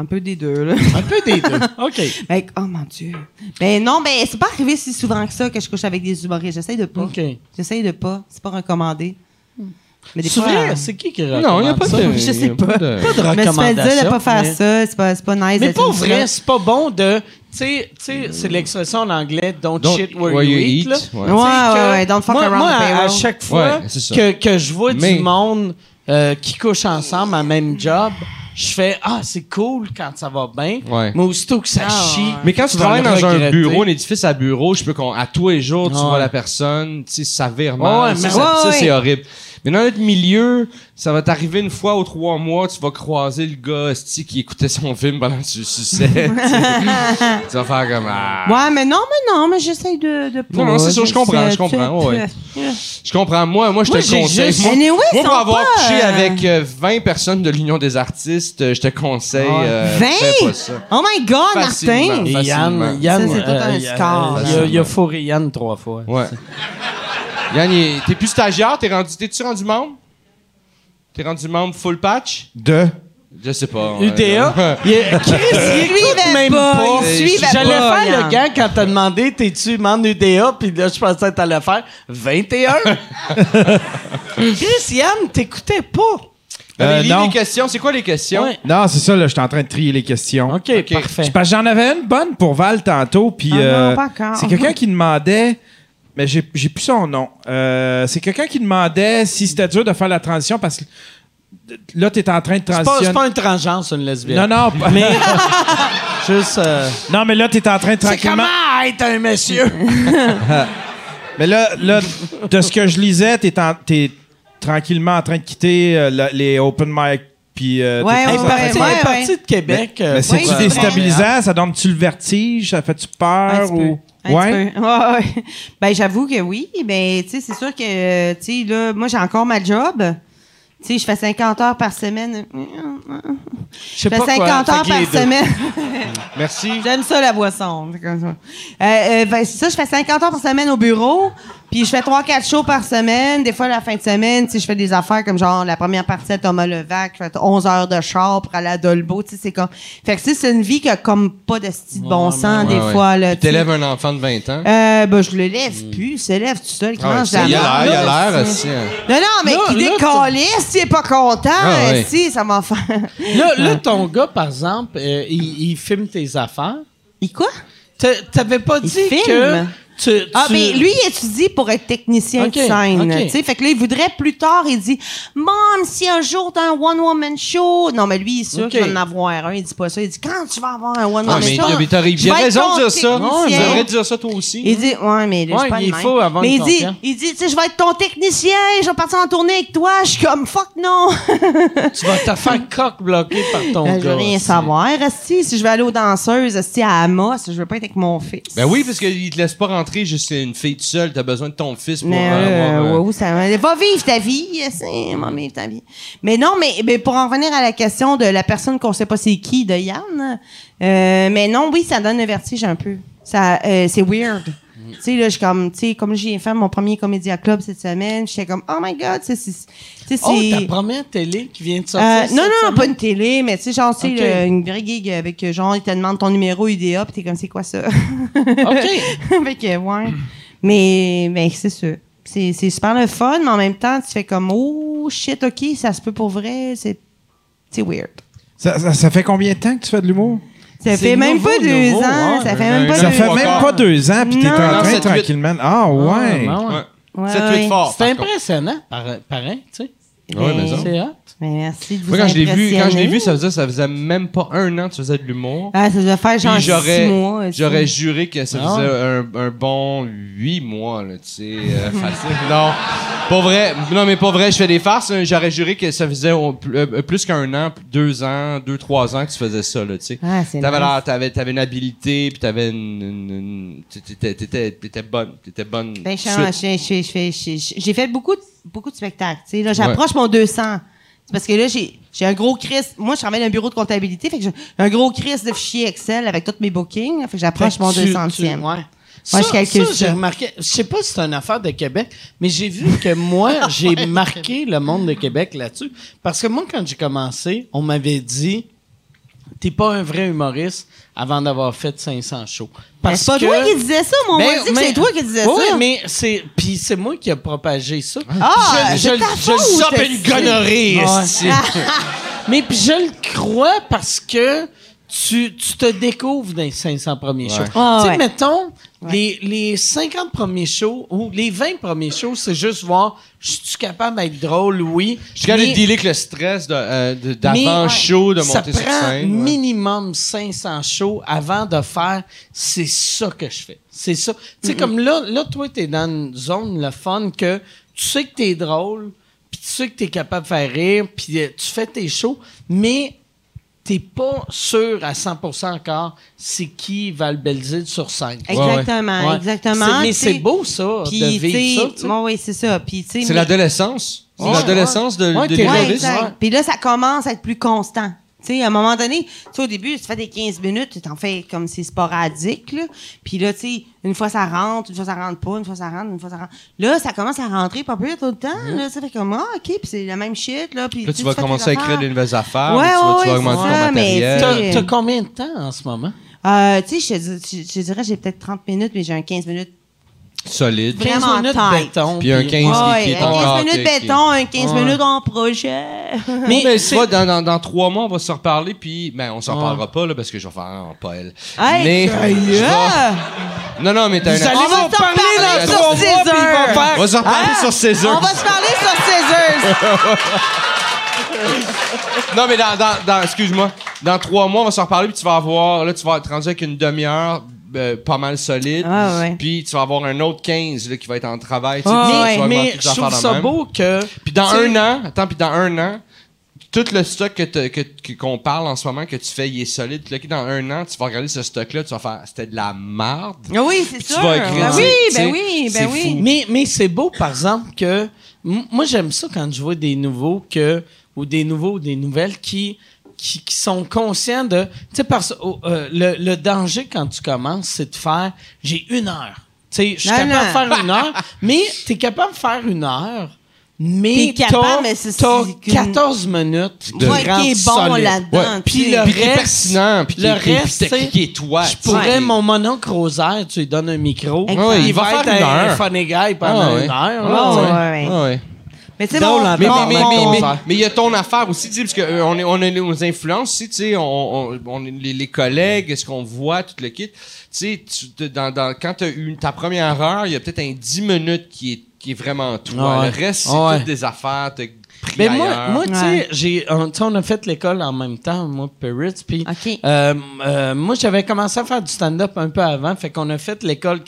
S4: un peu des deux là
S1: Un peu des deux. OK.
S4: Ben, oh mon Dieu. Ben non, ben c'est pas arrivé si souvent que ça que je couche avec des humoristes. J'essaye de pas.
S1: OK.
S4: J'essaye de pas. C'est pas recommandé. Mais des
S1: C'est
S4: fois, euh,
S1: vrai? C'est qui qui recommande
S5: non, il n'y a pas
S1: ça?
S5: de.
S4: Je
S5: y a
S4: sais pas.
S1: Pas
S5: de-
S1: de
S4: Je me suis fait
S1: recommandation.
S4: dire de pas faire
S1: mais-
S4: ça. C'est pas, c'est pas nice.
S1: Mais
S4: d'être
S1: pas
S4: une
S1: vrai, c'est pas bon de... Tu sais- tu sais, c'est l'expression en anglais « don't,
S5: Don't
S1: shit where,
S5: where
S1: you
S5: you
S1: eat ».
S5: eat,
S1: là.
S5: ouais.
S1: Tu sais
S4: Ouais,
S1: que
S4: ouais, ouais, don't fuck
S1: moi,
S4: around
S1: moi,
S4: the
S1: à, à
S4: payroll.
S1: chaque fois
S5: Ouais, c'est ça.
S1: que, que je vois
S5: Mais-
S1: du monde euh, qui couche ensemble à même job, je fais « Ah, c'est cool quand ça va bien,
S5: Ouais.
S1: mais aussitôt que ça
S4: Ah,
S1: chie...
S4: ouais.
S5: Mais quand tu,
S1: tu vas
S5: travailles
S1: le
S5: dans un
S1: regretter.
S5: bureau, un édifice à bureau, je peux qu'on à tous les jours, tu
S1: Ouais.
S5: vois la personne, tu sais, ça vire mal,
S1: Ouais,
S5: ça,
S1: mais-
S5: ça-
S4: Ouais,
S5: ça,
S4: ouais.
S5: c'est horrible. Mais dans notre milieu, ça va t'arriver une fois ou trois mois, tu vas croiser le gars esti, qui écoutait son film pendant que tu le suçais. tu sais. Tu vas faire comme ah.
S4: Ouais, mais non, mais non, mais j'essaye de, de pas.
S5: Non, non, c'est sûr, je comprends, je
S4: tu-
S5: comprends,
S4: tu-
S5: ouais. Je comprends. Moi, moi, je
S1: Moi,
S5: te
S1: j'ai
S5: conseille.
S1: juste-
S5: Moi,
S4: Anyway,
S5: moi,
S4: ils
S5: pour
S4: sont
S5: avoir
S4: pas,
S5: couché
S4: euh,
S5: avec euh, 20 personnes de l'Union des artistes, euh, je te conseille. euh, fais pas
S4: 20?
S5: ça.
S4: Oh my God,
S5: Facilement.
S4: Martin!
S1: Et
S5: Facilement.
S1: Yann, Yann,
S4: Ça, c'est tout un
S1: il a-
S4: score,
S1: Il a, il a fourré Yann trois fois.
S5: Ouais. Yann, il- t'es plus stagiaire, t'es rendu, t'es-tu rendu membre? T'es rendu membre full patch?
S3: De.
S5: Je sais pas. ouais,
S1: UTA,
S4: Euh,
S5: là.
S1: il est- Chris, il
S4: Il suivait
S1: écoute même
S4: pas,
S1: pas.
S5: Euh,
S4: il suivait
S1: J'allais
S4: pas,
S1: faire
S4: Yann.
S1: le gant quand t'as demandé t'es-tu membre d'UDA, puis là, je pensais que t'allais faire 21. Chris, Yann, t'écoutais pas.
S3: Euh,
S5: Allez, lis
S3: non.
S5: les questions. C'est quoi les questions?
S1: Ouais.
S3: Non, c'est ça, là, je suis en train de trier les questions.
S1: OK, parfait.
S3: Parce que j'en avais une bonne pour Val tantôt, puis
S4: Ah non,
S3: euh,
S4: pas encore.
S3: c'est quelqu'un qui demandait, mais j'ai j'ai plus son nom. Euh, c'est quelqu'un qui demandait si c'était dur de faire la transition parce que là t'es en train de
S1: C'est pas, c'est
S3: transitionner.
S1: pas une transgenre, c'est une lesbienne.
S3: non non, pas-
S1: Mais juste... euh,
S3: non mais là t'es en train de
S1: c'est
S3: tranquillement.
S1: comment être un monsieur?
S3: Mais là là de ce que je lisais t'es en- t'es tranquillement en train de quitter euh, la- les open mic puis euh,
S4: Ouais,
S3: t'es-
S4: ouais,
S1: Elle est
S4: ouais.
S1: partie- elle est partie de Québec. euh,
S3: mais c'est-tu
S4: ouais,
S1: pour, euh,
S4: c'est vrai.
S3: déstabilisant? Ça donne-tu le vertige? Ça fait-tu
S4: Un
S3: peur?
S4: petit peu.
S3: ou...
S4: Un petit peu. Ouais, ouais. Ben, j'avoue que oui. Ben, tu sais, c'est sûr que, euh, tu sais, là, moi, j'ai encore ma job. Tu sais, je fais 50 heures par semaine.
S1: Je sais
S4: Je fais
S1: pas quoi,
S4: 50 heures
S1: fait que
S4: par
S1: les deux.
S4: semaine.
S5: Merci.
S4: J'aime ça, la boisson. C'est comme ça. Euh, euh, ben, c'est ça, je fais 50 heures par semaine au bureau. Puis je fais 3-4 shows par semaine. Des fois, la fin de semaine, tu sais, je fais des affaires comme genre la première partie à Thomas Levac. Je fais 11 heures de char pour aller à Dolbeau. Tu sais, c'est comme. Fait que tu sais, c'est une vie qui a comme pas de style de bon
S1: Ouais,
S4: sens,
S5: Ouais,
S4: des
S5: ouais.
S4: fois. Là, tu
S5: Puis
S4: sais.
S5: t'élèves un enfant de 20 ans.
S4: Euh, ben, je le lève plus. Il se lève tout seul. Il
S5: Hmm. Ah ouais,
S4: mange de
S5: ça,
S4: la
S5: il a
S4: merde,
S5: l'air, il
S4: là,
S5: a l'air
S4: c'est-
S5: aussi. hein.
S4: Non, non, mais
S1: Là,
S4: qui
S1: là,
S4: décalisse, s'il est pas content,
S5: Ah ouais.
S4: si, ça m'en fait.
S1: Là, là, ton gars, par exemple, euh, il, il filme tes affaires.
S4: Il quoi?
S1: T'a- T'avais pas
S4: Il
S1: dit
S4: filme.
S1: que tu,
S4: Ah,
S1: tu-
S4: mais lui, il étudie pour être technicien
S1: Ok,
S4: de scène.
S1: ok.
S4: tu sais. Fait que là, il voudrait plus tard, il dit Mom, si un jour t'as un one-woman show. Non, mais lui, il est sûr
S1: Ok.
S4: qu'il va en avoir un. Il dit pas ça. Il dit Quand tu vas avoir un one-woman
S5: Ah, mais
S4: show.
S5: il a
S4: je vais être
S5: raison de
S4: ton
S5: dire ça. Tu
S4: technicien.
S5: devrais dire ça toi aussi.
S4: Il dit, ouais, mais là, je suis
S1: Ouais,
S4: pas
S1: il
S4: le
S1: est
S4: même.
S1: faux avant
S4: Mais
S1: une
S4: il dit,
S1: confiance.
S4: il dit, tu sais, je vais être ton technicien, je vais partir en tournée avec toi. Je suis comme, fuck non.
S1: tu vas te faire coq bloqué par ton
S4: Ben,
S1: gars.
S4: je veux rien
S1: aussi.
S4: savoir, Asti. Si je vais aller aux danseuses, Asti, à Amos, je veux pas être avec mon fils.
S5: Ben oui, parce qu'il te laisse pas rentrer juste une fille toute seule. T'as besoin de ton fils pour
S4: Mais,
S5: euh,
S4: euh,
S5: avoir, euh,
S4: ouais, ouais, ça va va vivre ta vie, c'est- va vivre ta vie. Mais non, mais, mais pour en revenir à la question de la personne qu'on sait pas c'est qui, de Yann, euh, mais non, oui, ça donne le vertige un peu. Ça, euh, c'est weird. Tu sais, là, je suis comme, tu sais, comme j'ai fait mon premier comédia club cette semaine, j'étais comme, oh my god, c'est, c'est, tu sais,
S1: Oh,
S4: c'est-
S1: ta première télé qui vient de sortir.
S4: Euh,
S1: cette
S4: non, non,
S1: semaine?
S5: hein?
S4: pas une télé, mais tu sais, genre, tu sais,
S1: Ok.
S4: le- une vraie gig avec, euh, genre, ils te demandent ton numéro UDA, pis t'es comme, c'est quoi ça? OK. fait que, ouais. Mais, ben, c'est ça. C'est, c'est super le fun, mais en même temps, tu fais comme, oh shit, OK, ça se peut pour vrai, c'est, c'est weird.
S3: Ça, ça- ça fait combien de temps que tu fais de l'humour?
S4: Ça
S1: C'est
S4: fait même
S1: nouveau,
S4: pas deux
S1: nouveau,
S5: hein?
S4: ans,
S1: ouais.
S4: ça fait même
S5: Un
S4: pas
S5: an,
S3: Ça
S4: deux
S3: fait
S4: ans.
S3: même pas deux ans, puis t'es
S4: Non.
S3: en
S5: Non,
S3: train
S5: sept, huit.
S3: tranquillement. Ah ouais!
S1: Ah, ouais.
S5: ouais.
S4: Ouais,
S5: C'est
S4: ouais.
S5: tweet fort.
S1: C'est
S5: par contre.
S1: impressionnant, par- pareil, tu sais.
S5: Ouais,
S4: ben
S5: mais ça.
S1: C'est hot.
S4: Mais merci de vous
S5: Moi, quand je l'ai vu, quand je
S4: impressionner.
S5: l'ai vu, ça faisait, ça faisait même pas un an que tu faisais de l'humour.
S4: Ah, ça devait faire genre
S5: Puis
S4: six mois.
S5: j'aurais,
S4: est-ce
S5: j'aurais
S4: que-
S5: juré que ça
S1: Ah
S5: faisait un, un bon huit mois, là, tu sais, euh, facile. Non, pas vrai. Non, mais pas vrai, je fais des farces. hein. J'aurais juré que ça faisait au- pl- euh, plus qu'un an, deux ans, deux, trois ans que tu faisais ça, là, tu sais.
S4: Ah, c'est
S5: T'avais,
S4: nice.
S5: l'air- t'avais, t'avais une habilité, puis t'avais une... une- une- t'étais, t'étais- t'étais bonne, t'étais bonne.
S4: Ben, je
S5: tout
S4: suis
S5: de
S4: en-
S5: suite.
S4: je- je- je- je- je- J'ai fait beaucoup de, beaucoup de spectacles. tu sais. Là, J'approche mon 200. C'est parce que là, j'ai j'ai un gros Chris. Moi, je travaille dans un bureau de comptabilité. Fait que j'ai un gros Chris de fichiers Excel avec tous mes bookings. Fait que j'approche mon
S1: Fait que tu- tu-
S4: 200e.
S1: ouais. Ça,
S4: je calcule
S1: ça,
S4: ça.
S1: j'ai remarqué. Je sais pas si c'est une affaire de Québec, mais j'ai vu que moi, j'ai marqué le monde de Québec là-dessus. Parce que moi, quand j'ai commencé, on m'avait dit T'es pas un vrai humoriste avant d'avoir fait 500 shows.
S4: Ben,
S1: Parce
S4: C'est pas
S1: que-
S4: toi qui disais ça, mon on m'a
S1: Ben,
S4: dit que
S1: mais-
S4: c'est toi qui disais
S1: Oui,
S4: ça.
S1: mais c'est. Puis c'est moi qui ai propagé ça.
S4: Ah,
S1: Puis
S4: c'est ta faute,
S1: je sope
S4: est-ce
S1: une
S4: que-
S1: gonorrhée,
S4: Ouais.
S1: esti. Mais puis je le crois parce que tu, tu te découvres dans les 500 premiers shows.
S4: Ah,
S1: tu sais,
S4: ouais.
S1: mettons, les, les 50 premiers shows ou les 20 premiers shows, c'est juste voir, je suis capable d'être drôle, oui.
S5: Je suis capable de
S1: mais-
S5: dealer avec le stress de, euh, de-
S1: mais,
S5: d'avant
S1: ouais,
S5: chaud, de monter
S1: ça
S5: sur
S1: prend
S5: scène. ouais.
S1: minimum 500 shows avant de faire c'est ça que je fais. C'est ça. Tu sais, comme là, là, toi, t'es dans une zone, le fun, que tu sais que t'es drôle, puis tu sais que t'es capable de faire rire, puis euh, tu fais tes shows, mais t'es pas sûr à 100% encore c'est qui va le belzir sur scène.
S4: Exactement,
S1: Ouais.
S4: exactement.
S1: C'est- Mais
S4: tu
S1: c'est
S4: sais.
S1: beau, ça,
S4: Puis,
S1: de
S4: tu sais,
S1: vivre ça. tu sais.
S4: ouais, ouais, c'est ça. Puis, tu sais,
S5: C'est
S4: mais-
S5: l'adolescence. C'est
S1: Ouais,
S5: l'adolescence de,
S1: ouais.
S5: de
S1: Ouais,
S4: Ouais,
S5: l'humoriste.
S4: exact.
S1: ouais.
S4: Puis là, ça commence à être plus constant. Tu sais, à un moment donné, tu sais, au début, tu fais des 15 minutes, tu t'en fais comme c'est sporadique, là. Puis là, tu sais, une fois ça rentre, une fois ça rentre pas, une fois ça rentre, une fois ça rentre. Là, ça commence à rentrer pas plus tout le temps, là. Ça fait comme, ah, OK, puis c'est la même shit, là. Puis
S5: Mm-hmm. Là, tu vas
S4: fais tes
S5: commencer à écrire
S4: affaires.
S5: des nouvelles affaires.
S4: Ouais,
S5: tu, vas, tu vas
S4: ouais,
S5: augmenter
S4: c'est
S5: ton
S4: ça, mais
S5: matériel.
S4: tu sais,
S1: T'as t'as combien de temps en ce moment?
S4: Euh, tu sais, je, te- je, je dirais, j'ai peut-être 30 minutes, mais j'ai un 15 minutes.
S5: Solide.
S1: 15
S4: Vraiment
S1: minutes
S4: tight.
S1: béton.
S5: Puis un 15 qui-
S4: Ouais,
S5: qui est
S4: un 15
S5: encore.
S4: minutes
S5: qui- qui-
S4: béton, un 15
S1: Ouais.
S4: minutes en projet.
S5: Mais,
S1: Mais
S5: tu vois, dans, dans, dans trois mois, on va se reparler, puis ben, on s'en reparlera pas, là, parce que je vais faire un Paul.
S4: Hey,
S5: mais, je vais-
S4: yeah!
S5: Non, non, mais t'as
S1: Vous
S5: un...
S1: allez
S4: On va
S1: vous
S4: te
S1: parler
S4: reparler
S1: dans
S4: sur
S1: trois mois, puis il va
S4: César.
S1: faire-
S6: On va se reparler
S4: Ah!
S6: sur
S4: On
S6: César.
S4: va se parler sur César.
S1: Hein?
S5: Non, mais dans, dans, dans- excuse-moi, dans trois mois, on va se reparler, puis tu vas avoir, là, tu vas être rendu avec une demi-heure euh, pas mal solide.
S4: Ah, ouais.
S5: Puis tu vas avoir un autre 15 là, qui va être en travail. tu sais,
S4: Ah,
S5: puis tu vas
S4: ouais.
S5: augmenter
S1: Mais
S5: tes
S1: je
S5: affaires
S1: trouve
S5: de
S1: ça
S5: même.
S1: beau que.
S5: Puis dans
S1: Tu sais-
S5: un an, attends, puis dans un an, tout le stock que t'as- que- que- qu'on parle en ce moment, que tu fais, il est solide. Puis là, dans un an, tu vas regarder ce stock-là, tu vas faire, c'était de la marde.
S4: Ah Oui, c'est
S5: tu
S4: sûr.
S5: vas écrire,
S4: Ben
S5: tu
S4: oui,
S5: sais,
S4: ben
S5: tu
S4: oui,
S5: sais,
S4: ben
S5: c'est
S4: oui.
S5: fou.
S1: Mais, mais c'est beau, par exemple, que. m- Moi, j'aime ça quand je vois des nouveaux que. Ou des nouveaux ou des nouvelles qui. Qui, qui sont conscients de. Tu sais, parce oh, euh, le, le danger quand tu commences, c'est de faire j'ai une heure. Tu sais, je suis
S4: Non,
S1: capable
S4: non.
S1: de faire une heure, mais tu es capable de faire une heure, mais
S4: T'es capable, mais
S1: t'as
S4: c'est-
S1: t'as
S4: c'est qu'une-
S1: 14 minutes de
S4: Ouais, qui est
S1: rente
S4: bon
S1: solide.
S4: là-dedans.
S5: Ouais.
S4: tu
S1: Puis
S4: sais.
S1: le
S5: Puis qui est
S1: reste-
S5: pertinent, puis qui
S1: le
S5: est- puis
S1: reste,
S5: qui est- qui est toi,
S1: Je
S5: tu sais.
S1: pourrais
S5: Ouais.
S1: mon Monoc Rosaire, tu lui donnes un micro.
S4: Exact.
S5: il va
S1: être
S5: faire une
S1: un
S5: heure.
S1: funny guy pendant
S5: Ah ouais.
S1: une heure. là,
S4: Ah
S1: tu sais.
S4: ouais, ouais, ouais.
S5: Ah ouais.
S4: Mais tu sais,
S7: Drôle,
S4: mon-
S7: hein,
S5: Mais
S4: mon-
S5: mais- mais-
S4: mon-
S5: mais- mais-
S1: hein.
S7: affaire.
S5: mais il y a ton affaire aussi, tu sais, parce que euh, on, est, on a nos influences, tu sais, tu sais, on, on, on est les, les collègues, ce qu'on voit, tout le kit. Tu sais, tu- te- dans, dans, quand tu as eu ta première heure, il y a peut-être un 10 minutes qui est, qui est vraiment toi.
S1: Ah ouais.
S5: Le reste, c'est
S1: Ah ouais.
S5: toutes des affaires, t'as pris
S1: Mais Ben, moi,
S5: ailleurs.
S1: moi tu
S4: Ouais.
S1: sais, j'ai- on, tu sais, on a fait l'école en même temps, moi, Perritz. Puis,
S4: Ok.
S1: euh, euh, moi, j'avais commencé à faire du stand-up un peu avant. Fait qu'on a fait l'école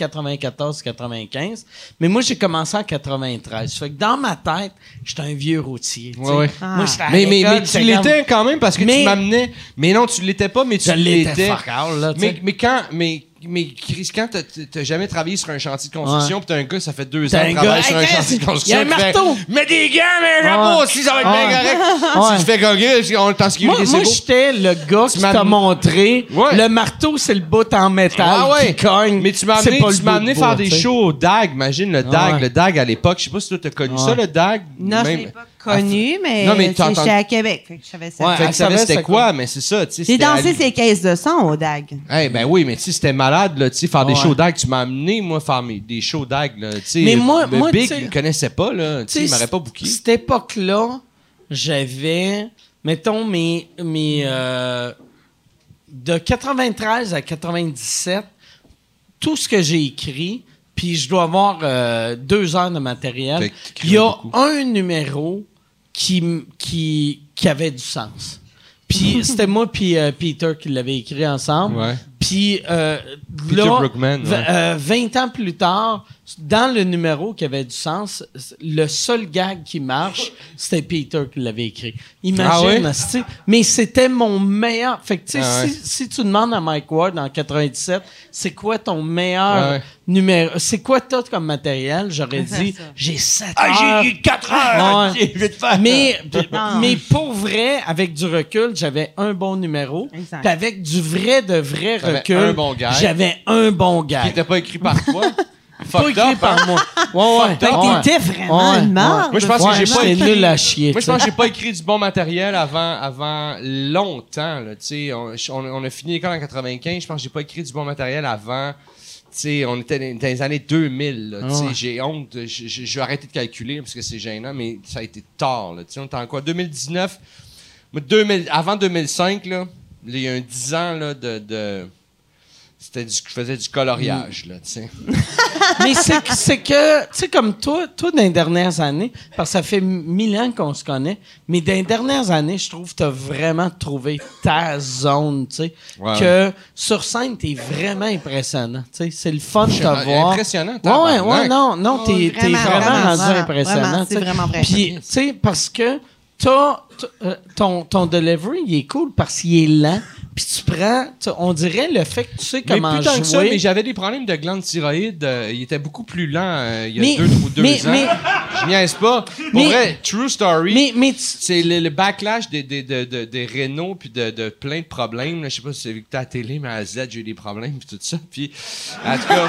S1: 94-95. Mais moi, j'ai commencé en 93. Fait que dans ma tête, j'étais un vieux routier. tu sais.
S5: Ouais, ouais.
S4: Ah.
S1: Moi, j'étais à
S5: mais, mais,
S1: l'école,
S5: mais tu
S1: j'étais comme-
S5: l'étais quand même parce que
S1: Mais-
S5: tu m'amenais. Mais non, tu l'étais pas, mais tu
S1: Je l'étais.
S5: l'étais.
S1: Fuck all, là, tu sais.
S5: Mais, mais quand, mais, mais Chris, quand t'as- t'as t'as jamais travaillé sur un chantier de construction, pis t'as un gars, ça fait deux
S1: T'as
S5: ans
S1: un
S5: qu'il travaille
S1: gars,
S5: sur un
S1: hey, Chris,
S5: chantier de construction.
S1: il y a un
S5: qui fait,
S1: marteau.
S5: Mets des gants, mais un
S1: Ouais.
S5: chapeau Ah, aussi, ça va être
S1: Ouais.
S5: bien correct.
S1: Ah. Ouais.
S5: Si Ah, tu fais gogrer, on t'en
S1: Moi,
S5: sécurité,
S1: moi,
S5: c'est beau.
S1: j'étais le gars qui
S5: m'as
S1: t'a
S5: amené-
S1: montré
S5: Ouais.
S1: le marteau, c'est le bout en métal
S5: Ah ouais.
S1: qui cogne.
S5: Mais tu m'as
S1: C'est
S5: amené,
S1: pas le
S5: tu m'as
S1: bout
S5: amené
S1: de
S5: faire
S1: bois,
S5: des
S1: tu sais.
S5: shows au DAG. Imagine le DAG.
S1: Ouais.
S5: Le DAG à l'époque, je sais pas si toi t'as connu ça,
S1: Ouais.
S5: le DAG.
S4: Non, je
S5: Même-
S4: l'ai pas connu, mais,
S5: Non, mais
S4: tu
S5: t'as
S4: sais,
S5: entendu-
S4: j'étais à Québec. Fait que je savais ça.
S1: Ouais.
S5: Fait
S1: Elle
S5: que savais
S1: savait
S5: c'était
S1: c'était
S5: quoi, mais c'est ça, tu sais.
S4: J'ai
S5: c'était
S4: dansé
S5: Ali-
S4: ces caisses de son au DAG.
S5: Eh ben oui, mais tu sais, c'était malade, là, tu sais, faire des
S1: Ouais.
S5: shows d'ag. Tu m'as amené, moi, faire mes- des shows d'ag, là, tu sais.
S1: Mais moi-
S5: le
S1: moi, tu
S5: Big,
S1: sais-
S5: il me connaissait pas, là, tu sais, il m'aurait pas booké.
S1: Cette époque-là, j'avais, mettons, mes. mes euh, de 93 à 97, tout ce que j'ai écrit, puis je dois avoir euh, deux heures de matériel.
S5: Fait que tu crées
S1: Il y a
S5: beaucoup.
S1: un numéro qui, m- qui, qui avait du sens. Puis c'était moi puis euh, Peter qui l'avait écrit ensemble.
S5: Ouais.
S1: Puis euh,
S5: Peter
S1: là,
S5: Brookman,
S1: v-
S5: ouais.
S1: euh, 20 ans plus tard, dans le numéro qui avait du sens, le seul gag qui marche, c'était Peter qui l'avait écrit.
S5: Ah
S1: Imagine,
S5: ouais?
S1: asti. mais c'était mon meilleur. Fait que, tu sais,
S5: Ah ouais.
S1: si, si tu demandes à Mike Ward en 97, c'est quoi ton meilleur
S5: Ah ouais.
S1: numéro, c'est quoi toi comme matériel, j'aurais
S4: C'est
S1: dit,
S4: ça.
S1: j'ai 7
S5: Ah,
S1: heures.
S5: j'ai eu 4 heures!
S1: Ouais.
S5: Je vais te faire.
S1: Mais, p-
S4: Ah.
S1: mais pour vrai, avec du recul, j'avais un bon numéro.
S4: Exact.
S1: Puis avec du vrai de vrai
S5: T'avais
S1: recul,
S5: un bon gag.
S1: j'avais un bon gars.
S5: Qui n'était pas écrit par toi?
S1: Pas
S5: Fucked
S1: écrit
S5: up, hein?
S1: par moi. Ouais, ouais.
S4: Fait que
S1: ouais.
S4: t'étais vraiment
S1: Ouais,
S4: une
S1: ouais.
S4: marde.
S5: Moi, je pense que j'ai pas
S1: j'étais
S5: écrit-
S1: nul à chier. tu
S5: Moi, je
S1: sais.
S5: pense que j'ai pas écrit du bon matériel avant, avant longtemps. Là, tu sais. on, je- on- on a fini l'école en 95. Je pense que j'ai pas écrit du bon matériel avant. tu sais, on était dans dans les années 2000. là,
S1: Ah
S5: tu sais. J'ai honte. de- Je je- je vais arrêter de calculer parce que c'est gênant, mais ça a été tard. là, tu sais. on était en quoi 2019 Moi, 2000 Avant 2005, là, il y a un 10 ans là, de. de- c'était du, je faisais du coloriage,
S1: Mm.
S5: là, tu sais.
S1: Mais c'est que- c'est que, tu sais, comme toi, toi, dans les dernières années, parce que ça fait mille ans qu'on se connaît, mais dans les dernières années, je trouve que tu as vraiment trouvé ta zone, tu sais.
S5: Ouais,
S1: que sur scène, tu es vraiment impressionnant, tu sais. C'est le fun de te
S5: Impressionnant,
S1: voir.
S5: impressionnant,
S1: Ouais, ouais,
S5: tabarnak.
S1: ouais, non, non,
S4: Oh,
S1: t'es t'es
S4: vraiment,
S1: vraiment,
S4: vraiment,
S1: rendu
S4: vraiment,
S1: impressionnant.
S4: vraiment,
S1: tu
S4: c'est
S1: sais.
S4: vraiment vrai.
S1: Puis, tu sais, parce que t'as- t- euh, ton, ton delivery, il est cool parce qu'il est lent. Puis tu prends, tu- on dirait le fait que tu sais
S5: Mais
S1: comment
S5: plus tant
S1: jouer.
S5: que ça, mais j'avais des problèmes de glandes thyroïdes. euh, il était beaucoup plus lent euh, il y a
S1: Mais-
S5: deux ou deux
S1: mais-
S5: ans.
S1: mais-
S5: je niaise pas. Pour
S1: Mais-
S5: vrai, true story.
S1: mais, mais tu-
S5: c'est le, le backlash des, des, de- de- des rénaux puis de, de plein de problèmes. là. Je sais pas si c'est vu que t'as à la télé, mais à Z, j'ai eu des problèmes puis tout ça. Puis, en tout cas,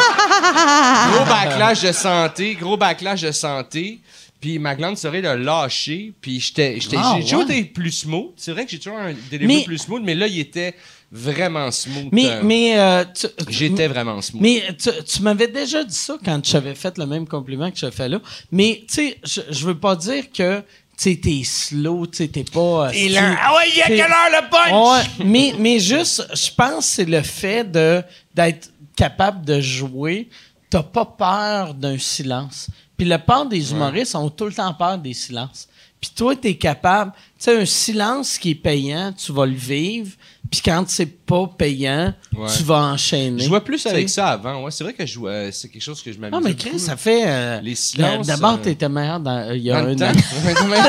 S5: gros backlash de santé, gros backlash de santé. Puis ma glande serait de lâcher. Puis j'étais, j'étais,
S1: Ah,
S5: j'ai toujours
S1: ouais.
S5: des plus smooth. C'est vrai que j'ai toujours un délire
S1: Mais-
S5: plus smooth, mais là, il était vraiment smooth.
S1: mais,
S5: euh,
S1: mais, euh, tu-
S5: J'étais vraiment smooth.
S1: Mais tu, tu m'avais déjà dit ça quand tu avais fait le même compliment que je fais là. Mais tu sais, je, je veux pas dire que tu sais, t'es slow, tu sais, t'es pas. euh, tu-
S5: Ah ouais, il y a
S1: t'es-
S5: quelle heure le punch?
S1: Ouais, mais, mais juste, je pense que c'est le fait de d'être capable de jouer. T'as pas peur d'un silence. Puis la peur des humoristes ont tout le temps peur des silences. Puis toi, t'es capable. Tu sais, un silence qui est payant, tu vas le vivre. Puis quand c'est pas payant,
S5: Ouais.
S1: tu vas enchaîner.
S5: Je jouais plus avec
S1: T'sais.
S5: ça avant. Ouais, c'est vrai que je jouais- euh, c'est quelque chose que je m'amusais.
S1: Ah, mais
S5: beaucoup.
S1: Chris, ça fait. euh,
S5: Les silences,
S1: euh, D'abord,
S5: euh,
S1: t'étais meilleur dans, euh, il y a
S5: Dans le
S1: un
S5: temps.
S1: an.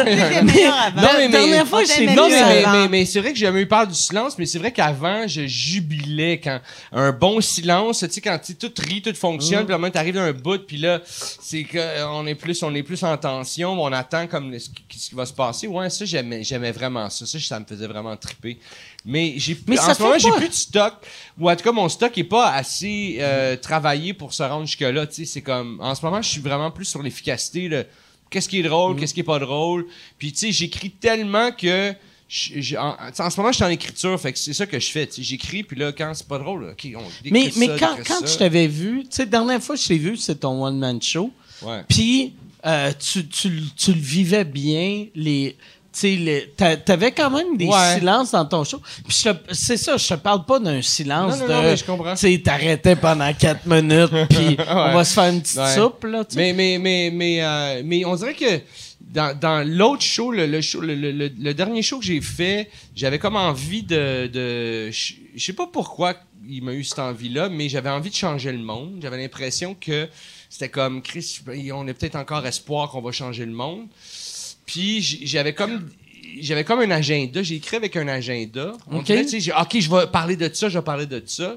S4: T'étais meilleur avant.
S5: Non,
S1: La
S5: mais-
S1: dernière fois,
S4: on
S1: j'ai
S4: t'aimait
S5: Non,
S4: mieux
S5: mais, mais,
S4: avant.
S5: mais- mais c'est vrai que j'ai jamais eu peur du silence, mais c'est vrai qu'avant, je jubilais quand un bon silence, tu sais, quand tu sais, tout rit, tout
S1: Mm.
S5: fonctionne, puis à un moment, t'arrives à un bout, puis là, c'est que euh, on est plus, on est plus en tension, on attend comme le- ce qui, ce qui va se passer. Ouais, ça, j'aimais, j'aimais vraiment ça. Ça, ça me faisait vraiment triper. Mais j'ai plus-
S1: Mais
S5: en
S1: ça
S5: ce moment,
S1: fait
S5: j'ai
S1: pas-
S5: plus de stock, ou en tout cas, mon stock est pas assez euh, travaillé pour se rendre jusque-là, tu sais, c'est comme, en ce moment, je suis vraiment plus sur l'efficacité, le qu'est-ce qui est
S1: Mm.
S5: drôle, qu'est-ce qui est pas drôle. Puis tu sais, j'écris tellement que je- je- en, tu sais, en ce moment, je suis en écriture, fait que c'est ça que je fais. tu sais, J'écris, puis là, quand c'est pas drôle, ok, on décrit
S1: Mais,
S5: ça,
S1: mais quand,
S5: décrit
S1: quand
S5: ça.
S1: je t'avais vu, tu sais, dernière fois que je t'ai vu, c'est ton one-man show.
S5: Ouais.
S1: Puis, euh, tu, tu, le- tu le vivais bien. Les, tu sais, les- t'a- t'avais quand même des
S5: Ouais.
S1: silences dans ton show. Puis, je te- c'est ça, je te parle pas d'un silence
S5: Non, non, non,
S1: de.
S5: mais je comprends.
S1: Tu sais, t'arrêtais pendant quatre minutes, puis on va se faire une petite
S5: Ouais.
S1: soupe, là, tu sais.
S5: Mais, mais, mais, mais, euh, mais on dirait que dans, dans l'autre show, le, le show le, le- le- le dernier show que j'ai fait, j'avais comme envie de. de je je sais pas pourquoi il m'a eu cette envie-là, mais j'avais envie de changer le monde. J'avais l'impression que c'était comme Chris, on a peut-être encore espoir qu'on va changer le monde. Puis j- j'avais comme j'avais comme un agenda, j'ai écrit avec un agenda. On
S1: Ok.
S5: dirait, tu sais, j'ai- OK, je vais parler de ça, je vais parler de ça.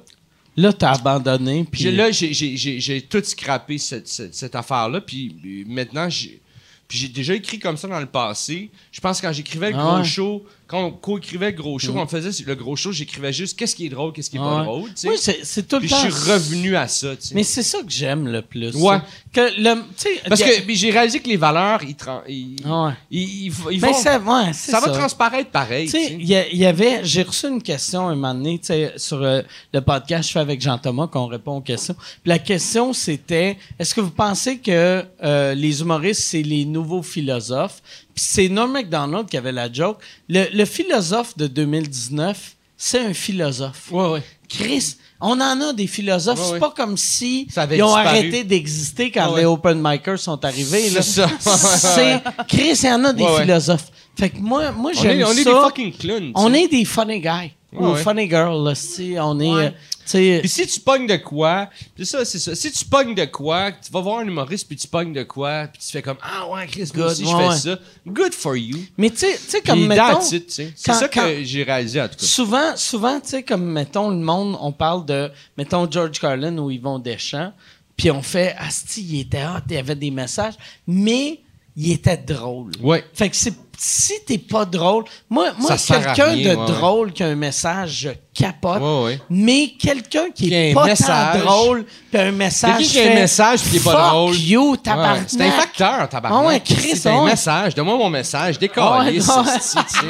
S1: Là, t'as abandonné, puis.
S5: J'ai- là, j'ai- j'ai j'ai- j'ai tout scrappé, cette, cette- cette affaire-là. Puis euh, maintenant, j'ai puis j'ai déjà écrit comme ça dans le passé. Je pense que quand j'écrivais le
S1: Ah
S5: gros
S1: ouais. Mhm.
S5: show, quand on co-écrivait le gros show, quand on faisait le gros show, j'écrivais juste qu'est-ce qui est drôle, qu'est-ce qui est
S1: Ah Ouais.
S5: pas drôle. tu sais.
S1: Moi, c'est c'est tout le
S5: puis je
S1: temps.
S5: suis revenu à ça. tu sais.
S1: Mais c'est ça que j'aime le plus.
S5: Ouais.
S1: ça. Que le, tu sais,
S5: Parce
S1: y a- Ah
S5: que puis j'ai réalisé que les valeurs, ils, tran- ils,
S1: Ouais.
S5: ils- ils- ils
S1: Ben,
S5: vont-
S1: ça, ouais, c'est
S5: ça va transparaître pareil.
S1: Tu sais,
S5: tu sais.
S1: il y, a- il y avait, j'ai reçu une question un moment donné, tu sais, sur euh, le podcast que je fais avec Jean-Thomas, qu'on répond aux questions. Puis la question, c'était, est-ce que vous pensez que euh, les humoristes, c'est les nouveaux philosophes? Puis c'est Norm MacDonald qui avait la joke. Le, le philosophe de 2019, c'est un philosophe.
S5: Ouais, ouais.
S1: Chris, on en a des philosophes.
S5: Ouais,
S1: c'est
S5: ouais.
S1: pas comme si
S5: Ça avait
S1: ils ont
S5: disparu.
S1: arrêté d'exister quand
S5: Ouais.
S1: les open micers sont arrivés. là.
S5: C'est ça.
S1: C'est Chris, il y en a des
S5: Ouais, ouais.
S1: philosophes. Fait que moi, moi
S5: On est,
S1: j'aime
S5: on
S1: ça.
S5: est des fucking clowns. tu
S1: On
S5: sais.
S1: est des funny guys. ou
S5: ouais.
S1: funny girls, là, si on est. euh, tu sais,
S5: Puis si tu pognes de quoi, puis ça, c'est ça. Si tu pognes de quoi, tu vas voir un humoriste, puis tu pognes de quoi, puis tu fais comme Ah ouais, Chris, moi
S1: Good,
S5: aussi,
S1: ouais,
S5: je fais
S1: ouais.
S5: ça. Good for you.
S1: Mais tu sais- tu sais,
S5: Puis
S1: comme mettons,
S5: that's it, tu sais. C'est
S1: quand-
S5: ça
S1: quand-
S5: que j'ai réalisé, en tout cas.
S1: souvent, souvent, tu sais, comme mettons le monde, on parle de, mettons George Carlin ou Yvon Deschamps, puis on fait, asti, il était hot, il y avait des messages, mais il était drôle.
S5: Ouais.
S1: Fait que c'est, si t'es pas drôle, moi, moi
S5: Ça sert à
S1: quelqu'un
S5: rien,
S1: de
S5: ouais, ouais.
S1: drôle qui a un message, je capote.
S5: Ouais, ouais.
S1: Mais quelqu'un qui
S5: Qui a
S1: est
S5: un
S1: pas
S5: message.
S1: tant drôle, puis un message.
S5: Quelqu'un qui a un
S1: fait,
S5: message puis qui est pas
S1: Fuck
S5: drôle.
S1: you, tabarnak.
S5: Ouais, C'est un facteur, tabarnak.
S1: Ah ouais, Chris,
S5: C'est un
S1: ouais. Ah
S5: message. Donne-moi mon message.
S1: Ouais,
S5: Décoller,
S1: non.
S5: c'est tu sais.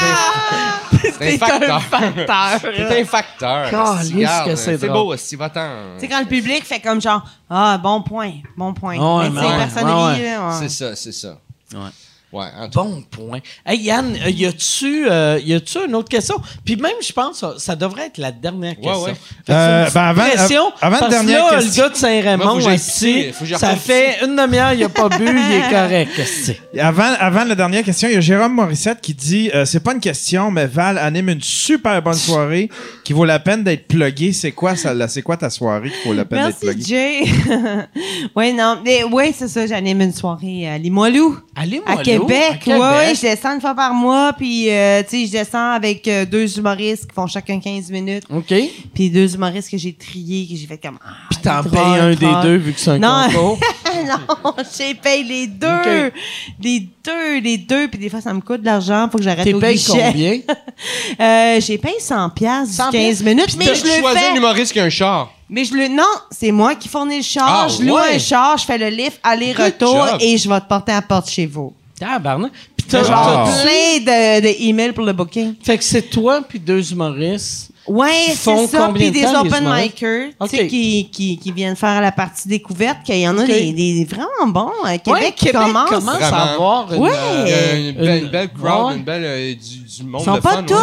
S5: C'est
S1: T'es
S5: un
S1: un
S5: facteur.
S1: facteur.
S5: C'est un facteur.
S1: Calisse
S5: Si, regarde,
S1: que c'est
S5: C'est
S1: drôle.
S5: beau, si va-t'en.
S4: Tu sais, quand le public fait comme genre, ah, bon point, bon point.
S1: Ouais,
S4: Mais
S1: mais
S4: tu sais,
S1: ouais,
S4: personne
S1: ouais,
S4: rit, là, ouais.
S5: C'est ça, c'est ça.
S1: Ouais.
S5: Ouais, en tout cas.
S1: Bon point. Hey Yann, euh, y a-tu euh, y a-tu une autre question Puis même je pense ça, ça devrait être la dernière question.
S5: ouais.
S1: Fait que
S3: Euh,
S1: c'est une
S3: ben avant-
S1: petite pression,
S3: av- avant
S1: parce que
S3: dernière
S1: là,
S3: question.
S1: le gars de
S5: Moi, faut
S1: Saint-Raymond
S5: que j'aille
S1: ici,
S5: pisser, faut que j'aille
S1: ça
S5: refaire
S1: fait une demi-heure, il a pas bu, il est correct. esti.
S3: Avant, avant la dernière question, il y a Jérôme Morissette qui dit euh, C'est pas une question, mais Val anime une super bonne soirée qui vaut la peine d'être pluggée. C'est quoi, ça, la- c'est quoi ta soirée qui vaut la peine d'être
S4: Merci,
S3: pluggée?
S4: Jay. oui, non, mais oui, c'est ça, j'anime une soirée à Limoilou.
S1: Allez moi
S4: À Québec, oui, ouais, je descends une fois par mois, puis euh, tu sais, je descends avec euh, deux humoristes qui font chacun 15 minutes,
S1: OK. Puis
S4: puis deux humoristes que j'ai triés, que j'ai fait comme ah,
S1: t'en
S4: les
S1: payes
S4: drôles,
S1: un
S4: drôles.
S1: des deux vu que c'est un
S4: Non.
S1: concours.
S4: Ah, non, j'ai payé les deux,
S1: Ok.
S4: les deux, les deux, puis des fois ça me coûte de l'argent, faut que j'arrête
S1: T'es
S4: au
S1: payé
S4: guichet.
S1: combien
S4: Euh, j'ai payé 100 pièces
S1: 100
S4: 15 minutes, mais
S5: T'as
S4: je le
S5: choisi
S4: fais.
S5: un humoriste qui a un char.
S4: Mais je le non, c'est moi qui fournis le char,
S5: Ah,
S4: je loue
S5: ouais.
S4: un char, je fais le lift aller-retour
S5: job.
S4: et je vais te porter à la porte chez vous.
S1: Tabarnak. Puis t'as
S4: Genre
S1: t'as-
S4: plein de, de emails pour le booking.
S1: Fait que c'est toi puis deux humoristes.
S4: Ouais,
S1: Ils font
S4: c'est ça.
S1: combien
S4: Puis
S1: de
S4: des
S1: temps, les
S4: open
S1: humoristes?
S4: micers tu sais,
S1: Ok.
S4: qui, qui, qui viennent faire la partie découverte, qu'il y en a
S1: Ok.
S4: des, des vraiment bons. Euh, Québec,
S1: Ouais,
S4: qui
S1: Québec
S4: commence.
S1: commence
S5: Vraiment.
S1: à avoir une,
S4: Ouais.
S1: euh,
S5: Euh, une, belle, une belle crowd,
S1: Ouais.
S5: une belle euh, du, du monde
S4: Ils sont
S5: de
S4: pas
S5: fun,
S4: tous
S5: ouais.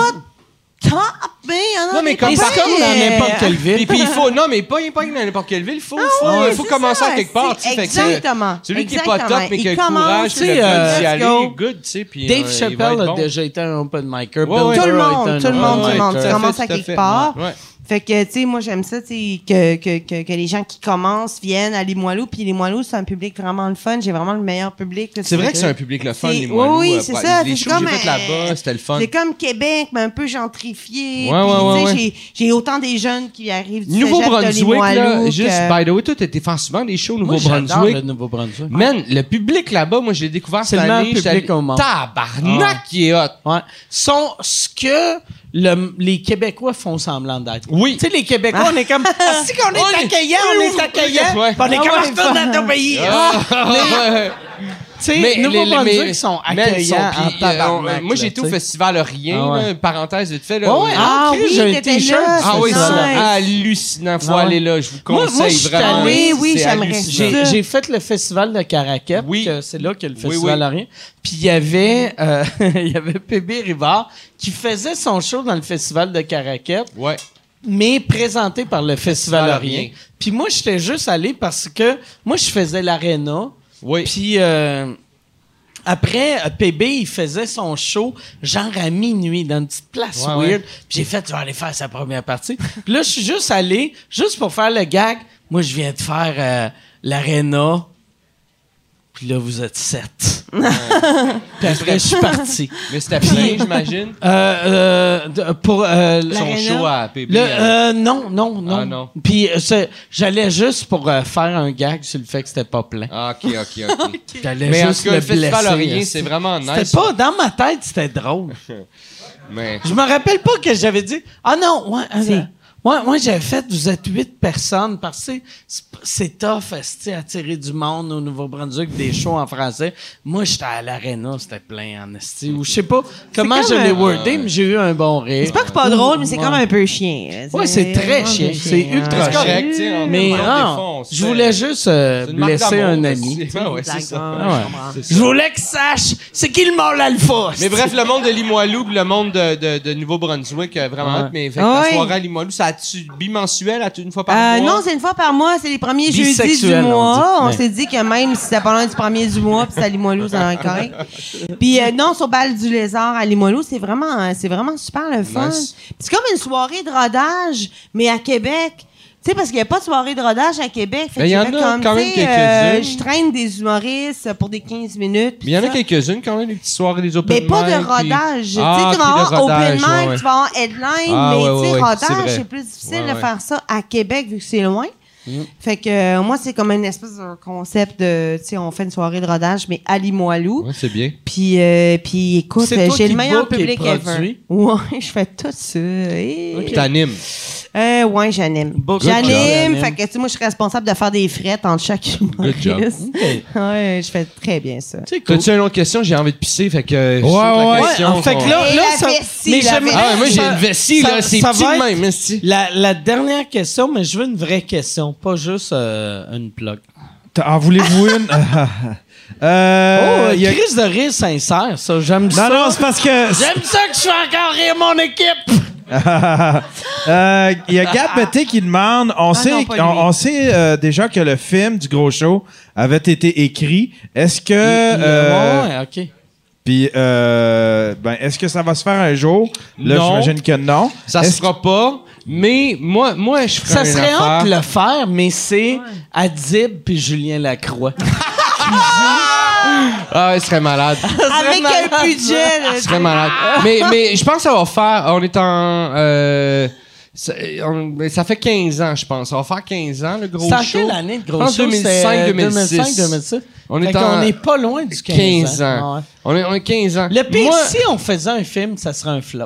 S4: top, mais il y en a
S5: Non, mais
S4: des
S5: comme
S4: pas
S5: par-
S4: pires.
S1: comme dans
S5: euh,
S1: n'importe quelle ville.
S5: Puis, puis il faut, non, mais pas, pas dans n'importe quelle ville, il faut, faut,
S4: ouais, Ah
S5: faut
S4: c'est
S5: commencer
S4: ça,
S5: à quelque part. tu sais,
S4: c'est-
S5: fait que, euh,
S4: exactement,
S5: Celui qui est pas top,
S4: exactement.
S5: mais qui a
S4: Il
S5: le courage,
S4: commence,
S5: puis le
S1: tu sais,
S5: fun d'y
S4: euh, let's
S5: aller,
S4: go.
S5: good, tu sais. puis,
S1: Dave
S5: euh, il va
S1: Chappelle
S5: être
S1: a
S5: bon.
S1: déjà été un open micer.
S5: Ouais, ouais.
S4: Tout le
S1: Burr a
S4: monde,
S1: été
S4: tout
S1: un
S4: le
S5: Ouais,
S4: monde, tout
S5: ouais,
S4: le monde.
S5: tout à
S4: Tu
S5: fait,
S4: commences
S5: tout
S4: à quelque
S5: fait,
S4: part.
S5: ouais.
S4: Fait que, tu sais, moi, j'aime ça, tu sais, que, que, que, que les gens qui commencent viennent à Limoilou. Puis Limoilou, c'est un public vraiment le fun. J'ai vraiment le meilleur public. là,
S5: C'est vrai
S4: sur-
S5: que c'est un public le fun,
S4: C'est-
S5: les Moilous,
S4: oui,
S5: euh,
S4: c'est
S5: pour-
S4: ça,
S5: Les
S4: c'est
S5: shows que j'ai
S4: comme,
S5: faites là-bas,
S4: euh,
S5: c'était le fun.
S4: C'est comme Québec, mais un peu gentrifié. Puis,
S5: Ouais, ouais, ouais,
S4: tu sais,
S5: ouais.
S4: J'ai, j'ai autant des jeunes qui arrivent du cégep de
S5: Nouveau-Brunswick, là,
S4: Limoilou
S5: juste,
S4: que-
S5: by the way, toi, t'étais faire souvent des shows au
S1: Moi, j'adore
S5: Nouveau-Brunswick.
S1: le Nouveau-Brunswick.
S5: Man, le public là-bas, moi, je l'ai découvert
S1: C'est
S5: cette
S1: le meilleur
S5: année. j'étais
S1: public
S5: allé-
S1: au monde.
S5: Tabarnak,
S1: Ah.
S5: qui est hot.
S1: Ouais. Sont ce que le- les Québécois font semblant d'être.
S5: Oui.
S1: Tu sais, les Québécois, on est comme. Ah, si qu'on
S5: On
S1: est
S5: est-
S1: accueillants, on est accueillants.
S5: Ouais.
S1: puis On est
S5: Ah
S1: comme
S5: ouais,
S1: on retourne dans ton pays.
S5: Ah.
S1: Tu sais,
S5: Mais les-
S1: Nouveau-Brunswick
S5: mais-
S1: sont
S5: mais elles sont-
S1: accueillants en
S5: puis, euh,
S1: tabarnak.
S5: on-
S1: là,
S5: Moi, j'ai été au
S1: tu sais.
S5: festival Rien,
S1: Ah ouais.
S5: là, parenthèse vite fait. Là,
S1: Ah ouais,
S5: ah,
S4: Ah
S1: Chris,
S4: oui,
S1: j'ai un
S4: t'étais
S1: t-shirt.
S4: là,
S1: sur
S5: oui,
S4: c'est
S5: c'est
S1: ça.
S4: nice.
S5: hallucinant. Faut
S1: Ah ouais.
S5: aller là, je vous
S1: Moi-
S5: conseille
S1: moi, je suis
S5: vraiment.
S1: allé,
S4: oui,
S5: c'est
S4: j'aimerais
S5: hallucinant.
S4: ça.
S1: J'ai j'ai fait le festival de Caracat.
S5: Oui.
S1: que C'est là que le
S5: Oui,
S1: festival
S5: oui.
S1: a rien. Puis il y avait, euh, il y avait Pébé Rivard qui faisait son show dans le festival de Caracat.
S5: Ouais.
S1: mais présenté par le Festival à
S5: à
S1: rien.
S5: rien.
S1: Puis moi, j'étais juste allé parce que moi, je faisais l'aréna.
S5: Oui.
S1: Puis euh, après, euh, PB, il faisait son show genre à minuit dans une petite place
S5: Ouais,
S1: weird.
S5: ouais.
S1: Puis j'ai fait, je vais aller faire sa première partie. Puis là, je suis juste allé, juste pour faire le gag. Moi, je viens de faire euh, l'aréna. Puis là, vous êtes sept. Puis après, je suis parti.
S5: Mais c'était plein, j'imagine.
S1: Euh, euh, de- pour euh,
S5: Son show à PB.
S1: le,
S5: euh,
S1: euh, non, non, non.
S5: Ah, non.
S1: Puis euh, c'est- j'allais juste pour euh, faire un gag sur le fait que c'était pas plein.
S5: ah, OK, OK, OK.
S1: J'allais
S5: Mais en
S1: juste
S5: tout cas, le festival
S1: blesser,
S5: Rien,
S1: là.
S5: c'est vraiment nice.
S1: C'était pas dans ma tête, c'était drôle.
S5: Mais...
S1: Je me rappelle pas que j'avais dit Ah non, ouais, euh,
S4: Si.
S1: ouais, ouais, j'avais fait vous êtes huit personnes parce que c'est- c'est tough esti, à tirer du monde au Nouveau-Brunswick des shows en français. Moi, j'étais à l'aréna, c'était plein en esti ou je sais pas comment
S4: comme
S1: je l'ai
S4: un-
S1: wordé, mais j'ai eu un bon rire.
S4: C'est pas que c'est pas drôle, mais c'est
S1: Ouais.
S4: comme un peu chien.
S1: Ouais, c'est très chien. C'est ultra
S5: C'est
S1: chien.
S5: correct, tu sais. on-
S1: Mais
S5: on
S1: non,
S5: défonce,
S1: je voulais
S5: c'est-
S1: juste euh,
S5: c'est une marque
S1: blesser
S5: d'amour,
S1: un
S5: là,
S1: ami.
S5: c'est- Ouais, ouais, c'est
S4: hein,
S5: ça.
S1: Ah ouais. Je voulais que sache c'est qui le mâle alpha.
S5: Mais bref, le monde de Limoilou, puis le monde de, de- de Nouveau-Brunswick, euh, vraiment
S1: Ouais.
S5: hot, mais fait que la
S4: Ouais.
S5: soirée à Limoilou, ça a tu bimensuel à une fois par
S4: Euh,
S5: mois?
S4: non, c'est une fois par mois, c'est les premiers jeudis du
S1: Bisexuel, on
S4: mois.
S1: dit.
S4: On
S1: Ouais.
S4: s'est dit que même si c'était pas loin du premier du mois, puis c'est à Limoilou, ça aurait correct. Puis euh, non, sur Bal du Lézard à Limoilou, c'est vraiment, euh, c'est vraiment super le fun.
S5: Nice.
S4: Puis C'est comme une soirée de rodage, mais à Québec. Tu sais, parce qu'il n'y a pas de soirée de rodage à Québec. Fait
S5: Mais
S4: que
S5: il y
S4: j'ai
S5: en
S4: fait
S5: a
S4: comme,
S5: quand
S4: tu
S5: même
S4: sais, euh,
S5: quelques-unes.
S4: Je traîne des humoristes pour des 15 minutes. puis
S5: Mais il y en a
S4: ça.
S5: quelques-unes quand même, les petites soirées, les open
S4: Mais pas de
S5: mic, puis-
S4: rodage.
S5: Ah,
S4: tu sais, tu vas
S5: ok, de
S4: avoir open
S5: rodage,
S4: mic,
S5: ouais, ouais.
S4: tu vas avoir headline,
S5: Ah,
S4: mais
S5: ouais,
S4: tu sais,
S5: ouais, ouais, c'est
S4: rodage,
S5: vrai.
S4: c'est plus difficile
S5: Ouais,
S4: de
S5: ouais. Mm.
S4: faire ça à Québec vu que c'est loin. Fait que euh, moi, c'est comme une espèce de concept de, tu sais, on fait une soirée de rodage, mais à Limoilou.
S5: Ouais, c'est bien.
S4: Puis, euh, puis écoute,
S1: C'est toi
S4: j'ai
S1: qui
S4: le meilleur
S1: book et
S4: public ever.
S1: produis?
S4: Ouais, je fais tout ça. Et-
S5: Puis t'animes.
S4: Euh, ouais, j'anime.
S1: Book et
S4: J'anime,
S1: produis.
S4: fait que tu sais, moi, je suis responsable de faire des frettes entre chaque humoriste.
S5: job.
S4: Ouais, je fais très bien ça.
S1: C'est cool.
S5: T'as-tu une autre question? J'ai envie de pisser, fait que... euh, je
S6: Ouais,
S5: saute la
S6: ouais.
S5: question,
S1: en fait
S5: on-
S1: que là,
S4: Et
S1: là,
S4: la
S1: ça,
S4: vessie,
S1: mais
S4: la
S1: j'aimerais-
S4: vessie.
S5: Ah ouais, moi, j'ai
S1: ça-
S5: une vessie,
S1: ça-
S5: là, c'est
S1: ça
S5: petit
S1: va
S5: de
S1: être
S5: même, esti.
S1: La, la dernière question, mais je veux une vraie question, pas juste euh, une plug.
S3: T'as- En voulez-vous une? Euh,
S1: oh,
S3: il y a-
S1: crise de rire sincère, ça, j'aime ça.
S3: Non, non, c'est parce que...
S1: J'aime ça que je fais encore rire mon équipe.
S3: Euh, Il y a Gab Betté qui demande on sait,
S4: non, pas
S3: on,
S4: lui.
S3: on sait euh, déjà que le film du gros show avait été écrit. Est-ce que.
S1: Ouais,
S3: euh,
S1: ok.
S3: Puis, euh, ben, est-ce que ça va se faire un jour? Là,
S5: Non.
S3: j'imagine que non.
S5: Ça se
S3: Est-ce-
S5: fera pas, mais moi, moi je ferais
S1: Ça
S5: une
S1: serait
S5: affaire.
S1: hâte de le faire, mais c'est Adib puis Julien Lacroix.
S5: Ah, il serait malade.
S4: Avec
S1: malade,
S4: un budget, là,
S5: Il serait Ah, malade. Mais, mais je pense que ça va faire... On est en... euh, ça, on- mais ça fait 15 ans, je pense. Ça va faire 15 ans, le gros
S1: C'était en
S5: show.
S1: quelle année de
S5: Je
S1: gros
S5: pense
S1: show?
S5: 2005, 2006.
S1: 2005, 2006.
S5: On
S1: On
S5: est
S1: est,
S5: en-
S1: pas loin du 15,
S5: 15 ans.
S1: Ah ouais.
S5: On, est, on est 15 ans.
S1: Le pire,
S5: Moi-
S1: si on faisait un film, ça serait un flop.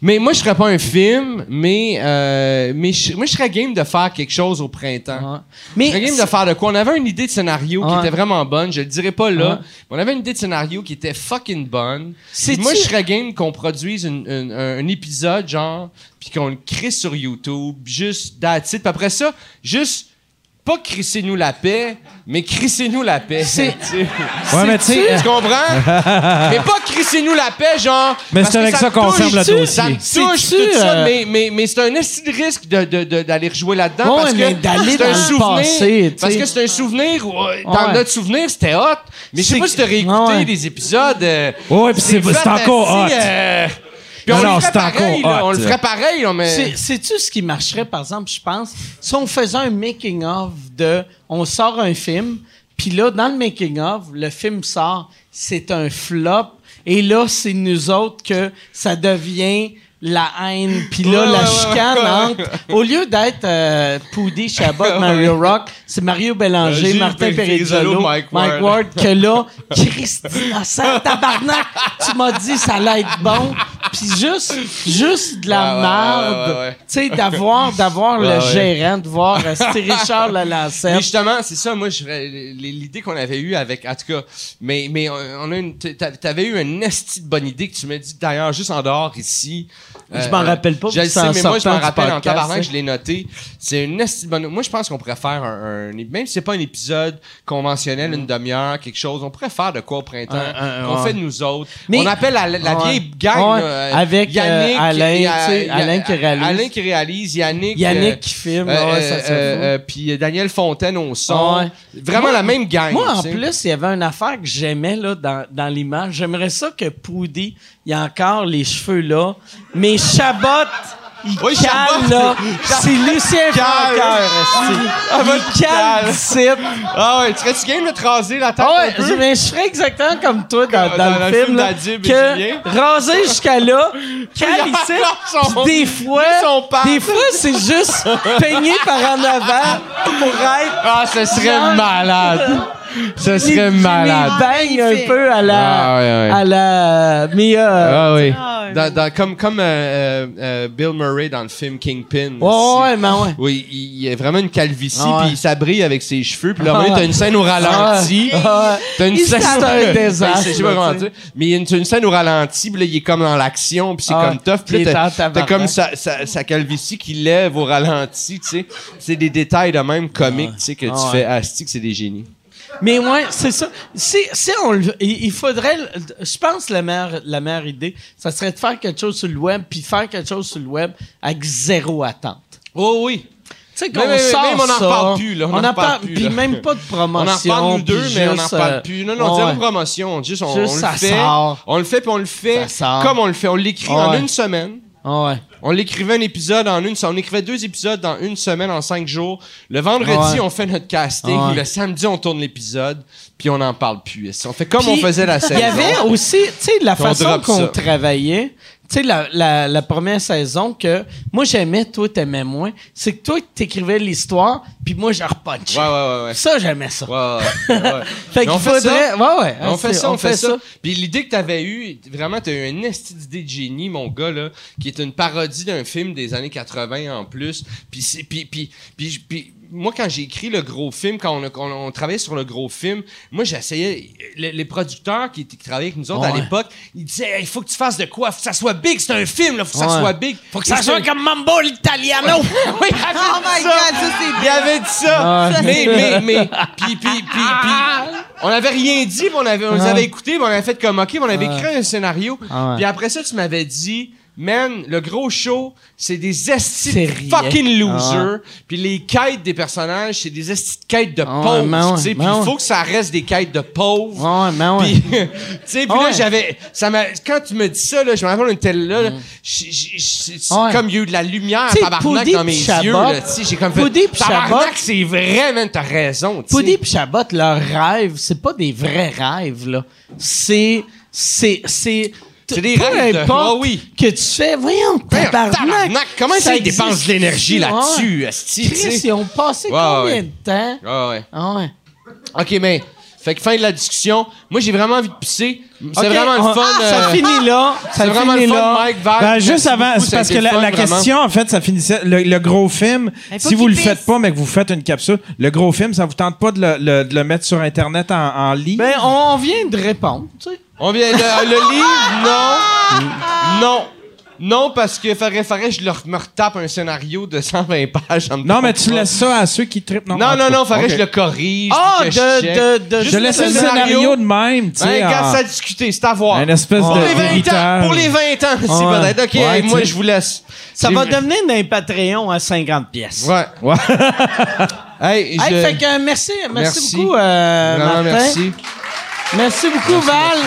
S5: Mais moi, je serais pas un film, mais, euh, mais je- moi, je serais game de faire quelque chose au printemps.
S1: Ouais. Mais
S5: Je serais game de faire de quoi? On avait une idée de scénario qui
S1: Ouais.
S5: était vraiment bonne, je le dirais pas là.
S1: Ouais.
S5: mais On avait une idée de scénario qui était fucking bonne.
S1: C'est-tu-
S5: Moi, je serais game qu'on produise une- une- un, un épisode, genre, puis qu'on le crée sur YouTube, juste d'attitude. Puis après ça, juste pas crissez-nous la paix, mais crissez-nous la paix.
S1: C'est-
S5: Tu sais.
S3: Ouais, mais tu sais, euh,
S5: Tu comprends? mais pas crissez-nous la paix, genre.
S3: Mais
S5: parce
S3: c'est
S5: que
S3: avec ça
S5: me
S3: qu'on
S5: touche,
S3: ferme le
S5: tu-
S3: dossier.
S5: Ça me touche,
S1: C'est-tu,
S5: tout ça,
S1: euh,
S5: mais, mais, mais c'est un esti de risque de- de- de- d'aller rejouer là-dedans.
S1: Ouais,
S5: parce
S1: mais
S5: que
S1: d'aller
S5: c'est
S1: dans
S5: un
S1: le
S5: souvenir.
S1: passé, tu
S5: parce
S1: sais.
S5: que c'est un souvenir. où, euh, dans
S1: Ouais.
S5: notre souvenir, c'était hot. Mais je sais
S1: C'est-
S5: pas si t'as réécouté
S1: Ouais.
S5: des épisodes. euh,
S3: Ouais, puis c'est-
S5: fait
S3: c'est encore
S5: assez,
S3: hot.
S5: euh, puis
S3: Non,
S5: on,
S3: non,
S5: le ferait
S3: c'est
S5: pareil,
S3: encore
S5: là, on
S3: hot.
S5: le ferait pareil, là, mais.
S1: C'est- Sais-tu ce qui marcherait, par exemple, je pense, si on faisait un making-of de on sort un film, puis là, dans le making-of, le film sort, c'est un flop, et là, c'est nous autres que ça devient la haine, puis là,
S5: Ouais,
S1: la
S5: ouais,
S1: chicane entre- Au lieu d'être euh, Poudy, Chabot, Mario Rock, c'est Mario Bélanger,
S5: Euh, Gilles
S1: Martin
S5: Perizzolo,
S1: Perizzolo,
S5: Mike
S1: Mike
S5: Ward.
S1: Ward. que là, Christine, innocent, tabarnak, tu m'as dit ça allait être bon, puis juste, juste de la
S5: Ouais, ouais,
S1: merde.
S5: ouais, ouais, ouais.
S1: Tu sais, d'avoir, d'avoir
S5: Ouais,
S1: le
S5: ouais.
S1: gérant, de voir euh, c'était Richard
S5: Mais
S1: Lalancette.
S5: justement, c'est ça, moi, je ferais- l'idée qu'on avait eue avec, en tout cas, mais, mais on on a une, t'a- t'avais eu une esti de bonne idée que tu m'as dit d'ailleurs juste en dehors ici. Euh,
S1: Je m'en rappelle pas,
S5: Je le
S1: puis c'est
S5: sais,
S1: en
S5: mais moi, je
S1: sortant
S5: m'en
S1: du
S5: rappelle en
S1: podcast,
S5: tabarnak,
S1: hein.
S5: je l'ai noté. C'est une esti de bonne. Moi, je pense qu'on pourrait faire un, un- même si c'est pas un épisode conventionnel, une demi-heure, quelque chose, on pourrait faire de quoi au printemps,
S1: Mm. Un- un-
S5: qu'on
S1: ouais.
S5: fait de nous autres.
S1: Mais-
S5: on appelle la, la
S1: Ouais.
S5: vieille gang,
S1: Ouais.
S5: là, euh,
S1: Avec, euh,
S5: Yannick,
S1: Alain,
S5: et, euh,
S1: tu sais, Alain qui réalise.
S5: Alain qui réalise, Yannick.
S1: Yannick
S5: euh,
S1: qui filme,
S5: euh,
S1: ouais, ça,
S5: euh,
S1: c'est fou.
S5: euh, puis euh, Daniel Fontaine au son.
S1: Ouais.
S5: Vraiment
S1: Moi-
S5: la même gang.
S1: Moi, en
S5: tu sais.
S1: plus, il y avait une affaire que j'aimais là, dans, dans l'image. J'aimerais ça que Poudy, il a encore les cheveux là, mais Chabot, il
S5: Oui,
S1: cale
S5: Chabot.
S1: là. C'est Lucien Francoeur, esti. Il cale d'ici.
S5: Ah ouais, tu serais-tu game de te raser la tête?
S1: Ah
S5: un
S1: ouais,
S5: peu?
S1: je, mais je serais exactement comme toi dans,
S5: hein? Comme
S1: dans
S5: dans
S1: le,
S5: le
S1: film,
S5: film
S1: là,
S5: d'Adib et Julien.
S1: que rasé jusqu'à là, calissé,
S5: Son-
S1: pis des fois,
S5: son père.
S1: des fois c'est juste peigné par en avant pour être
S5: Ah, ce serait
S1: Genre-
S5: malade. Ce serait malade.
S1: baigne un peu à la,
S5: Ah ouais, ouais.
S1: à la, mais euh,
S5: Ah oui.
S4: Ah, ouais.
S5: Dans- dans- comme comme euh, euh, euh, Bill Murray dans le film Kingpin.
S1: ouais,
S5: aussi.
S1: ouais, mais ouais.
S5: Oui, il il a vraiment une calvitie,
S1: Ah ouais.
S5: puis il s'abrille avec ses cheveux, puis là, à un
S1: Ah
S5: moment donné, t'as une scène au ralenti.
S1: Ah,
S5: T'as une
S1: Il Ben,
S5: scène
S1: s'abrille.
S5: désastre. Je sais pas comment
S1: tu sais.
S5: dire. Mais il y a une, t'as une scène au ralenti, puis là, il est comme dans l'action, puis c'est
S1: Ah,
S5: comme tough.
S1: puis
S5: Puis
S1: il est
S5: là,
S1: en
S5: t'as-
S1: tabarnak.
S5: t'as comme sa, sa, sa calvitie qui lève au ralenti, tu sais. C'est des détails de même comiques, tu sais, que
S1: Ah
S5: tu
S1: ouais.
S5: fais asti que c'est des génies.
S1: Mais ouais, c'est ça. Si, si on le- il il faudrait, le- je pense la meilleure, la meilleure idée, ça serait de faire quelque chose sur le web, puis faire quelque chose sur le web avec zéro attente.
S5: Oh oui.
S1: Tu sais,
S5: Mais-
S1: qu'on
S5: mais-
S1: sort
S5: mais on en
S1: ça,
S5: reparle plus, là, on en
S1: en
S5: reparle
S1: parle-
S5: plus,
S1: Puis
S5: là.
S1: même pas de
S5: On en
S1: promotion.
S5: parle nous deux,
S1: puis
S5: mais on n'en
S1: juste,
S5: parle
S1: euh,
S5: plus. Non, non, on dit
S1: ouais.
S5: une promotion. Juste, on,
S1: Juste,
S5: on
S1: ça
S5: le fait.
S1: sort.
S5: On le fait, puis on le fait
S1: Ça sort.
S5: comme on le fait. On l'écrit
S1: Ouais.
S5: en une semaine.
S1: Ah, Ouais.
S5: On l'écrivait un épisode en une semaine. On écrivait deux épisodes dans une semaine, en cinq jours. Le vendredi,
S1: Ouais.
S5: on fait notre casting.
S1: Ouais.
S5: Le samedi, on tourne l'épisode. Puis on n'en parle plus. On fait comme
S1: Puis,
S5: on faisait la
S1: Il
S5: saison.
S1: y avait aussi, tu sais, la
S5: Puis on
S1: façon
S5: drop
S1: qu'on
S5: ça.
S1: travaillait, tu sais, la, la, la première saison que moi j'aimais, toi t'aimais moins, c'est que toi t'écrivais l'histoire, puis moi je repunchais.
S5: Ouais, ouais, ouais. ouais.
S1: Ça, j'aimais ça.
S5: Ouais, ouais, ouais.
S1: Fait
S5: Mais on
S1: qu'il
S5: fait ça.
S1: faudrait. Ouais, ouais.
S5: On fait
S1: Ah, c'est-
S5: ça, on, fait, ça. Puis l'idée que t'avais eue, vraiment, t'as eu une esti d'idée de génie, mon gars, là, qui est une parodie d'un film des années 80 en plus. Puis, c'est- puis, puis, puis, j- puis moi, quand j'ai écrit le gros film, quand on, a- quand on travaillait sur le gros film, moi, j'essayais. Les, les producteurs qui, étaient- qui travaillaient avec nous autres à
S1: Ouais.
S5: l'époque, ils disaient il faut que tu fasses de quoi Faut que ça soit big, c'est un film, là, faut que
S1: Ouais.
S5: ça soit big. Faut
S1: Que ça soit comme Mambo l'Italiano.
S5: oui, il avait
S4: Oh
S5: dit
S4: my
S5: ça.
S4: god, ça c'est
S5: Il avait dit ça
S1: Ouais.
S5: mais, mais, mais, puis, puis, puis, puis, on avait rien dit, puis on avait, on les
S1: Ouais.
S5: avait écoutés, puis on avait fait comme, ok, puis on avait créé un scénario.
S1: Ah ouais.
S5: Puis après ça, tu m'avais dit, man, le gros show, c'est des
S1: C'est
S5: estis de
S1: rien.
S5: fucking
S1: Ah
S5: losers. Puis les quêtes des personnages, c'est des estis de quêtes de
S1: Ah ouais,
S5: pauvres,
S1: mais ouais,
S5: tu sais.
S1: mais
S5: Puis il
S1: ouais.
S5: faut que ça reste des quêtes de pauvres.
S1: Ouais, mais ouais.
S5: Puis, tu sais, puis
S1: Ah
S5: là,
S1: ouais.
S5: j'avais. Ça m'a, quand tu me dis ça, là, je me rappelle une telle là. là, j- j- j- c'est
S1: Mm. Ah Ouais.
S5: Comme il y a eu de la lumière
S1: Tu sais,
S5: tabarnak
S1: Poudy
S5: dans mes
S1: puis
S5: yeux.
S1: Chabot.
S5: là, tu sais, j'ai comme fait.
S1: Poudy puis Chabot.
S5: Tabarnak, c'est vrai, man, t'as raison. tu sais.
S1: Poudy et Chabot, leurs rêves, c'est pas des vrais rêves, là. C'est. C'est. C'est.
S5: C'est des
S1: peu
S5: rêves de-
S1: importe
S5: Ah oui.
S1: Que tu fais, voyons,
S5: Merde,
S1: tabarnak.
S5: tabarnak, Comment ça, ils
S1: existe. Ah
S5: dépensent de l'énergie
S1: Ouais.
S5: là-dessus, esti, tu
S1: Chris,
S5: sais?
S1: ils ont passé
S5: Ouais,
S1: combien
S5: ouais.
S1: de temps?
S5: Ah ouais.
S1: Ah ouais.
S5: OK, mais. Fait que fin de la discussion. Moi, j'ai vraiment envie de pisser. C'est
S1: Ok,
S5: vraiment
S1: on- Ah,
S5: le fun.
S1: Ça
S5: euh,
S1: finit là.
S5: c'est
S1: Ça
S5: vraiment
S1: finit
S5: le fun,
S1: là.
S5: Mike, Val.
S3: Ben, juste
S5: Merci
S3: avant,
S5: beaucoup,
S3: c'est
S5: ça a
S3: parce que
S5: été
S3: la,
S5: le fun,
S3: la
S5: vraiment.
S3: question, en fait, ça finissait. Le, le gros film,
S4: Mais faut
S3: si vous
S4: qu'il
S3: le
S4: pisse.
S3: faites pas, mais que vous faites une capsule, le gros film, ça vous tente pas de le, le- de le mettre sur Internet en, en ligne?
S1: Ben, on vient de répondre, tu sais.
S5: On vient le, le livre, non. Non. Non, parce que faudrait, faudrait que je leur, me retape un scénario de 120 pages. en me
S3: non, mais
S5: trompant.
S3: tu laisses ça à ceux qui trippent.
S5: Non,
S3: en
S5: non,
S3: tout cas.
S5: non, faudrait
S3: Ok.
S5: que je le corrige.
S1: Ah,
S5: puis que
S1: de-
S5: je, check.
S1: de- de-
S5: Juste
S3: Je laisse le scénario de même, tu sais.
S5: Hey, Ben, regarde,
S3: en-
S5: ça a discuté, c'est à voir.
S3: ah. Un espèce
S5: pour,
S3: de
S5: les 20 ans,
S3: héritage.
S5: pour les 20 ans, si
S1: Ouais.
S5: peut-être. OK,
S3: Ouais,
S5: hey,
S3: tu
S5: moi,
S3: sais.
S5: je vous laisse.
S1: Ça va
S5: J'ai-
S1: devenir un Patreon à 50 pièces.
S5: Ouais.
S3: Ouais.
S5: Hey,
S1: Hey,
S5: je-
S1: fait que, euh, merci, merci,
S5: Merci.
S1: beaucoup, euh,
S5: Vraiment,
S1: Martin.
S5: merci.
S1: Merci beaucoup, Val.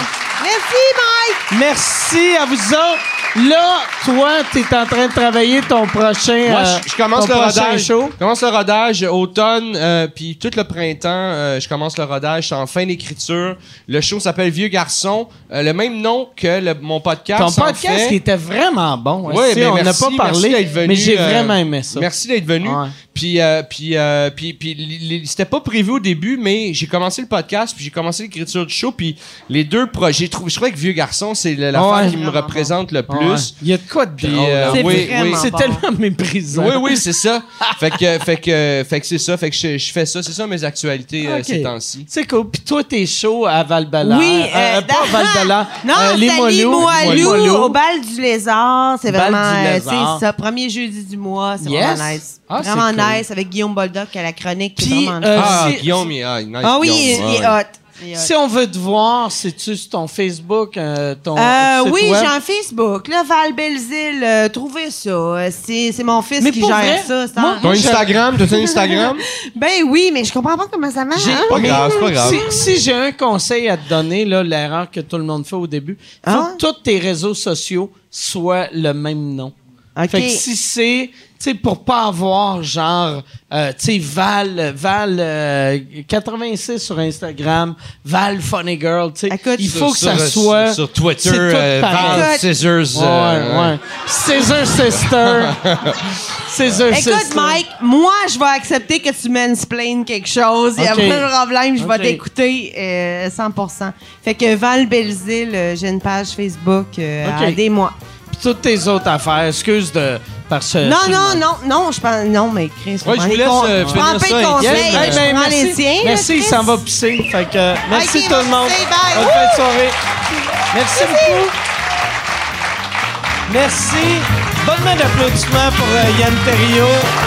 S4: Merci, Mike!
S1: Merci à vous autres. Là, toi, tu es en train de travailler ton prochain.
S5: Moi,
S1: euh,
S5: je, je commence
S1: ton
S5: le
S1: prochain
S5: rodage.
S1: show.
S5: Je commence le rodage automne, euh, puis tout le printemps, euh, je commence le rodage. Je suis en fin d'écriture. Le show s'appelle Vieux Garçon, euh, le même nom que le- mon podcast.
S1: Ton
S5: en
S1: podcast
S5: fait.
S1: qui était vraiment bon.
S5: Ouais,
S1: hein, si,
S5: ben
S1: on n'a
S5: merci,
S1: pas parlé,
S5: merci d'être venu,
S1: mais j'ai
S5: euh,
S1: vraiment aimé ça.
S5: Merci d'être venu.
S1: Ouais.
S5: Puis, euh, puis, euh, puis, puis li- li- c'était pas prévu au début, mais j'ai commencé le podcast, puis j'ai commencé l'écriture du show, puis les deux projets. Je trouvais que Vieux Garçon, c'est la- l'affaire
S1: Ouais.
S5: qui me représente le
S1: Ah Ouais.
S5: plus.
S1: Il y a de quoi de
S5: Puis,
S1: drôle,
S5: euh,
S1: hein.
S5: C'est oui,
S4: vraiment oui.
S1: C'est
S4: bon.
S1: tellement méprisant.
S5: Oui, oui, c'est ça. fait que, fait que, fait que c'est ça. Fait que je, je fais ça. C'est ça mes actualités euh,
S1: Ah, Ok.
S5: ces temps-ci.
S1: C'est cool. Puis toi, t'es chaud à val
S4: Oui,
S1: euh,
S4: euh,
S1: pas
S4: dans-
S1: Val-Bella.
S4: Non,
S1: euh,
S4: c'est à Limoilou,
S1: Limoilou.
S4: au bal du lézard. C'est
S1: Bal
S4: vraiment,
S1: du
S4: euh,
S1: Lézard.
S4: c'est ça, premier jeudi du mois. C'est
S1: Yes.
S4: vraiment nice.
S1: Ah, c'est
S4: vraiment
S1: cool.
S4: nice, avec Guillaume Boldoc à la chronique. c'est
S1: Puis,
S4: vraiment
S1: euh,
S4: nice.
S5: Ah,
S1: si-
S5: Guillaume, il, ah, nice,
S4: ah oui, il,
S5: Guillaume,
S4: il est
S5: ouais.
S4: hot. Il est hot.
S1: Si on veut te voir, c'est-tu sur ton Facebook, euh, ton
S4: Euh,
S1: site
S4: oui,
S1: web?
S4: j'ai un Facebook, là, Val Belzile, euh, trouvez ça. Euh, C'est c'est mon fils
S1: Mais
S4: qui
S1: pour
S4: gère
S1: vrai,
S4: ça. c'est
S1: moi-
S4: en-
S5: Ton Instagram, t'as un Instagram?
S4: Ben oui, mais je comprends pas comment ça marche.
S1: J'ai-
S4: hein.
S5: pas grave, c'est pas grave.
S1: Si, si j'ai un conseil à te donner, là, l'erreur que tout le monde fait au début, faut
S4: Ah.
S1: que tous tes réseaux sociaux soient le même nom.
S4: Ok.
S1: Fait que si c'est, tu sais, pour pas avoir genre, euh, tu sais, Val, Val euh, 86 sur Instagram, Val Funny Girl, tu sais,
S4: Écoute,
S1: il faut que
S5: Sur-
S1: ça
S5: sur-
S1: soit
S5: sur Twitter,
S1: c'est tout
S5: euh,
S1: pareil.
S5: Val
S4: Écoute.
S5: Scissors.
S1: Ouais,
S5: euh,
S1: ouais. Scissor Sister. Scissor Sister.
S4: Écoute, Mike, moi, je vais accepter que tu mansplaines quelque chose. Il y a
S1: Ok.
S4: pas de problème, je
S1: Ok.
S4: vais t'écouter euh, 100 Fait que Val Belzile, euh, j'ai une page Facebook. euh,
S1: Ok.
S4: Aidez-moi.
S1: Puis toutes tes autres affaires, excuse de parce que
S4: Non, non, non, non, je pense. Non, mais Chris,
S5: Ouais, je vous
S4: les
S5: laisse,
S4: con-
S5: euh,
S4: je
S5: finir
S4: prends pas
S5: ça,
S4: de conseils.
S1: Yes,
S4: je
S1: hey, ben,
S4: prends
S1: merci,
S4: les tiens. là,
S1: merci il
S4: Chris.
S1: s'en va pisser. Fait que, euh, merci
S4: Ok,
S1: tout le monde.
S4: merci, bye.
S1: Bonne
S4: Wouh!
S1: fin de soirée. Merci beaucoup. Merci. Bonne main d'applaudissements pour euh, Yann Terriot.